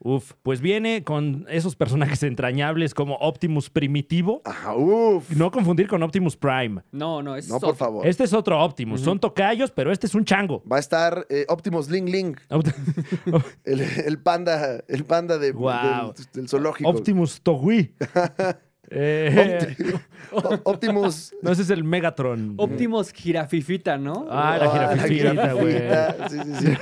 Speaker 1: Uf, pues viene con esos personajes entrañables como Optimus Primitivo.
Speaker 2: Ajá, uff.
Speaker 1: No confundir con Optimus Prime.
Speaker 3: No, no, es
Speaker 2: No,
Speaker 3: otro.
Speaker 2: por favor.
Speaker 1: Este es otro Optimus. Son tocayos, pero este es un chango.
Speaker 2: Va a estar eh, Optimus Ling Ling,
Speaker 1: Opt-
Speaker 2: el, el panda, el panda de,
Speaker 1: Guau.
Speaker 2: del, del zoológico.
Speaker 1: Optimus Togui. Eh,
Speaker 2: O- Optimus.
Speaker 1: no, ese es el Megatron.
Speaker 3: Optimus Girafifita, ¿no?
Speaker 1: Ah, la
Speaker 2: Ah,
Speaker 1: jirafita, güey.
Speaker 2: jirafita. Sí, sí, sí.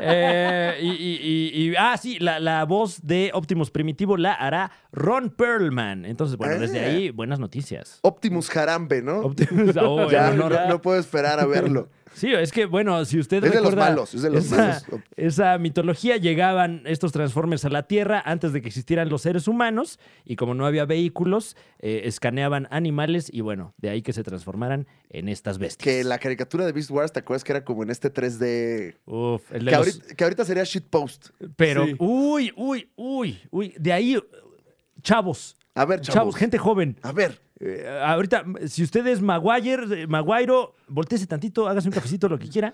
Speaker 1: Eh, y, y- y- y- ah, sí, la, la voz de Optimus Primitivo la hará Ron Perlman. Entonces, bueno,
Speaker 2: Ah.
Speaker 1: desde ahí, buenas noticias.
Speaker 2: Optimus Jarambe, ¿no?
Speaker 1: Optimus, oh, en
Speaker 2: ya,
Speaker 1: honor-
Speaker 2: no, no puedo esperar a verlo.
Speaker 1: Sí, es que, bueno, si usted
Speaker 2: Es de los
Speaker 1: recuerda
Speaker 2: malos, es de los
Speaker 1: esa,
Speaker 2: malos.
Speaker 1: esa mitología, llegaban estos Transformers a la Tierra antes de que existieran los seres humanos y como no había vehículos, eh, escaneaban animales y, bueno, de ahí que se transformaran en estas bestias.
Speaker 2: Que la caricatura de Beast Wars, ¿te acuerdas que era como en este 3D?
Speaker 1: Uf, el de
Speaker 2: Que
Speaker 1: los-
Speaker 2: ahorita, que ahorita sería shitpost.
Speaker 1: Pero,
Speaker 3: Sí.
Speaker 1: uy, uy, uy, uy, de ahí, chavos,
Speaker 2: A ver,
Speaker 1: chavos,
Speaker 2: chavos.
Speaker 1: gente joven.
Speaker 2: A ver.
Speaker 1: Eh, ahorita, si usted es Maguire, eh, Maguire, volteese tantito, hágase un cafecito, lo que quiera.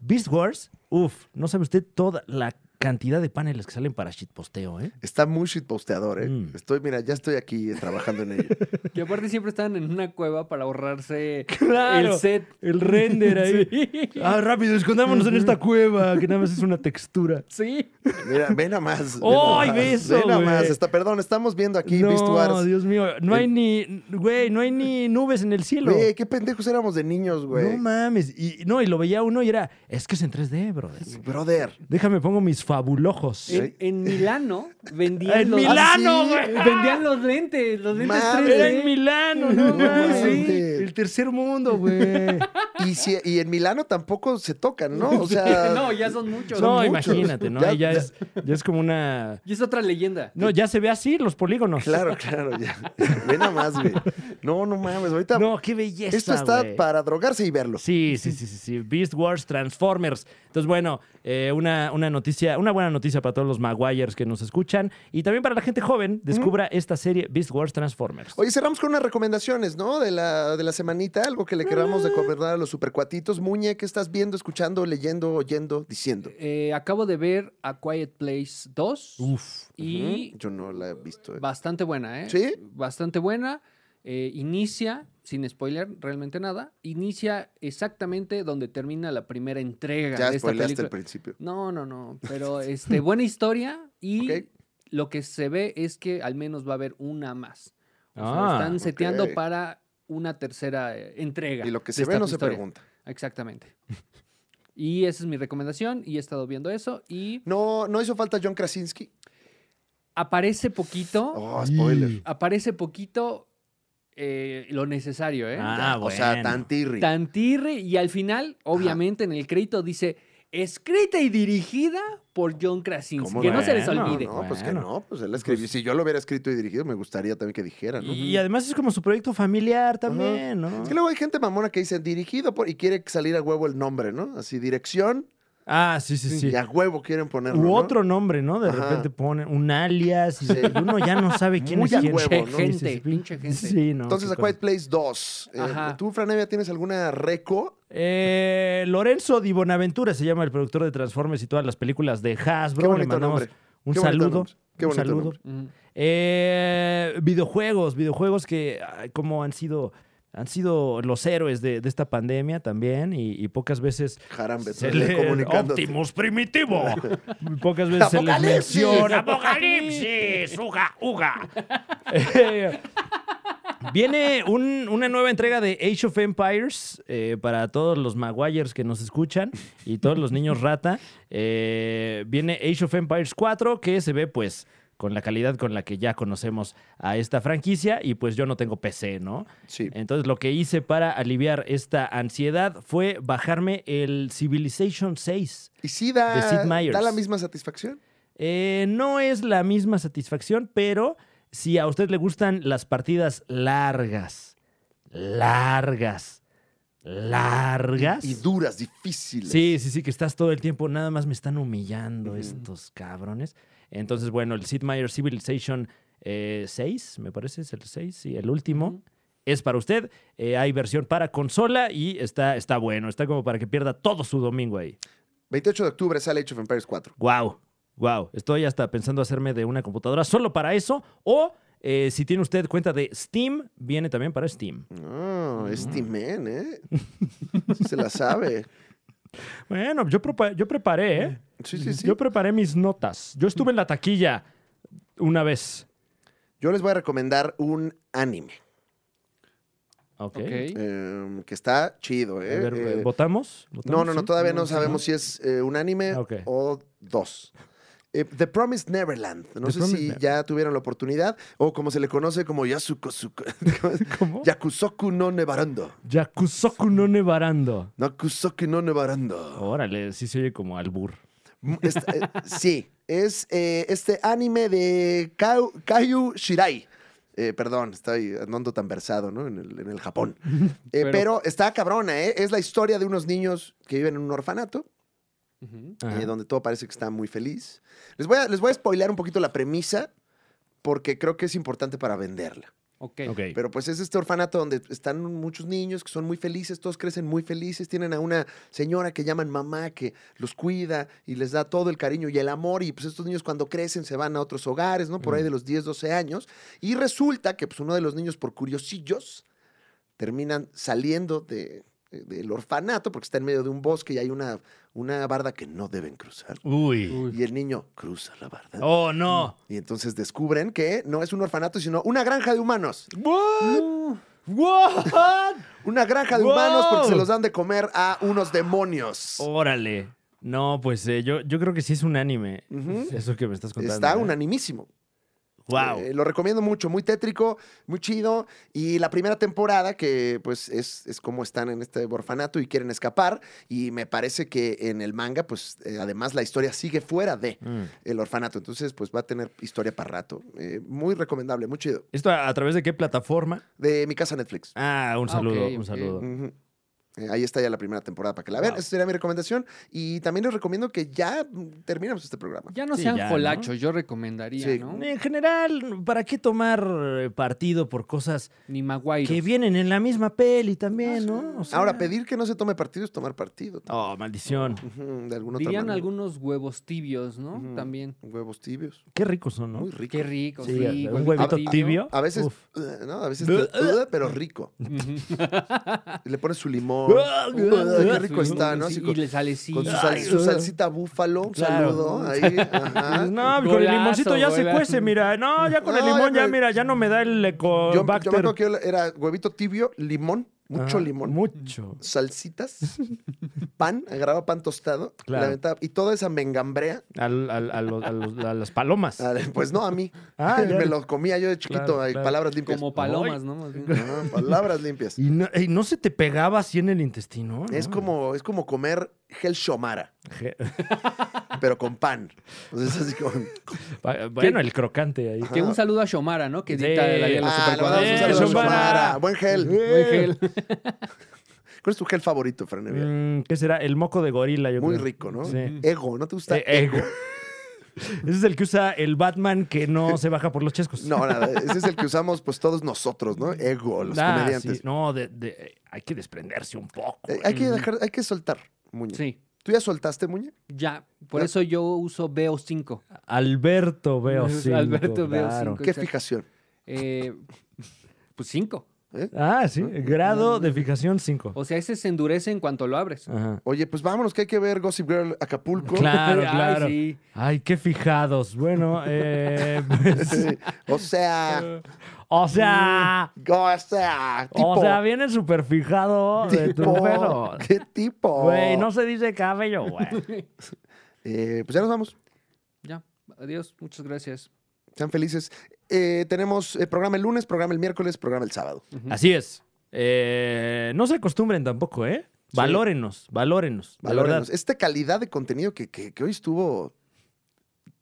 Speaker 1: Beast Wars, uff, no sabe usted toda la cantidad de paneles que salen para shitposteo, ¿eh?
Speaker 2: Está muy shitposteador, ¿eh?
Speaker 1: Mm.
Speaker 2: Estoy, mira, ya estoy aquí eh, trabajando en ello.
Speaker 3: Que aparte siempre estaban en una cueva para ahorrarse
Speaker 1: Claro.
Speaker 3: el set.
Speaker 1: El render ahí.
Speaker 3: Sí.
Speaker 1: Ah, rápido, escondámonos en esta cueva, que nada más es una textura.
Speaker 3: Sí.
Speaker 2: Mira, ve nada más. ve
Speaker 1: ¡Ay,
Speaker 2: nada
Speaker 1: ve
Speaker 2: más,
Speaker 1: eso,
Speaker 2: ve nada más.
Speaker 1: güey!
Speaker 2: Está, perdón, estamos viendo aquí
Speaker 1: no,
Speaker 2: Beastwars.
Speaker 1: Dios mío, no hay ni, güey, no hay ni nubes en el cielo.
Speaker 2: Güey, qué pendejos éramos de niños, güey.
Speaker 1: no mames, y no, y lo veía uno y era, es que es en 3D, bro.
Speaker 2: Brother.
Speaker 1: Déjame pongo mis fabulojos.
Speaker 3: En, en Milano vendían
Speaker 1: ¡En
Speaker 3: los
Speaker 1: Milano,
Speaker 2: sí!
Speaker 1: güey!
Speaker 3: vendían los lentes, los lentes
Speaker 2: Mames.
Speaker 3: 3D.
Speaker 1: Era en Milano, no
Speaker 2: No
Speaker 1: mames.
Speaker 2: mames.
Speaker 1: Sí, el tercer mundo, güey.
Speaker 2: Y, si- y en Milano tampoco se tocan, ¿no? O sea.
Speaker 3: no, ya son muchos.
Speaker 1: No,
Speaker 2: muchos.
Speaker 1: imagínate, ¿no?
Speaker 2: Ya-
Speaker 1: Ahí Ya,
Speaker 2: ya-
Speaker 1: es, ya es como una.
Speaker 3: Y es otra leyenda.
Speaker 1: No, ya se ve así los polígonos.
Speaker 2: Claro, claro, ya. Ve nada más, güey. No, no mames. Ahorita.
Speaker 1: No, qué belleza.
Speaker 2: esto está
Speaker 1: güey.
Speaker 2: para drogarse y verlo.
Speaker 1: Sí, sí, sí, sí, sí. Beast Wars Transformers. Entonces, bueno, eh, una, una noticia, una buena noticia para todos los Maguires que nos escuchan y también para la gente joven, descubra esta serie Beast Wars Transformers.
Speaker 2: Oye, cerramos con unas recomendaciones, ¿no? De la, de la semanita, algo que le queramos
Speaker 3: Ah.
Speaker 2: recomendar a los supercuatitos. Muñe, ¿qué estás viendo, escuchando, leyendo, oyendo, diciendo?
Speaker 3: Eh, acabo de ver A Quiet Place 2
Speaker 1: Uf.
Speaker 3: y
Speaker 2: Ujú. Yo no la he visto. eh.
Speaker 3: bastante buena, ¿eh?
Speaker 2: ¿Sí?
Speaker 3: Bastante buena. Eh, inicia, sin spoiler realmente nada, inicia exactamente donde termina la primera entrega
Speaker 2: Ya
Speaker 3: de esta
Speaker 2: spoileaste el
Speaker 3: película.
Speaker 2: principio.
Speaker 3: No, no, no, pero este, buena historia y
Speaker 2: Ok.
Speaker 3: lo que se ve es que al menos va a haber una más. O sea,
Speaker 1: Ah,
Speaker 3: están seteando
Speaker 2: ok.
Speaker 3: para una tercera eh, entrega.
Speaker 2: Y lo que
Speaker 3: de
Speaker 2: se ve
Speaker 3: esta
Speaker 2: no se
Speaker 3: historia.
Speaker 2: pregunta.
Speaker 3: Exactamente. Y esa es mi recomendación y he estado viendo eso y
Speaker 2: No, no hizo falta John Krasinski.
Speaker 3: aparece poquito,
Speaker 2: Oh, spoiler.
Speaker 3: aparece poquito eh, lo necesario, ¿eh?
Speaker 1: Ah, bueno.
Speaker 2: O sea, tan tirri.
Speaker 3: Tantirre y al final, obviamente, en el crédito dice escrita y dirigida por John Krasinski.
Speaker 2: ¿Cómo
Speaker 3: Que no se les
Speaker 1: Bueno,
Speaker 3: olvide.
Speaker 2: No, pues que
Speaker 1: Bueno.
Speaker 2: no, pues él escribió. si yo lo hubiera escrito y dirigido, me gustaría también que dijera, ¿no?
Speaker 1: Y además es como su proyecto familiar también, ¿no?
Speaker 2: Es que luego hay gente mamona que dice dirigido por, y quiere salir a huevo el nombre, ¿no? Así, dirección,
Speaker 1: Ah, sí, sí, sí.
Speaker 2: y a huevo quieren ponerlo.
Speaker 1: U
Speaker 2: ¿no?
Speaker 1: otro nombre, ¿no? De
Speaker 2: Ajá.
Speaker 1: repente ponen un alias y uno ya no sabe quién
Speaker 2: Muy
Speaker 1: es
Speaker 2: a
Speaker 1: quién.
Speaker 2: huevo,
Speaker 1: Sí,
Speaker 2: ¿no?
Speaker 3: Gente,
Speaker 1: sí, sí.
Speaker 3: pinche gente.
Speaker 1: Sí, no.
Speaker 2: Entonces,
Speaker 1: qué
Speaker 2: A
Speaker 1: cosa.
Speaker 2: Quiet Place 2. Eh,
Speaker 3: Ajá.
Speaker 2: ¿Tú, Franevia, tienes alguna reco?
Speaker 1: Pues Eh, Lorenzo Di Bonaventura se llama el productor de Transformers y todas las películas de
Speaker 2: Qué
Speaker 1: Hasbro. Le
Speaker 2: bonito
Speaker 1: mandamos
Speaker 2: nombre.
Speaker 1: un
Speaker 2: Qué bonito
Speaker 1: saludo.
Speaker 2: nombre. Qué
Speaker 1: un
Speaker 2: bonito
Speaker 1: saludo.
Speaker 2: nombre.
Speaker 3: Ujú.
Speaker 1: Eh, videojuegos, videojuegos que ay, como han sido, han sido los héroes de, de esta pandemia también y, y pocas veces
Speaker 2: Jarambe,
Speaker 1: se
Speaker 2: te le
Speaker 1: le-
Speaker 2: comunicándote.
Speaker 1: Optimus Primitivo. Muy pocas veces se les
Speaker 2: ¡Apocalipsis!
Speaker 1: menciona. ¡Apocalipsis! ¡Uga, uga! Eh, Viene un- una nueva entrega de Age of Empires eh, para todos los Maguires que nos escuchan y todos los niños rata. Eh, viene Age of Empires 4 que se ve pues con la calidad con la que ya conocemos a esta franquicia y pues yo no tengo PC, ¿no?
Speaker 2: Sí.
Speaker 1: Entonces lo que hice para aliviar esta ansiedad fue bajarme el Civilization 6.
Speaker 2: Y sí
Speaker 1: de Sid
Speaker 2: da,
Speaker 1: Meier's.
Speaker 2: da la misma satisfacción.
Speaker 1: Eh, no es la misma satisfacción, pero si a usted le gustan las partidas largas, largas, largas.
Speaker 2: Y duras, difíciles.
Speaker 1: Sí, sí, sí, que estás todo el tiempo, nada más me están humillando estos cabrones. Entonces, bueno, el Sid Meier Civilization eh, 6, me parece, es el 6, sí, el último.
Speaker 3: Ujú.
Speaker 1: Es para usted, Eh, hay versión para consola y está, está bueno, está como para que pierda todo su domingo ahí.
Speaker 2: 28 de octubre sale Age of Empires 4.
Speaker 1: Wow, wow. Estoy hasta pensando hacerme de una computadora solo para eso. O eh, si tiene usted cuenta de Steam, viene también para Steam.
Speaker 2: No, es
Speaker 1: Mm.
Speaker 2: Timen, ¿eh? Sí se la sabe.
Speaker 1: Bueno, yo, prepa- yo preparé, ¿eh?
Speaker 2: Sí, sí, sí.
Speaker 1: Yo preparé mis notas. Yo estuve en la taquilla una vez.
Speaker 2: Yo les voy a recomendar un anime
Speaker 1: Ok.
Speaker 3: Ok.
Speaker 2: eh, que está chido,
Speaker 1: A
Speaker 2: ¿eh?
Speaker 1: ver,
Speaker 2: Eh,
Speaker 1: ¿votamos?
Speaker 2: no,
Speaker 1: ¿Votamos?
Speaker 2: no, no,
Speaker 1: ¿Sí?
Speaker 2: todavía no sabemos si es eh, un anime
Speaker 1: Ah, ok.
Speaker 2: o dos. Eh, The Promised Neverland. No
Speaker 1: The
Speaker 2: sé
Speaker 1: Promised
Speaker 2: si
Speaker 1: Never-
Speaker 2: ya tuvieron la oportunidad o como se le conoce como Yasuko Suko-
Speaker 1: ¿Cómo?
Speaker 2: Yakusoku no Nevarando.
Speaker 1: Yakusoku no Nevarando.
Speaker 2: Nakusoku no Nevarando.
Speaker 1: Órale, sí se oye como albur.
Speaker 2: Mm, es- eh, sí, es eh, este anime de Kau- Kaiju Shirai. Eh, perdón, estoy andando tan versado, ¿no? En el, en el Japón. Eh, pero,
Speaker 3: Pero-
Speaker 2: está cabrona, ¿eh? Es la historia de unos niños que viven en un orfanato,
Speaker 3: Ujú.
Speaker 1: Ajá.
Speaker 2: eh, donde todo parece que está muy feliz. Les voy, a, les voy a spoilear un poquito la premisa, porque creo que es importante para venderla.
Speaker 3: Ok.
Speaker 1: Ok.
Speaker 2: Pero pues es este orfanato donde están muchos niños que son muy felices, todos crecen muy felices, tienen a una señora que llaman mamá que los cuida y les da todo el cariño y el amor y pues estos niños cuando crecen se van a otros hogares, ¿no? Por ahí de los 10, 12 años y resulta que pues uno de los niños por curiosillos terminan saliendo de- de- del orfanato porque está en medio de un bosque y hay una, una barda que no deben cruzar.
Speaker 1: Uy.
Speaker 3: Uy.
Speaker 2: Y el niño cruza la barda.
Speaker 1: Oh, no.
Speaker 2: Y entonces descubren que no es un orfanato, sino una granja de humanos.
Speaker 1: What?
Speaker 3: No.
Speaker 1: What?
Speaker 2: Una granja de humanos porque se
Speaker 1: ¡Wow! Oh,
Speaker 2: los dan de comer a unos demonios.
Speaker 1: Órale. No, pues eh, yo, yo creo que sí es un anime.
Speaker 2: Ujú.
Speaker 1: Eso que me estás contando. ¿eh?
Speaker 2: Está
Speaker 1: un anime.
Speaker 2: unanimísimo.
Speaker 1: Wow.
Speaker 2: Eh, lo recomiendo mucho, muy tétrico, muy chido. Y la primera temporada, que pues es, es como están en este orfanato y quieren escapar. Y me parece que en el manga, pues eh, además la historia sigue fuera de
Speaker 1: Mm.
Speaker 2: el orfanato. Entonces, pues va a tener historia para rato. Eh, muy recomendable, muy chido.
Speaker 1: ¿Esto a, a través de qué plataforma?
Speaker 2: De mi casa Netflix.
Speaker 1: Ah, un
Speaker 3: Ah,
Speaker 1: saludo,
Speaker 3: ok,
Speaker 1: un
Speaker 3: ok.
Speaker 1: saludo.
Speaker 2: Ujú. Eh, Ahí está ya la primera temporada para que la vean.
Speaker 1: Wow.
Speaker 2: Esa sería mi recomendación. Y también les recomiendo que ya mm, terminamos este programa.
Speaker 3: Ya no
Speaker 1: Sí,
Speaker 3: sean
Speaker 1: ya, ¿no?
Speaker 3: folachos, yo recomendaría,
Speaker 2: Sí.
Speaker 3: ¿no?
Speaker 1: En general, ¿para qué tomar eh, partido por cosas
Speaker 3: Ni Maguire.
Speaker 1: que vienen en la misma peli también, no? O sea-
Speaker 2: Ah, Ahora, pedir que no se tome partido es tomar partido.
Speaker 1: Oh, maldición.
Speaker 2: Ujú, De alguna otra
Speaker 3: Dirían
Speaker 2: manera.
Speaker 3: algunos huevos tibios, ¿no?
Speaker 2: Ujú.
Speaker 3: También.
Speaker 2: Huevos tibios.
Speaker 1: Qué ricos son, ¿no?
Speaker 2: Muy rico.
Speaker 3: Qué rico,
Speaker 1: Sí,
Speaker 3: sí.
Speaker 1: un
Speaker 3: huevito
Speaker 1: huevito tibio.
Speaker 2: A veces,
Speaker 1: Uf.
Speaker 2: uh, ¿no? A veces,
Speaker 1: Buh.
Speaker 2: uh, pero rico. Y le pones su limón.
Speaker 1: Ah,
Speaker 2: Uh, qué
Speaker 1: ah,
Speaker 2: rico está, ¿no?
Speaker 3: Sí,
Speaker 2: Así
Speaker 3: y
Speaker 2: con,
Speaker 3: le sale sí.
Speaker 2: con su,
Speaker 1: Ay,
Speaker 2: sal- su
Speaker 1: uh.
Speaker 2: salsita búfalo. Un
Speaker 1: Claro.
Speaker 2: saludo ahí. ajá.
Speaker 1: Ah, No, con el
Speaker 3: Golazo,
Speaker 1: limoncito ya se
Speaker 3: golazo.
Speaker 1: cuece, mira. No, ya con el
Speaker 2: ah, No, ya
Speaker 1: limón ya,
Speaker 2: me-
Speaker 1: mira, ya no me da el
Speaker 2: Yo, yo me
Speaker 1: ecobacter.
Speaker 2: acuerdo que yo era huevito tibio, limón, mucho
Speaker 1: Ah,
Speaker 2: limón.
Speaker 1: Mucho.
Speaker 2: salsitas, pan, agarraba pan tostado, la
Speaker 1: Claro.
Speaker 2: aventaba, y toda esa mengambrea,
Speaker 1: Al- al- a, los- a los- a las palomas.
Speaker 2: a- pues no a mí,
Speaker 1: Ah, ya.
Speaker 2: me lo comía yo de chiquito,
Speaker 1: Claro,
Speaker 2: ay,
Speaker 1: claro.
Speaker 2: palabras limpias.
Speaker 3: Como palomas, ¿no? Más bien.
Speaker 2: Ajá, palabras limpias.
Speaker 1: Y no, y no se te pegaba así en el intestino.
Speaker 2: Es
Speaker 1: ¿no?
Speaker 2: como, es como comer gel shomara,
Speaker 1: Je-
Speaker 2: pero con pan. Entonces, así como,
Speaker 1: Pa- Bueno, el crocante ahí.
Speaker 3: Que un saludo a Shomara, ¿no? Que
Speaker 1: Sí.
Speaker 3: edita la guía de los
Speaker 1: Ah,
Speaker 2: ah, le
Speaker 3: supercuadros.
Speaker 2: mandamos un
Speaker 1: Eh,
Speaker 2: saludo a
Speaker 1: shomara.
Speaker 2: Shomara. Buen gel.
Speaker 1: Eh.
Speaker 3: Ángel.
Speaker 2: ¿Cuál es tu gel favorito, Franevia?
Speaker 1: Mm, ¿Qué será? El moco de gorila, yo
Speaker 2: Muy
Speaker 1: creo.
Speaker 2: rico, ¿no?
Speaker 1: Sí.
Speaker 2: Ego, ¿no te gusta?
Speaker 1: Eh, eh, Ese es el que usa el Batman que no se baja por los chescos.
Speaker 2: No, nada, ese es el que usamos pues todos nosotros, ¿no? Ego, los
Speaker 1: Ah, sí.
Speaker 2: comediantes.
Speaker 1: Mm. No, de- de- hay que desprenderse un poco.
Speaker 2: Eh,
Speaker 1: güey.
Speaker 2: hay que dejar, hay que soltar, Muñe.
Speaker 3: Sí,
Speaker 2: ¿Tú ya soltaste, Muñe?
Speaker 3: ya. Por
Speaker 2: Ya.
Speaker 3: eso yo uso BO5.
Speaker 1: Alberto veo cinco,
Speaker 3: Alberto veo
Speaker 1: claro.
Speaker 3: cinco.
Speaker 2: ¿Qué
Speaker 3: Exacto.
Speaker 2: fijación? ¿Eh?
Speaker 3: Eh, pues 5.
Speaker 1: Ah, sí. Grado de fijación 5.
Speaker 3: O sea, ese se endurece en cuanto lo abres.
Speaker 1: Claro,
Speaker 2: Oye, pues vámonos, que hay que ver Gossip Girl Acapulco.
Speaker 3: Ay,
Speaker 1: claro.
Speaker 3: sí.
Speaker 1: Ay, qué fijados. Bueno, eh, pues,
Speaker 2: Sí. O sea,
Speaker 1: o sea,
Speaker 2: o sea, tipo.
Speaker 1: o sea, viene súper fijado de tu
Speaker 2: tipo,
Speaker 1: pelo.
Speaker 2: ¿Qué tipo?
Speaker 1: Güey, no se dice cabello, güey.
Speaker 2: Eh, pues ya nos vamos.
Speaker 3: Ya. Adiós. Muchas gracias.
Speaker 2: Sean felices. Eh, tenemos eh, programa el lunes, programa el miércoles, programa el sábado.
Speaker 1: Así es. Eh, no se acostumbren tampoco, ¿eh? Valórenos, valórenos. de
Speaker 2: Valórenos.
Speaker 1: verdad.
Speaker 2: Esta calidad de contenido que, que- que hoy estuvo.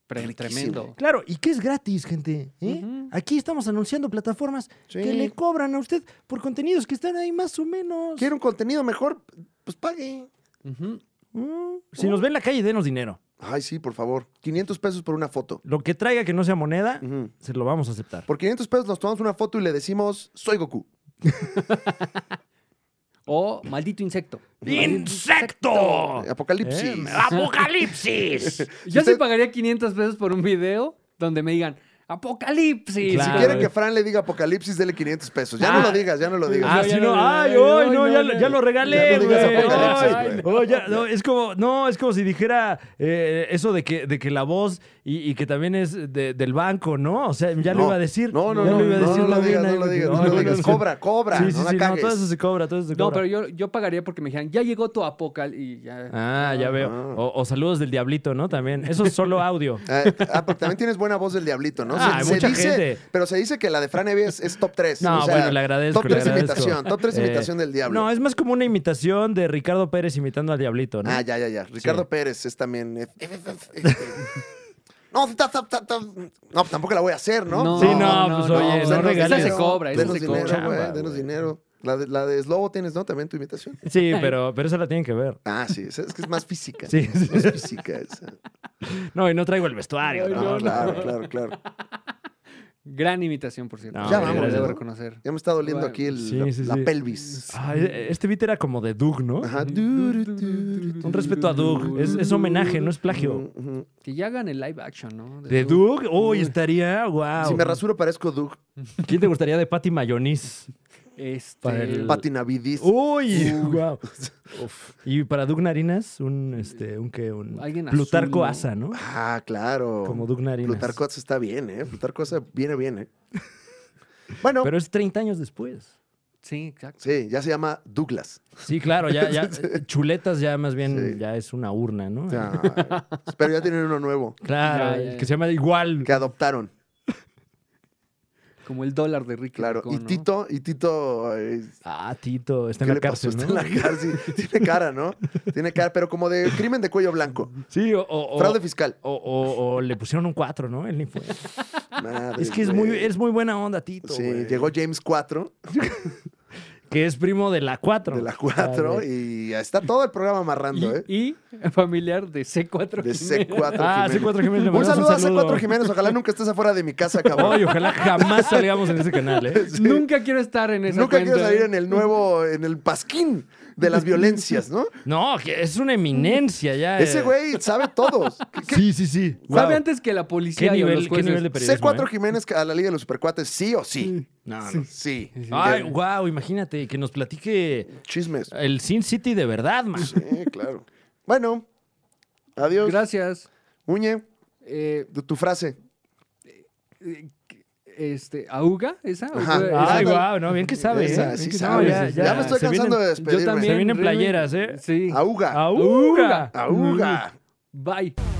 Speaker 3: Pre-
Speaker 2: Riquísimo.
Speaker 3: tremendo.
Speaker 1: Claro, y que es gratis, gente. ¿eh?
Speaker 3: Ujú.
Speaker 1: Aquí estamos anunciando plataformas
Speaker 2: Sí.
Speaker 1: que le cobran a usted por contenidos que están ahí más o menos.
Speaker 2: ¿Quiere un contenido mejor? Pues pague.
Speaker 3: Ujú.
Speaker 1: Mm, Si nos ven en la calle, denos dinero.
Speaker 2: Ay, sí, por favor. 500 pesos por una foto.
Speaker 1: Lo que traiga que no sea moneda,
Speaker 2: Ujú.
Speaker 1: se lo vamos a aceptar.
Speaker 2: Por 500 pesos nos tomamos una foto y le decimos, soy Goku.
Speaker 3: O maldito insecto.
Speaker 1: ¡Insecto!
Speaker 2: Apocalipsis.
Speaker 1: ¿Eh? ¡Apocalipsis!
Speaker 3: Yo
Speaker 2: usted-
Speaker 3: sí pagaría 500 pesos por un video donde me digan ¡Apocalipsis!
Speaker 1: Claro.
Speaker 2: Si
Speaker 1: Ah,
Speaker 2: quiere
Speaker 1: eh.
Speaker 2: que Fran le diga Apocalipsis, dele 500 pesos. Ya
Speaker 1: Ah.
Speaker 2: no lo digas, ya no lo digas.
Speaker 1: Ah,
Speaker 3: No,
Speaker 1: sí,
Speaker 3: ya
Speaker 1: no.
Speaker 3: lo-
Speaker 1: Ay,
Speaker 3: ay,
Speaker 1: hoy,
Speaker 3: no,
Speaker 1: no, ya,
Speaker 3: ya
Speaker 1: lo-
Speaker 3: no.
Speaker 1: ya lo
Speaker 2: Ya
Speaker 1: regalé,
Speaker 2: no
Speaker 1: güey.
Speaker 2: digas
Speaker 3: apocalipsis,
Speaker 1: Ay,
Speaker 2: güey.
Speaker 1: oh, ya, no, es como, no, es como si dijera eh, eso de que, de que la voz y, y que también es de- del banco, ¿no? O sea, ya lo
Speaker 2: No.
Speaker 1: iba a decir.
Speaker 2: No, no,
Speaker 1: ya
Speaker 2: no,
Speaker 1: lo iba a
Speaker 2: no,
Speaker 1: decir
Speaker 2: no lo
Speaker 1: también
Speaker 2: digas, no
Speaker 1: ahí,
Speaker 2: lo digas,
Speaker 1: ay,
Speaker 2: no lo
Speaker 1: bueno,
Speaker 2: digas.
Speaker 1: sí.
Speaker 2: Cobra, cobra,
Speaker 1: Sí, sí,
Speaker 2: no la
Speaker 1: sí, no,
Speaker 2: cagues.
Speaker 1: todo eso se cobra, todo eso se
Speaker 3: No,
Speaker 1: cobra.
Speaker 3: pero yo, yo pagaría porque me dijeran, ya llegó tu apocal y ya.
Speaker 1: Ah, ya veo.
Speaker 2: Ah.
Speaker 1: O, o saludos del diablito, ¿no? También. Eso es solo audio.
Speaker 2: Eh, ah, porque también tienes buena voz del diablito, ¿no?
Speaker 1: Ah, hay mucha
Speaker 2: dice-
Speaker 1: gente.
Speaker 2: Pero se dice que la de Fran Evia es, es top 3.
Speaker 1: No, bueno, le agradezco.
Speaker 2: Top
Speaker 1: le
Speaker 2: 3
Speaker 1: agradezco.
Speaker 2: imitación, top 3
Speaker 1: Eh,
Speaker 2: imitación del diablo.
Speaker 1: No, es más como una imitación de Ricardo Pérez imitando al diablito, ¿no?
Speaker 2: Ah, ya, ya, ya. Ricardo Pérez es también. eh, eh, eh, eh, eh. No, ta- ta- ta- ta- no, tampoco la voy a hacer, ¿no?
Speaker 1: Sí, no, pues, oye,
Speaker 2: pues,
Speaker 1: no
Speaker 2: denos
Speaker 1: regales.
Speaker 2: dinero,
Speaker 3: Esa se cobra, esa
Speaker 2: Denos
Speaker 3: se cobra.
Speaker 2: dinero,
Speaker 1: Chamba,
Speaker 2: güey, denos
Speaker 1: güey.
Speaker 2: dinero. La de, la de Slobo tienes, ¿no? También tu imitación.
Speaker 1: Sí, pero, pero esa la tienen que ver.
Speaker 2: Ah, sí, es, es que es más física.
Speaker 1: Sí, sí.
Speaker 2: Más física esa.
Speaker 1: No, y no traigo el vestuario.
Speaker 2: Ah,
Speaker 3: Ay,
Speaker 1: ¿no?
Speaker 2: No,
Speaker 3: no.
Speaker 2: claro, claro, claro.
Speaker 3: Gran imitación, por cierto.
Speaker 1: No,
Speaker 2: Ya vamos,
Speaker 3: debo
Speaker 2: ¿no?
Speaker 3: reconocer.
Speaker 2: Ya me está doliendo
Speaker 3: Bueno.
Speaker 2: aquí el-
Speaker 1: Sí,
Speaker 2: la,
Speaker 1: sí,
Speaker 2: la
Speaker 1: sí.
Speaker 2: pelvis.
Speaker 1: Ah, e- este beat era como de Doug, ¿no?
Speaker 2: Ajá.
Speaker 1: Un respeto a Doug. Es, es homenaje, no es plagio.
Speaker 2: Ujú, ujú.
Speaker 3: Que ya hagan el live action, ¿no? Este,
Speaker 1: ¿De Doug? Uy, estaría. Wow.
Speaker 2: Si me rasuro parezco Doug
Speaker 1: ¿Quién te gustaría de Patty Mayonis?
Speaker 3: Este,
Speaker 1: Para el-
Speaker 2: Patinavidis.
Speaker 1: Uy,
Speaker 2: Uf.
Speaker 1: wow. Y para Doug Narinas, un este, un que un
Speaker 3: Alguien azul,
Speaker 1: Plutarco
Speaker 3: ¿no?
Speaker 1: Asa, ¿no?
Speaker 2: Ah, claro.
Speaker 1: Como Doug Narinas.
Speaker 2: Plutarco Asa está bien, ¿eh? Plutarco Asa viene bien, ¿eh? Bueno,
Speaker 1: Pero es 30 años después.
Speaker 3: Sí, exacto.
Speaker 2: sí, ya se llama Douglas.
Speaker 1: Sí, claro, ya, ya chuletas ya más bien
Speaker 2: Sí.
Speaker 1: ya es una urna, ¿no?
Speaker 2: O sea, pero ya tienen uno nuevo
Speaker 1: Claro,
Speaker 3: Ya, ya,
Speaker 1: el
Speaker 3: ya.
Speaker 1: que se llama igual.
Speaker 2: que adoptaron,
Speaker 3: Como el dólar de Ricky.
Speaker 2: claro.
Speaker 3: Ricón,
Speaker 2: y
Speaker 3: ¿no?
Speaker 2: Tito, y Tito, eh,
Speaker 1: Ah, Tito, está
Speaker 2: ¿qué
Speaker 1: en la
Speaker 2: le pasó?
Speaker 1: cárcel, ¿no?
Speaker 2: Está en la cárcel. Tiene cara, ¿no? Tiene cara, pero como de crimen de cuello blanco.
Speaker 1: Sí, o, o- o-
Speaker 2: Fraude fiscal.
Speaker 1: o- o- o le pusieron un 4, ¿no? Él ni fue.
Speaker 2: Madre,
Speaker 1: Es que es
Speaker 2: güey.
Speaker 1: muy, es muy buena onda, Tito.
Speaker 2: Sí,
Speaker 1: güey.
Speaker 2: llegó James 4
Speaker 1: Que es primo de la 4.
Speaker 2: de la 4 y está todo el programa amarrando, ¿eh?
Speaker 3: Y, y familiar de C4.
Speaker 2: De
Speaker 3: Jiménez.
Speaker 2: C4
Speaker 1: Ah,
Speaker 2: Jiménez.
Speaker 1: C4 Jiménez. le
Speaker 2: Un
Speaker 1: mandamos
Speaker 2: saludo, a C4 Jiménez. Ojalá nunca estés afuera de mi casa, cabrón.
Speaker 1: Ay, ojalá jamás salgamos en ese canal, ¿eh?
Speaker 3: Nunca quiero estar en esa
Speaker 2: Nunca quiero
Speaker 3: cuenta,
Speaker 2: salir
Speaker 3: ¿eh?
Speaker 2: en el nuevo, en el pasquín de las violencias, ¿no?
Speaker 1: No, que es una eminencia ya. eh.
Speaker 2: Ese güey sabe todos.
Speaker 1: Sí, sí, sí.
Speaker 3: Sabe
Speaker 1: Wow.
Speaker 3: antes que la policía
Speaker 1: ¿Qué
Speaker 3: y o
Speaker 1: nivel,
Speaker 3: los
Speaker 1: ¿Qué
Speaker 3: jueces.
Speaker 1: nivel de periodismo?
Speaker 2: C4
Speaker 1: eh?
Speaker 2: Jiménez a la Liga de los Supercuates, sí o sí.
Speaker 1: No, no.
Speaker 2: Sí.
Speaker 1: Ay, wow, imagínate que nos platique
Speaker 2: Chismes.
Speaker 1: el Sin City de verdad, man.
Speaker 2: Sí, claro. Bueno, adiós.
Speaker 3: Gracias.
Speaker 2: Muñe,
Speaker 3: Eh,
Speaker 2: tu, tu frase.
Speaker 3: este, ¿Auga? ¿Esa?
Speaker 2: Ajá.
Speaker 3: Auga, esa.
Speaker 1: Ay,
Speaker 2: Ándale.
Speaker 1: guau, no, bien que sabe.
Speaker 2: Esa,
Speaker 1: ¿eh? Bien
Speaker 2: sí
Speaker 1: que
Speaker 2: sabe,
Speaker 1: Ya,
Speaker 2: sí,
Speaker 1: ya.
Speaker 2: ya me estoy
Speaker 1: Se vienen-
Speaker 2: cansando de
Speaker 3: Yo
Speaker 2: despedirme.
Speaker 3: también.
Speaker 1: vienen
Speaker 3: Remy.
Speaker 1: playeras, ¿eh?
Speaker 3: Sí.
Speaker 2: Auga.
Speaker 1: ¡Auga!
Speaker 3: Auga.
Speaker 2: Auga.
Speaker 3: Bye.